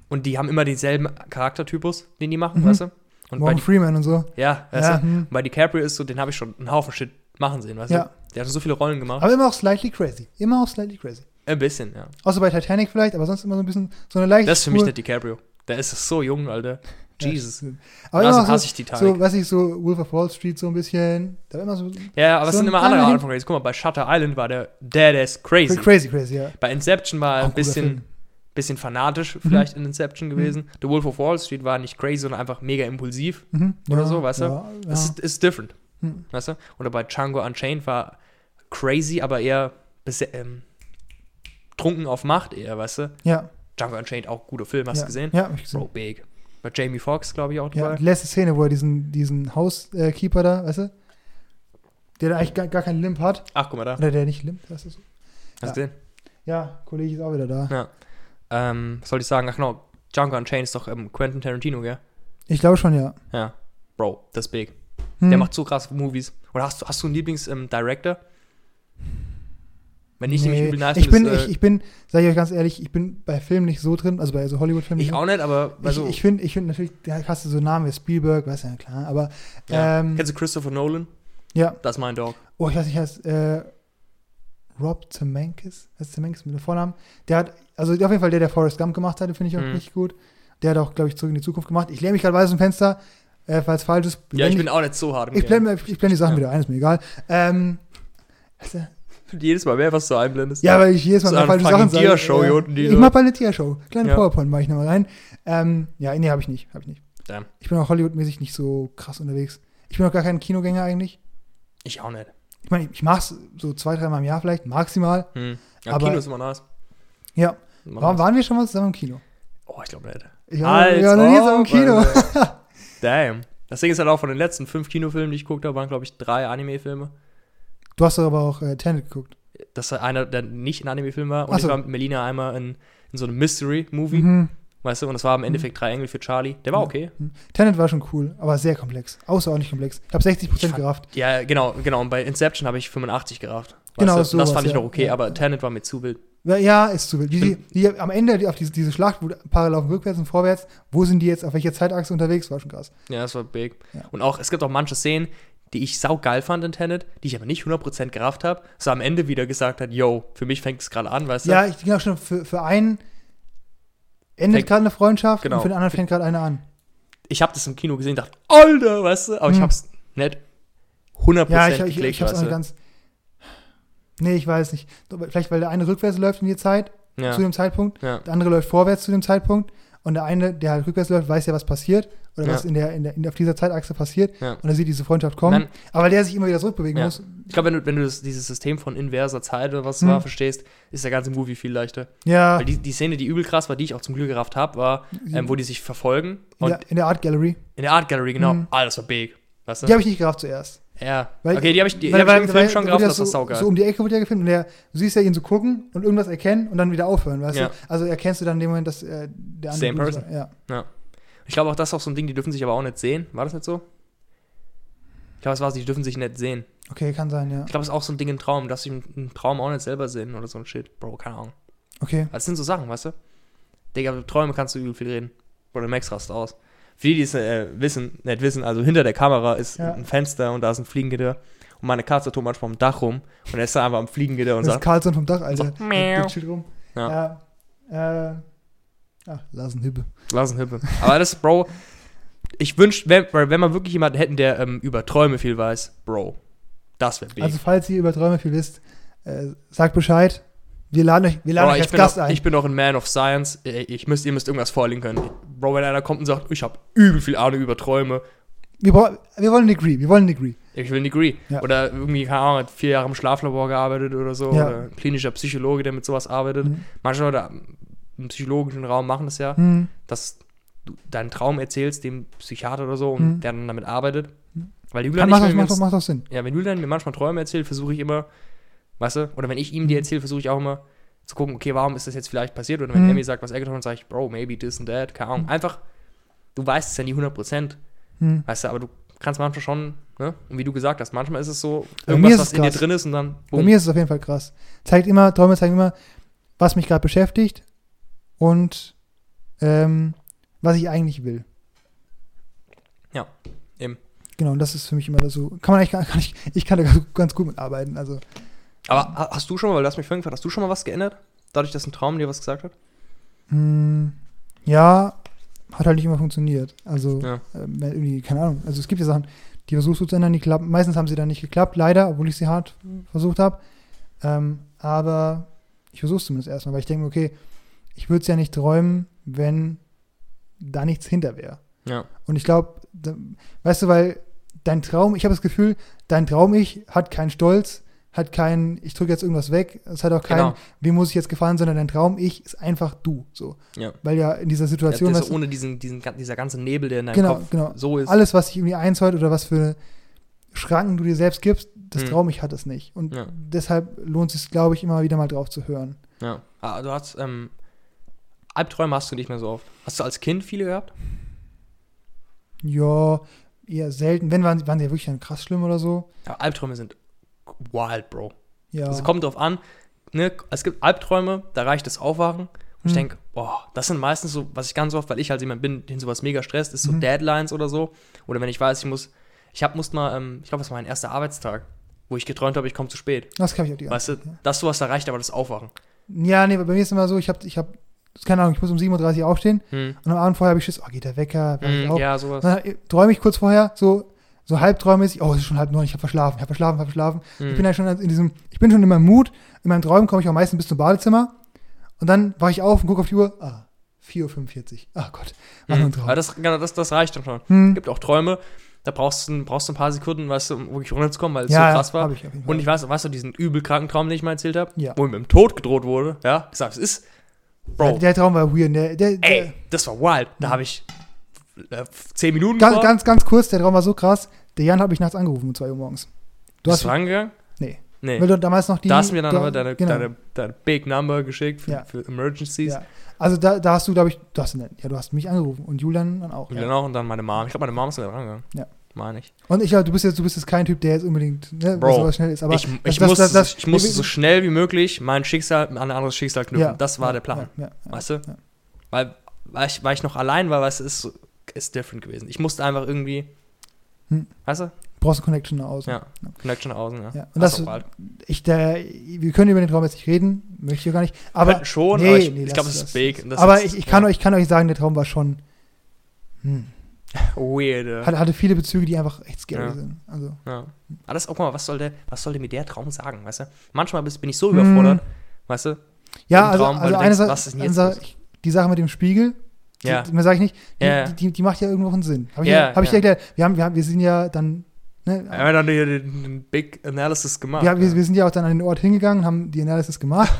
[SPEAKER 2] und die haben immer denselben Charaktertypus, den die machen,
[SPEAKER 1] Mhm.
[SPEAKER 2] weißt du? Und bei
[SPEAKER 1] Morgan Freeman und so.
[SPEAKER 2] Di- ja, also- weißt
[SPEAKER 1] Ja,
[SPEAKER 2] du?
[SPEAKER 1] hm.
[SPEAKER 2] Und bei DiCaprio ist so, den habe ich schon einen Haufen Shit machen sehen, weißt
[SPEAKER 1] Ja.
[SPEAKER 2] du? Der hat schon so viele Rollen gemacht.
[SPEAKER 1] Aber immer auch slightly crazy. Immer auch slightly crazy.
[SPEAKER 2] Ein bisschen, ja.
[SPEAKER 1] Außer bei Titanic vielleicht, aber sonst immer so ein bisschen so eine leichte.
[SPEAKER 2] Das ist für mich
[SPEAKER 1] Spur.
[SPEAKER 2] nicht DiCaprio. Der ist so jung, Alter.
[SPEAKER 1] Ja,
[SPEAKER 2] Jesus.
[SPEAKER 1] stimmt.
[SPEAKER 2] Aber
[SPEAKER 1] aber immer auch
[SPEAKER 2] hasse
[SPEAKER 1] so,
[SPEAKER 2] ich Titanic.
[SPEAKER 1] so, weiß ich, so Wolf of Wall Street so ein bisschen. Da war immer so
[SPEAKER 2] Ja, ja, aber es
[SPEAKER 1] So
[SPEAKER 2] sind
[SPEAKER 1] ein
[SPEAKER 2] immer andere
[SPEAKER 1] kleiner
[SPEAKER 2] Arten von Crazy. Guck mal, bei Shutter Island war der der, der ist crazy.
[SPEAKER 1] crazy, crazy, ja.
[SPEAKER 2] Bei Inception war er
[SPEAKER 1] Auch
[SPEAKER 2] ein
[SPEAKER 1] guter
[SPEAKER 2] bisschen,
[SPEAKER 1] Film. Mhm.
[SPEAKER 2] bisschen fanatisch vielleicht in Inception gewesen. The Wolf of Wall Street war nicht crazy, sondern einfach mega impulsiv.
[SPEAKER 1] Mhm,
[SPEAKER 2] Oder so, weißt du?
[SPEAKER 1] Ja, ja.
[SPEAKER 2] Das ist, ist different,
[SPEAKER 1] Hm.
[SPEAKER 2] weißt du? Oder bei Django Unchained war crazy, aber eher bes- ähm, trunken auf Macht eher, weißt du?
[SPEAKER 1] ja.
[SPEAKER 2] Django Unchained, auch guter Film, hast
[SPEAKER 1] ja.
[SPEAKER 2] du gesehen?
[SPEAKER 1] Ja, hab ich gesehen.
[SPEAKER 2] Bro, big. Bei Jamie Foxx, glaube ich, auch
[SPEAKER 1] Ja,
[SPEAKER 2] dabei.
[SPEAKER 1] die letzte Szene, wo er diesen, diesen Housekeeper da, weißt du? Der da eigentlich gar, gar keinen Limp hat.
[SPEAKER 2] Ach, guck mal da. Hast
[SPEAKER 1] Oder der nicht Limp, weißt du so?
[SPEAKER 2] du
[SPEAKER 1] Ja.
[SPEAKER 2] gesehen?
[SPEAKER 1] Ja, Kollege ist auch wieder da.
[SPEAKER 2] Ja. Ähm, was soll ich sagen? Ach genau, Django Unchained ist doch ähm, Quentin Tarantino, gell?
[SPEAKER 1] Ich glaube schon, ja.
[SPEAKER 2] Ja. Bro, das ist big.
[SPEAKER 1] Hm.
[SPEAKER 2] Der macht so krass Movies. Oder hast du, hast du einen Lieblings-Director? Wenn ich nämlich
[SPEAKER 1] Nee.
[SPEAKER 2] übel nice
[SPEAKER 1] ich bin,
[SPEAKER 2] ist, äh,
[SPEAKER 1] ich, ich bin, sag ich euch ganz ehrlich, ich bin bei Filmen nicht so drin, also bei so Hollywood-Filmen.
[SPEAKER 2] ich
[SPEAKER 1] nicht
[SPEAKER 2] auch nicht, aber
[SPEAKER 1] so.
[SPEAKER 2] also,
[SPEAKER 1] ich, ich finde, ich finde natürlich, da hast du so Namen wie Spielberg, weißt du, ja klar, aber
[SPEAKER 2] ja.
[SPEAKER 1] ähm,
[SPEAKER 2] kennst du Christopher Nolan?
[SPEAKER 1] ja,
[SPEAKER 2] Das ist mein Dog.
[SPEAKER 1] oh, ich weiß nicht, heißt äh, Rob Zemeckis, heißt Zemeckis mit dem Vornamen, der hat, also auf jeden Fall der, der Forrest Gump gemacht hat, den finde ich auch
[SPEAKER 2] Mhm.
[SPEAKER 1] richtig gut, der hat auch, glaube ich, Zurück in die Zukunft gemacht, ich lehne mich gerade weiß aus dem Fenster, äh, falls falsch ist.
[SPEAKER 2] Ja, ich
[SPEAKER 1] blend
[SPEAKER 2] bin auch nicht so hart im
[SPEAKER 1] ich
[SPEAKER 2] Game.
[SPEAKER 1] blende, ich blende die Sachen
[SPEAKER 2] Ja.
[SPEAKER 1] wieder ein, ist mir egal. Ähm, also,
[SPEAKER 2] Jedes Mal mehr, was du einblendest.
[SPEAKER 1] ja, weil ich jedes Mal
[SPEAKER 2] So
[SPEAKER 1] noch
[SPEAKER 2] eine
[SPEAKER 1] falsche
[SPEAKER 2] fucking
[SPEAKER 1] Sachen sage.
[SPEAKER 2] Dia-Show
[SPEAKER 1] Ja.
[SPEAKER 2] hier unten, die
[SPEAKER 1] ich
[SPEAKER 2] so-
[SPEAKER 1] mach bei eine Dia-Show. Kleine
[SPEAKER 2] Ja.
[SPEAKER 1] PowerPoint mache ich nochmal rein. Ähm, ja, nee, habe ich nicht. Hab ich nicht.
[SPEAKER 2] Damn.
[SPEAKER 1] Ich bin auch Hollywood-mäßig nicht so krass unterwegs. Ich bin auch gar kein Kinogänger eigentlich.
[SPEAKER 2] Ich auch nicht.
[SPEAKER 1] Ich meine, ich, ich mach's so zwei, dreimal im Jahr vielleicht, maximal.
[SPEAKER 2] Hm. Ja,
[SPEAKER 1] Aber-
[SPEAKER 2] Kino ist immer nice.
[SPEAKER 1] Ja.
[SPEAKER 2] Immer
[SPEAKER 1] War,
[SPEAKER 2] nice.
[SPEAKER 1] waren wir schon mal zusammen im Kino?
[SPEAKER 2] Oh, ich glaube nicht.
[SPEAKER 1] Ich war ich war noch nie zusammen im Kino. <laughs>
[SPEAKER 2] Alter. Damn. Das Ding ist halt auch von den letzten fünf Kinofilmen, die ich geguckt habe, waren, glaube ich, drei Anime-Filme.
[SPEAKER 1] Du hast doch aber auch äh, Tenet geguckt.
[SPEAKER 2] Das war einer, der nicht ein Anime-Film war. Und
[SPEAKER 1] Ach
[SPEAKER 2] ich
[SPEAKER 1] so.
[SPEAKER 2] war mit Melina einmal in, in so einem Mystery-Movie,
[SPEAKER 1] Mhm.
[SPEAKER 2] weißt du, und es war im Endeffekt drei Engel für Charlie. Der war
[SPEAKER 1] Ja.
[SPEAKER 2] okay.
[SPEAKER 1] Tenet war schon cool, aber sehr komplex. Außerordentlich komplex. Ich habe 60%
[SPEAKER 2] Ich fand-
[SPEAKER 1] gerafft.
[SPEAKER 2] Ja, genau, genau. Und bei Inception habe ich 85 gerafft. Weißt
[SPEAKER 1] Genau,
[SPEAKER 2] du?
[SPEAKER 1] sowas,
[SPEAKER 2] Das fand ich
[SPEAKER 1] ja.
[SPEAKER 2] noch okay,
[SPEAKER 1] Ja.
[SPEAKER 2] aber Tenet war mir zu wild.
[SPEAKER 1] Ja, Ja, ist zu wild. Die, die, die, am Ende die, auf diese, diese Schlacht, wo Paare laufen rückwärts und vorwärts, wo sind die jetzt, auf welcher Zeitachse unterwegs, war schon krass.
[SPEAKER 2] Ja, das war big.
[SPEAKER 1] Ja.
[SPEAKER 2] Und auch, es gibt auch manche Szenen, die ich saugeil fand in Tenet, die ich aber nicht 100% gerafft habe, dass er am Ende wieder gesagt hat, yo, für mich fängt es gerade an, weißt du?
[SPEAKER 1] Ja, ich genau schon, für, für einen endet
[SPEAKER 2] Fängt-
[SPEAKER 1] gerade eine Freundschaft
[SPEAKER 2] Genau.
[SPEAKER 1] und für den anderen fängt gerade eine an.
[SPEAKER 2] Ich habe das im Kino gesehen, dachte, Alter, weißt du? Aber ich
[SPEAKER 1] Hm.
[SPEAKER 2] hab's nicht 100%
[SPEAKER 1] Ja, ich, ich,
[SPEAKER 2] geklickt,
[SPEAKER 1] ich hab's auch
[SPEAKER 2] weißt
[SPEAKER 1] nicht
[SPEAKER 2] du?
[SPEAKER 1] ganz. Nee, ich weiß nicht. Vielleicht, weil der eine rückwärts läuft in die Zeit,
[SPEAKER 2] Ja.
[SPEAKER 1] zu dem Zeitpunkt,
[SPEAKER 2] Ja.
[SPEAKER 1] der andere läuft vorwärts zu dem Zeitpunkt und der eine, der halt rückwärts läuft, weiß ja, was passiert oder
[SPEAKER 2] Ja.
[SPEAKER 1] was in der, in der, in, auf dieser Zeitachse passiert
[SPEAKER 2] Ja.
[SPEAKER 1] und er sieht diese Freundschaft kommen.
[SPEAKER 2] Nein.
[SPEAKER 1] Aber weil der sich immer wieder zurückbewegen
[SPEAKER 2] Ja.
[SPEAKER 1] muss,
[SPEAKER 2] Ich glaube, wenn du, wenn du das, dieses System von inverser Zeit oder was es
[SPEAKER 1] Hm.
[SPEAKER 2] war verstehst, ist der ganze Movie viel leichter.
[SPEAKER 1] ja,
[SPEAKER 2] Weil die, die Szene, die übel krass war, die ich auch zum Glück gerafft habe, war, ähm, wo die sich verfolgen.
[SPEAKER 1] in
[SPEAKER 2] Und
[SPEAKER 1] der, in der Art Gallery.
[SPEAKER 2] in der Art Gallery, genau,
[SPEAKER 1] Hm.
[SPEAKER 2] ah, das war big. Weißt du?
[SPEAKER 1] Die habe ich nicht gerafft zuerst.
[SPEAKER 2] ja.
[SPEAKER 1] weil-
[SPEAKER 2] okay, die habe ich, die, die
[SPEAKER 1] Weil-
[SPEAKER 2] hab
[SPEAKER 1] weil-
[SPEAKER 2] ich im
[SPEAKER 1] weil-
[SPEAKER 2] Film schon
[SPEAKER 1] wird
[SPEAKER 2] gerafft,
[SPEAKER 1] ja
[SPEAKER 2] das
[SPEAKER 1] so,
[SPEAKER 2] war saugeil.
[SPEAKER 1] So um die Ecke wird er gefilmt und der, du siehst ja ihn so gucken und irgendwas erkennen und dann wieder aufhören, weißt
[SPEAKER 2] Ja.
[SPEAKER 1] du? Also erkennst du dann in dem Moment, dass äh, der andere.
[SPEAKER 2] Same
[SPEAKER 1] böse
[SPEAKER 2] person.
[SPEAKER 1] war. Ja.
[SPEAKER 2] Ich glaube, auch das ist auch so ein Ding, die dürfen sich aber auch nicht sehen. War das nicht so? Ich glaube, es war sie dürfen sich nicht sehen.
[SPEAKER 1] Okay, kann sein, ja.
[SPEAKER 2] Ich glaube, es ist auch so ein Ding im Traum, dass sie im im Traum auch nicht selber sehen oder so ein Shit. Bro, keine Ahnung.
[SPEAKER 1] Okay.
[SPEAKER 2] Das sind so Sachen, weißt du? Digga, über Träume kannst du übel viel reden. Bro, du merkst rast aus. Für die, die es äh, wissen, nicht wissen, also hinter der Kamera ist
[SPEAKER 1] Ja.
[SPEAKER 2] ein Fenster und da ist ein Fliegengitter. Und meine Katze tut manchmal am Dach rum und er ist da einfach am Fliegengitter und
[SPEAKER 1] das ist
[SPEAKER 2] sagt,
[SPEAKER 1] Carlson vom Dach, Alter.
[SPEAKER 2] Sagt, miau.
[SPEAKER 1] Der chillt rum. Ja.
[SPEAKER 2] Ja.
[SPEAKER 1] Äh, ach, Larsen Hübbe.
[SPEAKER 2] lass
[SPEAKER 1] <laughs>
[SPEAKER 2] ihn hippe. Aber das, Bro, ich wünschte, wenn, weil wenn wir wirklich jemanden hätten, der ähm, über Träume viel weiß, Bro, das wäre big.
[SPEAKER 1] Also, falls ihr über Träume viel wisst, äh, sagt Bescheid. Wir laden euch, wir laden
[SPEAKER 2] Bro,
[SPEAKER 1] euch
[SPEAKER 2] ich,
[SPEAKER 1] als
[SPEAKER 2] bin
[SPEAKER 1] Gast
[SPEAKER 2] doch,
[SPEAKER 1] ein.
[SPEAKER 2] ich bin doch ein Man of Science. Ey, Ich müsst, ihr müsst irgendwas vorlegen können. Bro, wenn einer kommt und sagt, ich habe übel viel Ahnung über Träume,
[SPEAKER 1] wir, brauchen- wir wollen Degree, wir wollen Degree.
[SPEAKER 2] ich will einen Degree.
[SPEAKER 1] Ja.
[SPEAKER 2] Oder irgendwie, keine Ahnung, hat vier Jahre im Schlaflabor gearbeitet oder so.
[SPEAKER 1] Ja.
[SPEAKER 2] Oder ein klinischer Psychologe, der mit sowas arbeitet.
[SPEAKER 1] Mhm.
[SPEAKER 2] Manche Leute im psychologischen Raum machen das ja,
[SPEAKER 1] Hm.
[SPEAKER 2] dass du deinen Traum erzählst dem Psychiater oder so und
[SPEAKER 1] Mhm.
[SPEAKER 2] der dann damit arbeitet. Weil Julian,
[SPEAKER 1] Kann,
[SPEAKER 2] und ich,
[SPEAKER 1] macht, doch, macht,
[SPEAKER 2] wenn wir
[SPEAKER 1] doch,
[SPEAKER 2] uns-
[SPEAKER 1] macht doch Sinn.
[SPEAKER 2] ja, wenn Julian mir manchmal Träume erzählt, versuche ich immer, weißt du, oder wenn ich ihm die
[SPEAKER 1] Mhm.
[SPEAKER 2] erzähle, versuche ich auch immer zu gucken, okay, warum ist das jetzt vielleicht passiert? Oder wenn
[SPEAKER 1] Mhm.
[SPEAKER 2] er mir sagt, was er getan hat, sage ich, Bro, maybe this and that, keine Ahnung. Einfach, du weißt es ja nie 100%,
[SPEAKER 1] Hm.
[SPEAKER 2] weißt du, aber du kannst manchmal schon, ne? Und wie du gesagt hast, manchmal ist es so,
[SPEAKER 1] Bei mir
[SPEAKER 2] irgendwas,
[SPEAKER 1] ist
[SPEAKER 2] was
[SPEAKER 1] es
[SPEAKER 2] in dir
[SPEAKER 1] krass.
[SPEAKER 2] drin ist und dann,
[SPEAKER 1] Bei mir ist es auf jeden Fall krass. Zeigt immer, Träume zeigen immer, was mich gerade beschäftigt und ähm, was ich eigentlich will.
[SPEAKER 2] Ja, eben.
[SPEAKER 1] Genau, und das ist für mich immer so. Kann man eigentlich gar <laughs> kann ich, ich kann da ganz, ganz gut mit arbeiten. Also,
[SPEAKER 2] Aber ha- hast du schon mal, weil du hast mich vorhin gefragt, hast du schon mal was geändert? Dadurch, dass ein Traum dir was gesagt hat?
[SPEAKER 1] mh, hm, ja, hat halt nicht immer funktioniert. Also,
[SPEAKER 2] Ja.
[SPEAKER 1] ähm, irgendwie, keine Ahnung. Also, es gibt ja Sachen, die versuchst du zu ändern, die klappen. Meistens haben sie dann nicht geklappt, leider, obwohl ich sie hart versucht habe. Ähm, aber ich versuche es zumindest erstmal, weil ich denke, mir, okay, ich würde es ja nicht träumen, wenn da nichts hinter wäre.
[SPEAKER 2] Ja.
[SPEAKER 1] Und ich glaube, weißt du, weil dein Traum, ich habe das Gefühl, dein Traum-Ich hat keinen Stolz, hat keinen, ich drücke jetzt irgendwas weg, es hat auch keinen,
[SPEAKER 2] Genau.
[SPEAKER 1] wie muss ich jetzt gefallen, sondern dein Traum-Ich ist einfach du. So.
[SPEAKER 2] Ja.
[SPEAKER 1] Weil ja in dieser
[SPEAKER 2] ja das
[SPEAKER 1] Situation,
[SPEAKER 2] ist
[SPEAKER 1] weißt du,
[SPEAKER 2] ohne diesen, diesen, gan- dieser ganze Nebel, der in deinem
[SPEAKER 1] Genau,
[SPEAKER 2] Kopf
[SPEAKER 1] genau.
[SPEAKER 2] so ist.
[SPEAKER 1] alles, was dich irgendwie einzäunt oder was für Schranken du dir selbst gibst, das
[SPEAKER 2] Hm.
[SPEAKER 1] Traum-Ich hat es nicht. Und
[SPEAKER 2] Ja.
[SPEAKER 1] deshalb lohnt es sich, glaube ich, immer wieder mal drauf zu hören.
[SPEAKER 2] Ja. Ah, du hast, ähm, Albträume hast du nicht mehr so oft. Hast du als Kind viele gehabt?
[SPEAKER 1] Ja, eher selten. Wenn, waren, waren sie ja wirklich dann krass schlimm oder so.
[SPEAKER 2] Ja, Albträume sind wild, Bro.
[SPEAKER 1] Ja.
[SPEAKER 2] Es kommt drauf an. Ne? Es gibt Albträume, da reicht das Aufwachen. Und ich
[SPEAKER 1] Hm.
[SPEAKER 2] denke, boah, das sind meistens so, was ich ganz oft, weil ich halt jemand bin, den sowas mega stresst, ist so
[SPEAKER 1] Mhm.
[SPEAKER 2] Deadlines oder so. Oder wenn ich weiß, ich muss, ich hab, musste mal, ähm, ich glaube, das war mein erster Arbeitstag, wo ich geträumt habe, ich komme zu spät.
[SPEAKER 1] Das kann ich auch die ganze
[SPEAKER 2] Weißt du,
[SPEAKER 1] Zeit, ja.
[SPEAKER 2] dass sowas erreicht, aber das Aufwachen.
[SPEAKER 1] Ja, nee, bei mir ist immer so, ich habe ich hab keine Ahnung, ich muss um 7.30 Uhr aufstehen
[SPEAKER 2] Hm.
[SPEAKER 1] und am Abend vorher habe ich Schiss, oh, geht der Wecker, wache ich
[SPEAKER 2] Hm,
[SPEAKER 1] auf.
[SPEAKER 2] ja, sowas.
[SPEAKER 1] Dann träume ich kurz vorher, so, so halbträummäßig, oh, es ist schon halb neun, ich habe verschlafen, ich habe verschlafen, ich habe verschlafen. Ich bin
[SPEAKER 2] Hm.
[SPEAKER 1] halt schon in diesem, ich bin schon in meinem Mut, in meinen Träumen komme ich auch meistens bis zum Badezimmer und dann wache ich auf und gucke auf die Uhr, ah, 4.45 Uhr, ah Gott, war nur ein
[SPEAKER 2] Hm.
[SPEAKER 1] Traum.
[SPEAKER 2] Aber das, genau, das, das reicht dann schon.
[SPEAKER 1] Hm.
[SPEAKER 2] Es gibt auch Träume, da brauchst du brauchst du ein paar Sekunden, weißt du, um wirklich runterzukommen, weil es
[SPEAKER 1] Ja,
[SPEAKER 2] so krass war.
[SPEAKER 1] hab ich auf jeden Fall.
[SPEAKER 2] Und ich weiß, weißt du, diesen übel kranken Traum, den ich mal erzählt habe,
[SPEAKER 1] Ja.
[SPEAKER 2] wo ihm mit dem Tod gedroht wurde. Ja, ich sag, es ist. Bro,
[SPEAKER 1] Der Traum war weird. Der, der,
[SPEAKER 2] ey,
[SPEAKER 1] der,
[SPEAKER 2] das war wild. Da habe ich äh, zehn Minuten
[SPEAKER 1] ganz,
[SPEAKER 2] vor,
[SPEAKER 1] ganz, ganz kurz, der Traum war so krass. Der Jan hat mich nachts angerufen um 2 Uhr morgens. Du
[SPEAKER 2] bist
[SPEAKER 1] hast,
[SPEAKER 2] du rangegangen?
[SPEAKER 1] nee,
[SPEAKER 2] Nee.
[SPEAKER 1] weil du damals noch die.
[SPEAKER 2] da hast du mir dann
[SPEAKER 1] der-
[SPEAKER 2] aber deine,
[SPEAKER 1] genau.
[SPEAKER 2] deine, deine Big Number geschickt für,
[SPEAKER 1] Ja.
[SPEAKER 2] für Emergencies.
[SPEAKER 1] ja. Also da, da hast du, glaube ich, du hast, ja, du hast mich angerufen und Julian dann auch.
[SPEAKER 2] Und
[SPEAKER 1] ja.
[SPEAKER 2] dann auch und dann meine Mom. Ich glaube, meine Mom ist sogar rangegangen.
[SPEAKER 1] Ja.
[SPEAKER 2] Meine ich.
[SPEAKER 1] Und ich, ja, du bist jetzt, du bist jetzt kein Typ, der jetzt unbedingt, ne,
[SPEAKER 2] Bro,
[SPEAKER 1] sowas schnell ist. Aber
[SPEAKER 2] ich, ich, musste, ich musste so schnell wie möglich mein Schicksal an ein anderes Schicksal knüpfen.
[SPEAKER 1] Ja.
[SPEAKER 2] Das war der Plan.
[SPEAKER 1] Ja, ja, ja.
[SPEAKER 2] Weißt du? Weil, weil, ich, weil ich noch allein war, weißt du, ist, so- ist different gewesen. Ich musste einfach irgendwie.
[SPEAKER 1] Hm.
[SPEAKER 2] Weißt du?
[SPEAKER 1] Brauchst eine Connection nach außen.
[SPEAKER 2] Ja. Connection außen, ja.
[SPEAKER 1] Ja, und das-
[SPEAKER 2] ist auch wild.
[SPEAKER 1] Ich, der, wir können über den Traum jetzt nicht reden, möchte ich gar nicht. Aber
[SPEAKER 2] Könnten schon,
[SPEAKER 1] nee,
[SPEAKER 2] aber ich,
[SPEAKER 1] nee,
[SPEAKER 2] ich
[SPEAKER 1] lass
[SPEAKER 2] glaube, es
[SPEAKER 1] das,
[SPEAKER 2] ist big. und Das
[SPEAKER 1] aber
[SPEAKER 2] ist,
[SPEAKER 1] ich, ich, kann euch, ich kann euch sagen, der Traum war schon. Hm,
[SPEAKER 2] Weird.
[SPEAKER 1] hatte, hatte viele Bezüge, die einfach echt scary
[SPEAKER 2] Ja.
[SPEAKER 1] sind. Also,
[SPEAKER 2] Ja. Aber das, auch guck mal, was soll, der, was soll denn mir der Traum sagen, weißt du? Manchmal bist- bin ich
[SPEAKER 1] Hm.
[SPEAKER 2] so überfordert, weißt du?
[SPEAKER 1] ja, also,
[SPEAKER 2] Traum, weil
[SPEAKER 1] also
[SPEAKER 2] du
[SPEAKER 1] eine
[SPEAKER 2] denkst,
[SPEAKER 1] Sache,
[SPEAKER 2] was ist denn jetzt
[SPEAKER 1] eine Sache- die Sache mit dem Spiegel, die-
[SPEAKER 2] Ja.
[SPEAKER 1] die, mir sage ich nicht, die,
[SPEAKER 2] Ja, ja.
[SPEAKER 1] die, die, die macht ja irgendwo einen Sinn. Habe ich,
[SPEAKER 2] Ja,
[SPEAKER 1] ja, hab ich
[SPEAKER 2] ja.
[SPEAKER 1] ja erklärt. Wir, haben, wir, haben, wir sind ja dann. Ne,
[SPEAKER 2] Wir haben dann hier den, den Big Analysis gemacht.
[SPEAKER 1] wir, haben- wir,
[SPEAKER 2] ja.
[SPEAKER 1] wir sind ja auch dann an den Ort hingegangen, haben die Analysis gemacht.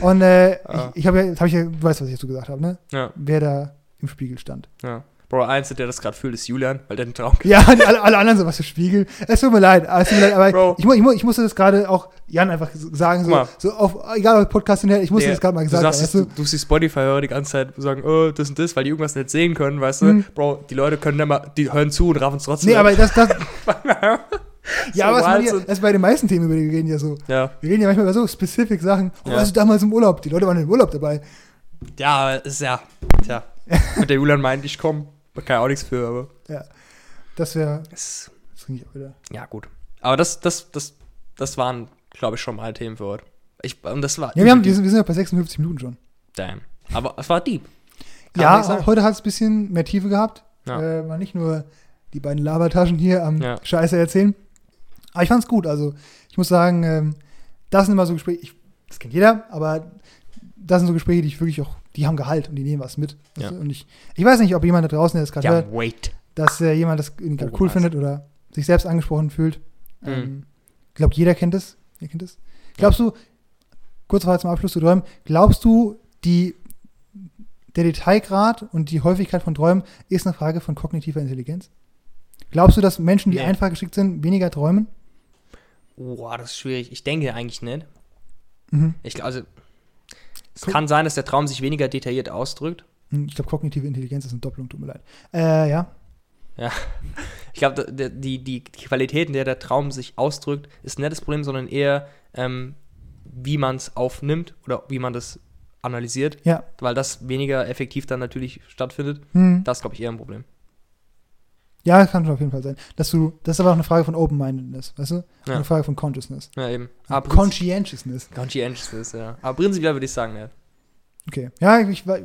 [SPEAKER 1] Und äh,
[SPEAKER 2] Ah.
[SPEAKER 1] ich, ich habe ja, hab ich ja, du weißt, was ich dazu gesagt habe, ne?
[SPEAKER 2] Ja.
[SPEAKER 1] Wer da im Spiegel stand.
[SPEAKER 2] ja. Bro, eins, der das gerade fühlt, ist Julian, weil der den Traum
[SPEAKER 1] <laughs> Ja, und alle, alle anderen so, was für Spiegel. Es tut mir leid, es tut mir leid
[SPEAKER 2] Bro.
[SPEAKER 1] aber ich, mu- ich, mu- ich musste das gerade auch Jan einfach so sagen,
[SPEAKER 2] Guck
[SPEAKER 1] so,
[SPEAKER 2] mal.
[SPEAKER 1] so auf, egal ob Podcast hinher, ich musste
[SPEAKER 2] Der-
[SPEAKER 1] das gerade mal
[SPEAKER 2] du
[SPEAKER 1] gesagt haben.
[SPEAKER 2] sagst,
[SPEAKER 1] Weißt
[SPEAKER 2] du,
[SPEAKER 1] du?
[SPEAKER 2] du siehst Spotify-Hörer die ganze Zeit sagen, oh, das und das, weil die irgendwas nicht sehen können, weißt du?
[SPEAKER 1] Hm.
[SPEAKER 2] Bro, die Leute können dann mal, die hören zu und raffen es trotzdem.
[SPEAKER 1] Nee,
[SPEAKER 2] ab.
[SPEAKER 1] aber das, <laughs> das,
[SPEAKER 2] So
[SPEAKER 1] ja, aber
[SPEAKER 2] wild
[SPEAKER 1] das ist
[SPEAKER 2] so-
[SPEAKER 1] ja, das ist bei den meisten Themen, über die wir reden, ja so.
[SPEAKER 2] Ja,
[SPEAKER 1] Wir reden ja manchmal über so specific Sachen. Oh,
[SPEAKER 2] Ja.
[SPEAKER 1] warst du damals im Urlaub? Die Leute waren im Urlaub dabei.
[SPEAKER 2] ja, aber ist ja.
[SPEAKER 1] <laughs>
[SPEAKER 2] Tja. Und der Julian meint, ich komm. Da Kann ja auch nichts für, aber.
[SPEAKER 1] Das wäre,
[SPEAKER 2] Ist,
[SPEAKER 1] das finde ich auch wieder.
[SPEAKER 2] ja, gut. Aber das, das, das, das waren, glaube ich, schon mal Themen für heute. Ich, und das war.
[SPEAKER 1] Ja, wir, haben, wir, sind, wir sind ja bei 56 Minuten schon.
[SPEAKER 2] Damn. Aber es war deep. Kann man
[SPEAKER 1] Ja,
[SPEAKER 2] nicht sagen.
[SPEAKER 1] heute hat es ein bisschen mehr Tiefe gehabt.
[SPEAKER 2] Ja.
[SPEAKER 1] Äh, mal nicht nur die beiden Labertaschen hier am
[SPEAKER 2] Ja.
[SPEAKER 1] Scheiße erzählen. Aber ich fand's gut. Also, ich muss sagen, ähm, das sind immer so Gespräche, ich, das kennt jeder, aber das sind so Gespräche, die ich wirklich auch, die haben Gehalt und die nehmen was mit.
[SPEAKER 2] Ja.
[SPEAKER 1] Und ich, ich weiß nicht, ob jemand da draußen, der das gerade hört,
[SPEAKER 2] Ja, wait.
[SPEAKER 1] dass äh, jemand das irgendwie gerade
[SPEAKER 2] Oh,
[SPEAKER 1] cool
[SPEAKER 2] nice.
[SPEAKER 1] findet oder sich selbst angesprochen fühlt.
[SPEAKER 2] Mhm.
[SPEAKER 1] Ähm, ich glaube, jeder kennt es. Ihr kennt es. Glaubst du, kurz vorher zum Abschluss zu träumen, glaubst du, die, der Detailgrad und die Häufigkeit von Träumen ist eine Frage von kognitiver Intelligenz? Glaubst du, dass Menschen, die
[SPEAKER 2] Nee.
[SPEAKER 1] einfach geschickt sind, weniger träumen?
[SPEAKER 2] Boah, das ist schwierig. Ich denke eigentlich nicht.
[SPEAKER 1] Mhm.
[SPEAKER 2] Ich glaube, also. Es
[SPEAKER 1] Guck-
[SPEAKER 2] kann sein, dass der Traum sich weniger detailliert ausdrückt.
[SPEAKER 1] Hm, Ich glaube, kognitive Intelligenz ist eine Doppelung, tut mir leid. Äh, ja.
[SPEAKER 2] Ich glaube, die, die Qualität, in der der Traum sich ausdrückt, ist nicht das Problem, sondern eher, ähm, wie man es aufnimmt oder wie man das analysiert,
[SPEAKER 1] Ja.
[SPEAKER 2] weil das weniger effektiv dann natürlich stattfindet.
[SPEAKER 1] Hm.
[SPEAKER 2] Das ist, glaube ich, eher ein Problem.
[SPEAKER 1] Ja, kann schon auf jeden Fall sein. Dass du, das ist aber auch eine Frage von Open-Mindedness, weißt du?
[SPEAKER 2] Ja.
[SPEAKER 1] Eine Frage von Consciousness.
[SPEAKER 2] Ja, eben. Aber prinzip-
[SPEAKER 1] Conscientiousness.
[SPEAKER 2] Conscientiousness, ja. Aber prinzipiell würde ich sagen, ja.
[SPEAKER 1] Okay. Ja, ich, ich,
[SPEAKER 2] Ist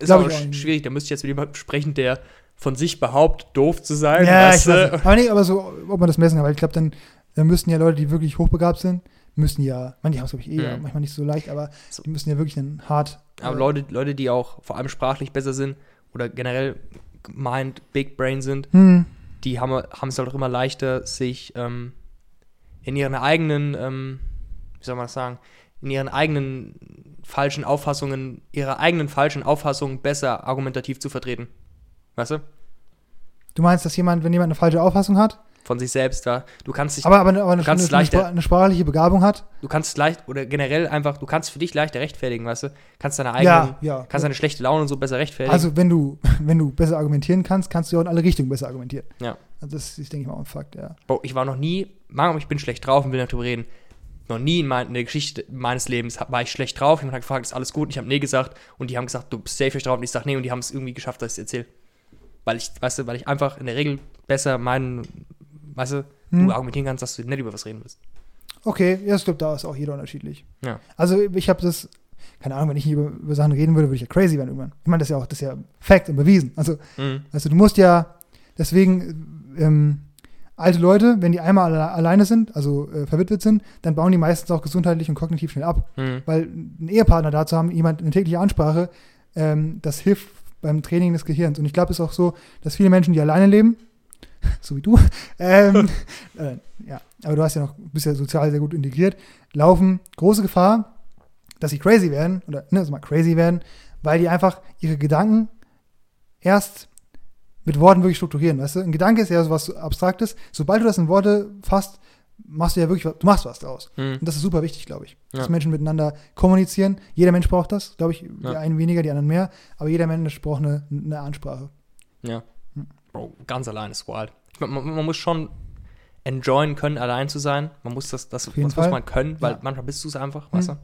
[SPEAKER 1] Glaub
[SPEAKER 2] aber
[SPEAKER 1] ich auch
[SPEAKER 2] sch-
[SPEAKER 1] nicht.
[SPEAKER 2] schwierig, da müsste ich jetzt mit jemandem sprechen, der von sich behauptet, doof zu sein.
[SPEAKER 1] Ja, ich
[SPEAKER 2] weißt
[SPEAKER 1] weiß
[SPEAKER 2] du?
[SPEAKER 1] nicht. Aber nee, aber so, ob man das messen kann, weil ich glaube, dann, dann müssten ja Leute, die wirklich hochbegabt sind, müssen ja, manche haben es, glaube ich, eh
[SPEAKER 2] Mhm.
[SPEAKER 1] ja, manchmal nicht so leicht, aber
[SPEAKER 2] So.
[SPEAKER 1] die müssen ja wirklich dann hart.
[SPEAKER 2] <laughs> Aber
[SPEAKER 1] äh,
[SPEAKER 2] Leute, Leute, die auch vor allem sprachlich besser sind oder generell mind, big brain sind,
[SPEAKER 1] Hm,
[SPEAKER 2] die haben haben es halt auch immer leichter, sich ähm, in ihren eigenen, ähm, wie soll man das sagen, in ihren eigenen falschen Auffassungen, ihre eigenen falschen Auffassungen besser argumentativ zu vertreten. Weißt du?
[SPEAKER 1] du meinst, dass jemand, wenn jemand eine falsche Auffassung hat,
[SPEAKER 2] Von sich selbst da. Du kannst dich,
[SPEAKER 1] aber, aber, eine, aber eine,
[SPEAKER 2] Ganz
[SPEAKER 1] eine, eine,
[SPEAKER 2] leichter.
[SPEAKER 1] Spra- eine sprachliche Begabung hat?
[SPEAKER 2] du kannst es leicht oder generell einfach, du kannst für dich leichter rechtfertigen, weißt du? Kannst deine eigenen,
[SPEAKER 1] Ja, ja.
[SPEAKER 2] kannst deine schlechte Laune und so besser rechtfertigen.
[SPEAKER 1] also, wenn du, <laughs> wenn du besser argumentieren kannst, kannst du ja auch in alle Richtungen besser argumentieren.
[SPEAKER 2] Ja.
[SPEAKER 1] Also das ist, denke ich mal, auch ein Fakt, ja.
[SPEAKER 2] Bro, ich war noch nie, Mann, ich bin schlecht drauf und will nicht drüber reden. Noch nie in, mein, in der Geschichte meines Lebens hab- war ich schlecht drauf. Jemand hat gefragt, ist alles gut? Und ich habe nee gesagt. Und die haben gesagt, du bist safe schlecht drauf. Und ich sage nee. Und die haben es irgendwie geschafft, dass ich es erzähle. Weil ich, weißt du, weil ich einfach in der Regel besser meinen, weißt du,
[SPEAKER 1] Hm.
[SPEAKER 2] du argumentieren kannst, dass du nicht über was reden willst.
[SPEAKER 1] Okay, ja, ich glaube, da ist auch jeder unterschiedlich.
[SPEAKER 2] Ja.
[SPEAKER 1] Also ich habe das, keine Ahnung, wenn ich über, über Sachen reden würde, würde ich ja crazy werden irgendwann. Ich meine, das ist ja auch, das ist ja Fact und bewiesen. Also,
[SPEAKER 2] Mhm.
[SPEAKER 1] also du musst ja, deswegen, ähm, alte Leute, wenn die einmal alle, alleine sind, also äh, verwitwet sind, dann bauen die meistens auch gesundheitlich und kognitiv schnell ab.
[SPEAKER 2] Mhm.
[SPEAKER 1] Weil einen Ehepartner dazu haben, jemand eine tägliche Ansprache, ähm, das hilft beim Training des Gehirns. Und ich glaube, es ist auch so, dass viele Menschen, die alleine leben, <laughs> so wie du, <laughs> ähm, äh, ja, aber du hast ja noch, bist ja sozial sehr gut integriert, laufen große Gefahr, dass sie crazy werden, oder ne, also mal crazy werden, weil die einfach ihre Gedanken erst mit Worten wirklich strukturieren, weißt du? Ein Gedanke ist ja sowas Abstraktes. Sobald du das in Worte fasst, machst du ja wirklich, was- du machst was draus.
[SPEAKER 2] Mhm.
[SPEAKER 1] Und das ist super wichtig, glaube ich.
[SPEAKER 2] Ja.
[SPEAKER 1] Dass Menschen miteinander kommunizieren. Jeder Mensch braucht das, glaube ich. Die
[SPEAKER 2] Ja.
[SPEAKER 1] einen weniger, die anderen mehr. Aber jeder Mensch braucht eine, eine Ansprache.
[SPEAKER 2] Ja.
[SPEAKER 1] Hm.
[SPEAKER 2] Bro, ganz allein ist wild. Ich mein, man, man muss schon enjoyen können, allein zu sein. Man muss das, das,
[SPEAKER 1] Auf
[SPEAKER 2] das
[SPEAKER 1] jeden
[SPEAKER 2] muss
[SPEAKER 1] Fall.
[SPEAKER 2] man können, weil
[SPEAKER 1] Ja. Hm.
[SPEAKER 2] manchmal bist du es einfach, weißt du?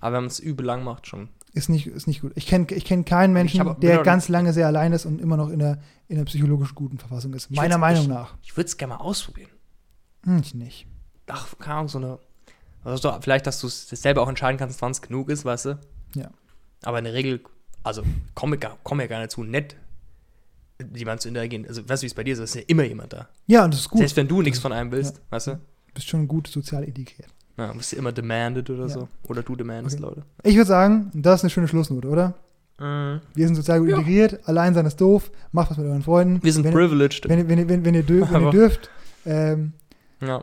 [SPEAKER 2] Aber wenn man es übel lang macht, schon.
[SPEAKER 1] Ist nicht, ist nicht gut. Ich kenne ich kenn keinen Menschen,
[SPEAKER 2] hab- bin
[SPEAKER 1] der
[SPEAKER 2] auch-
[SPEAKER 1] ganz lange sehr allein ist und immer noch in der, in der psychologisch guten Verfassung ist.
[SPEAKER 2] Ich
[SPEAKER 1] Meiner
[SPEAKER 2] würd's-
[SPEAKER 1] Meinung
[SPEAKER 2] ich-
[SPEAKER 1] nach.
[SPEAKER 2] Ich würde es gerne mal ausprobieren.
[SPEAKER 1] Hm, ich nicht.
[SPEAKER 2] Ach, keine Ahnung, so eine. Also so, vielleicht, dass du es selber auch entscheiden kannst, wann es genug ist, weißt du?
[SPEAKER 1] Ja.
[SPEAKER 2] Aber in der Regel, also komme gar, komm ja gar nicht zu nett, mit jemandem zu interagieren. Also, weißt du, wie es bei dir ist? Es ist ja immer jemand da.
[SPEAKER 1] Ja, und das ist gut.
[SPEAKER 2] Selbst wenn du nichts von einem willst, weißt du?
[SPEAKER 1] Du bist schon gut sozial integriert.
[SPEAKER 2] Ja, du bist ja immer demanded oder
[SPEAKER 1] Ja.
[SPEAKER 2] so. Oder du demandest, Leute.
[SPEAKER 1] Ich würde sagen, das ist eine schöne Schlussnote, oder?
[SPEAKER 2] Mhm.
[SPEAKER 1] Wir sind sozial gut
[SPEAKER 2] Ja.
[SPEAKER 1] integriert. Allein sein ist doof. Macht was mit euren Freunden.
[SPEAKER 2] Wir sind
[SPEAKER 1] wenn, ihr-
[SPEAKER 2] privileged.
[SPEAKER 1] wenn, ihr- wenn, ihr- wenn, wenn, ihr dür- wenn ihr
[SPEAKER 2] Aber-
[SPEAKER 1] dürft. Ähm,
[SPEAKER 2] ja.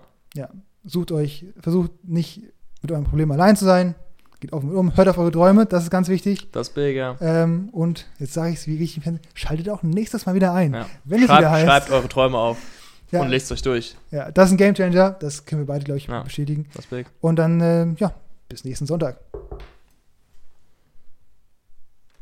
[SPEAKER 1] sucht euch, versucht nicht mit eurem Problem allein zu sein. Geht offen mit um, hört auf eure Träume, das ist ganz wichtig.
[SPEAKER 2] Das Big, ja.
[SPEAKER 1] Ähm, und jetzt sage ich es wie richtig im Fernsehen, schaltet auch nächstes Mal wieder ein.
[SPEAKER 2] Ja.
[SPEAKER 1] Wenn es
[SPEAKER 2] Schreibt,
[SPEAKER 1] wieder heißt.
[SPEAKER 2] schreibt eure Träume auf
[SPEAKER 1] ja,
[SPEAKER 2] und lest euch durch.
[SPEAKER 1] ja, das ist ein Gamechanger das können wir beide, glaube ich,
[SPEAKER 2] Ja.
[SPEAKER 1] bestätigen.
[SPEAKER 2] Das Big.
[SPEAKER 1] Und dann, ähm, ja, bis nächsten Sonntag.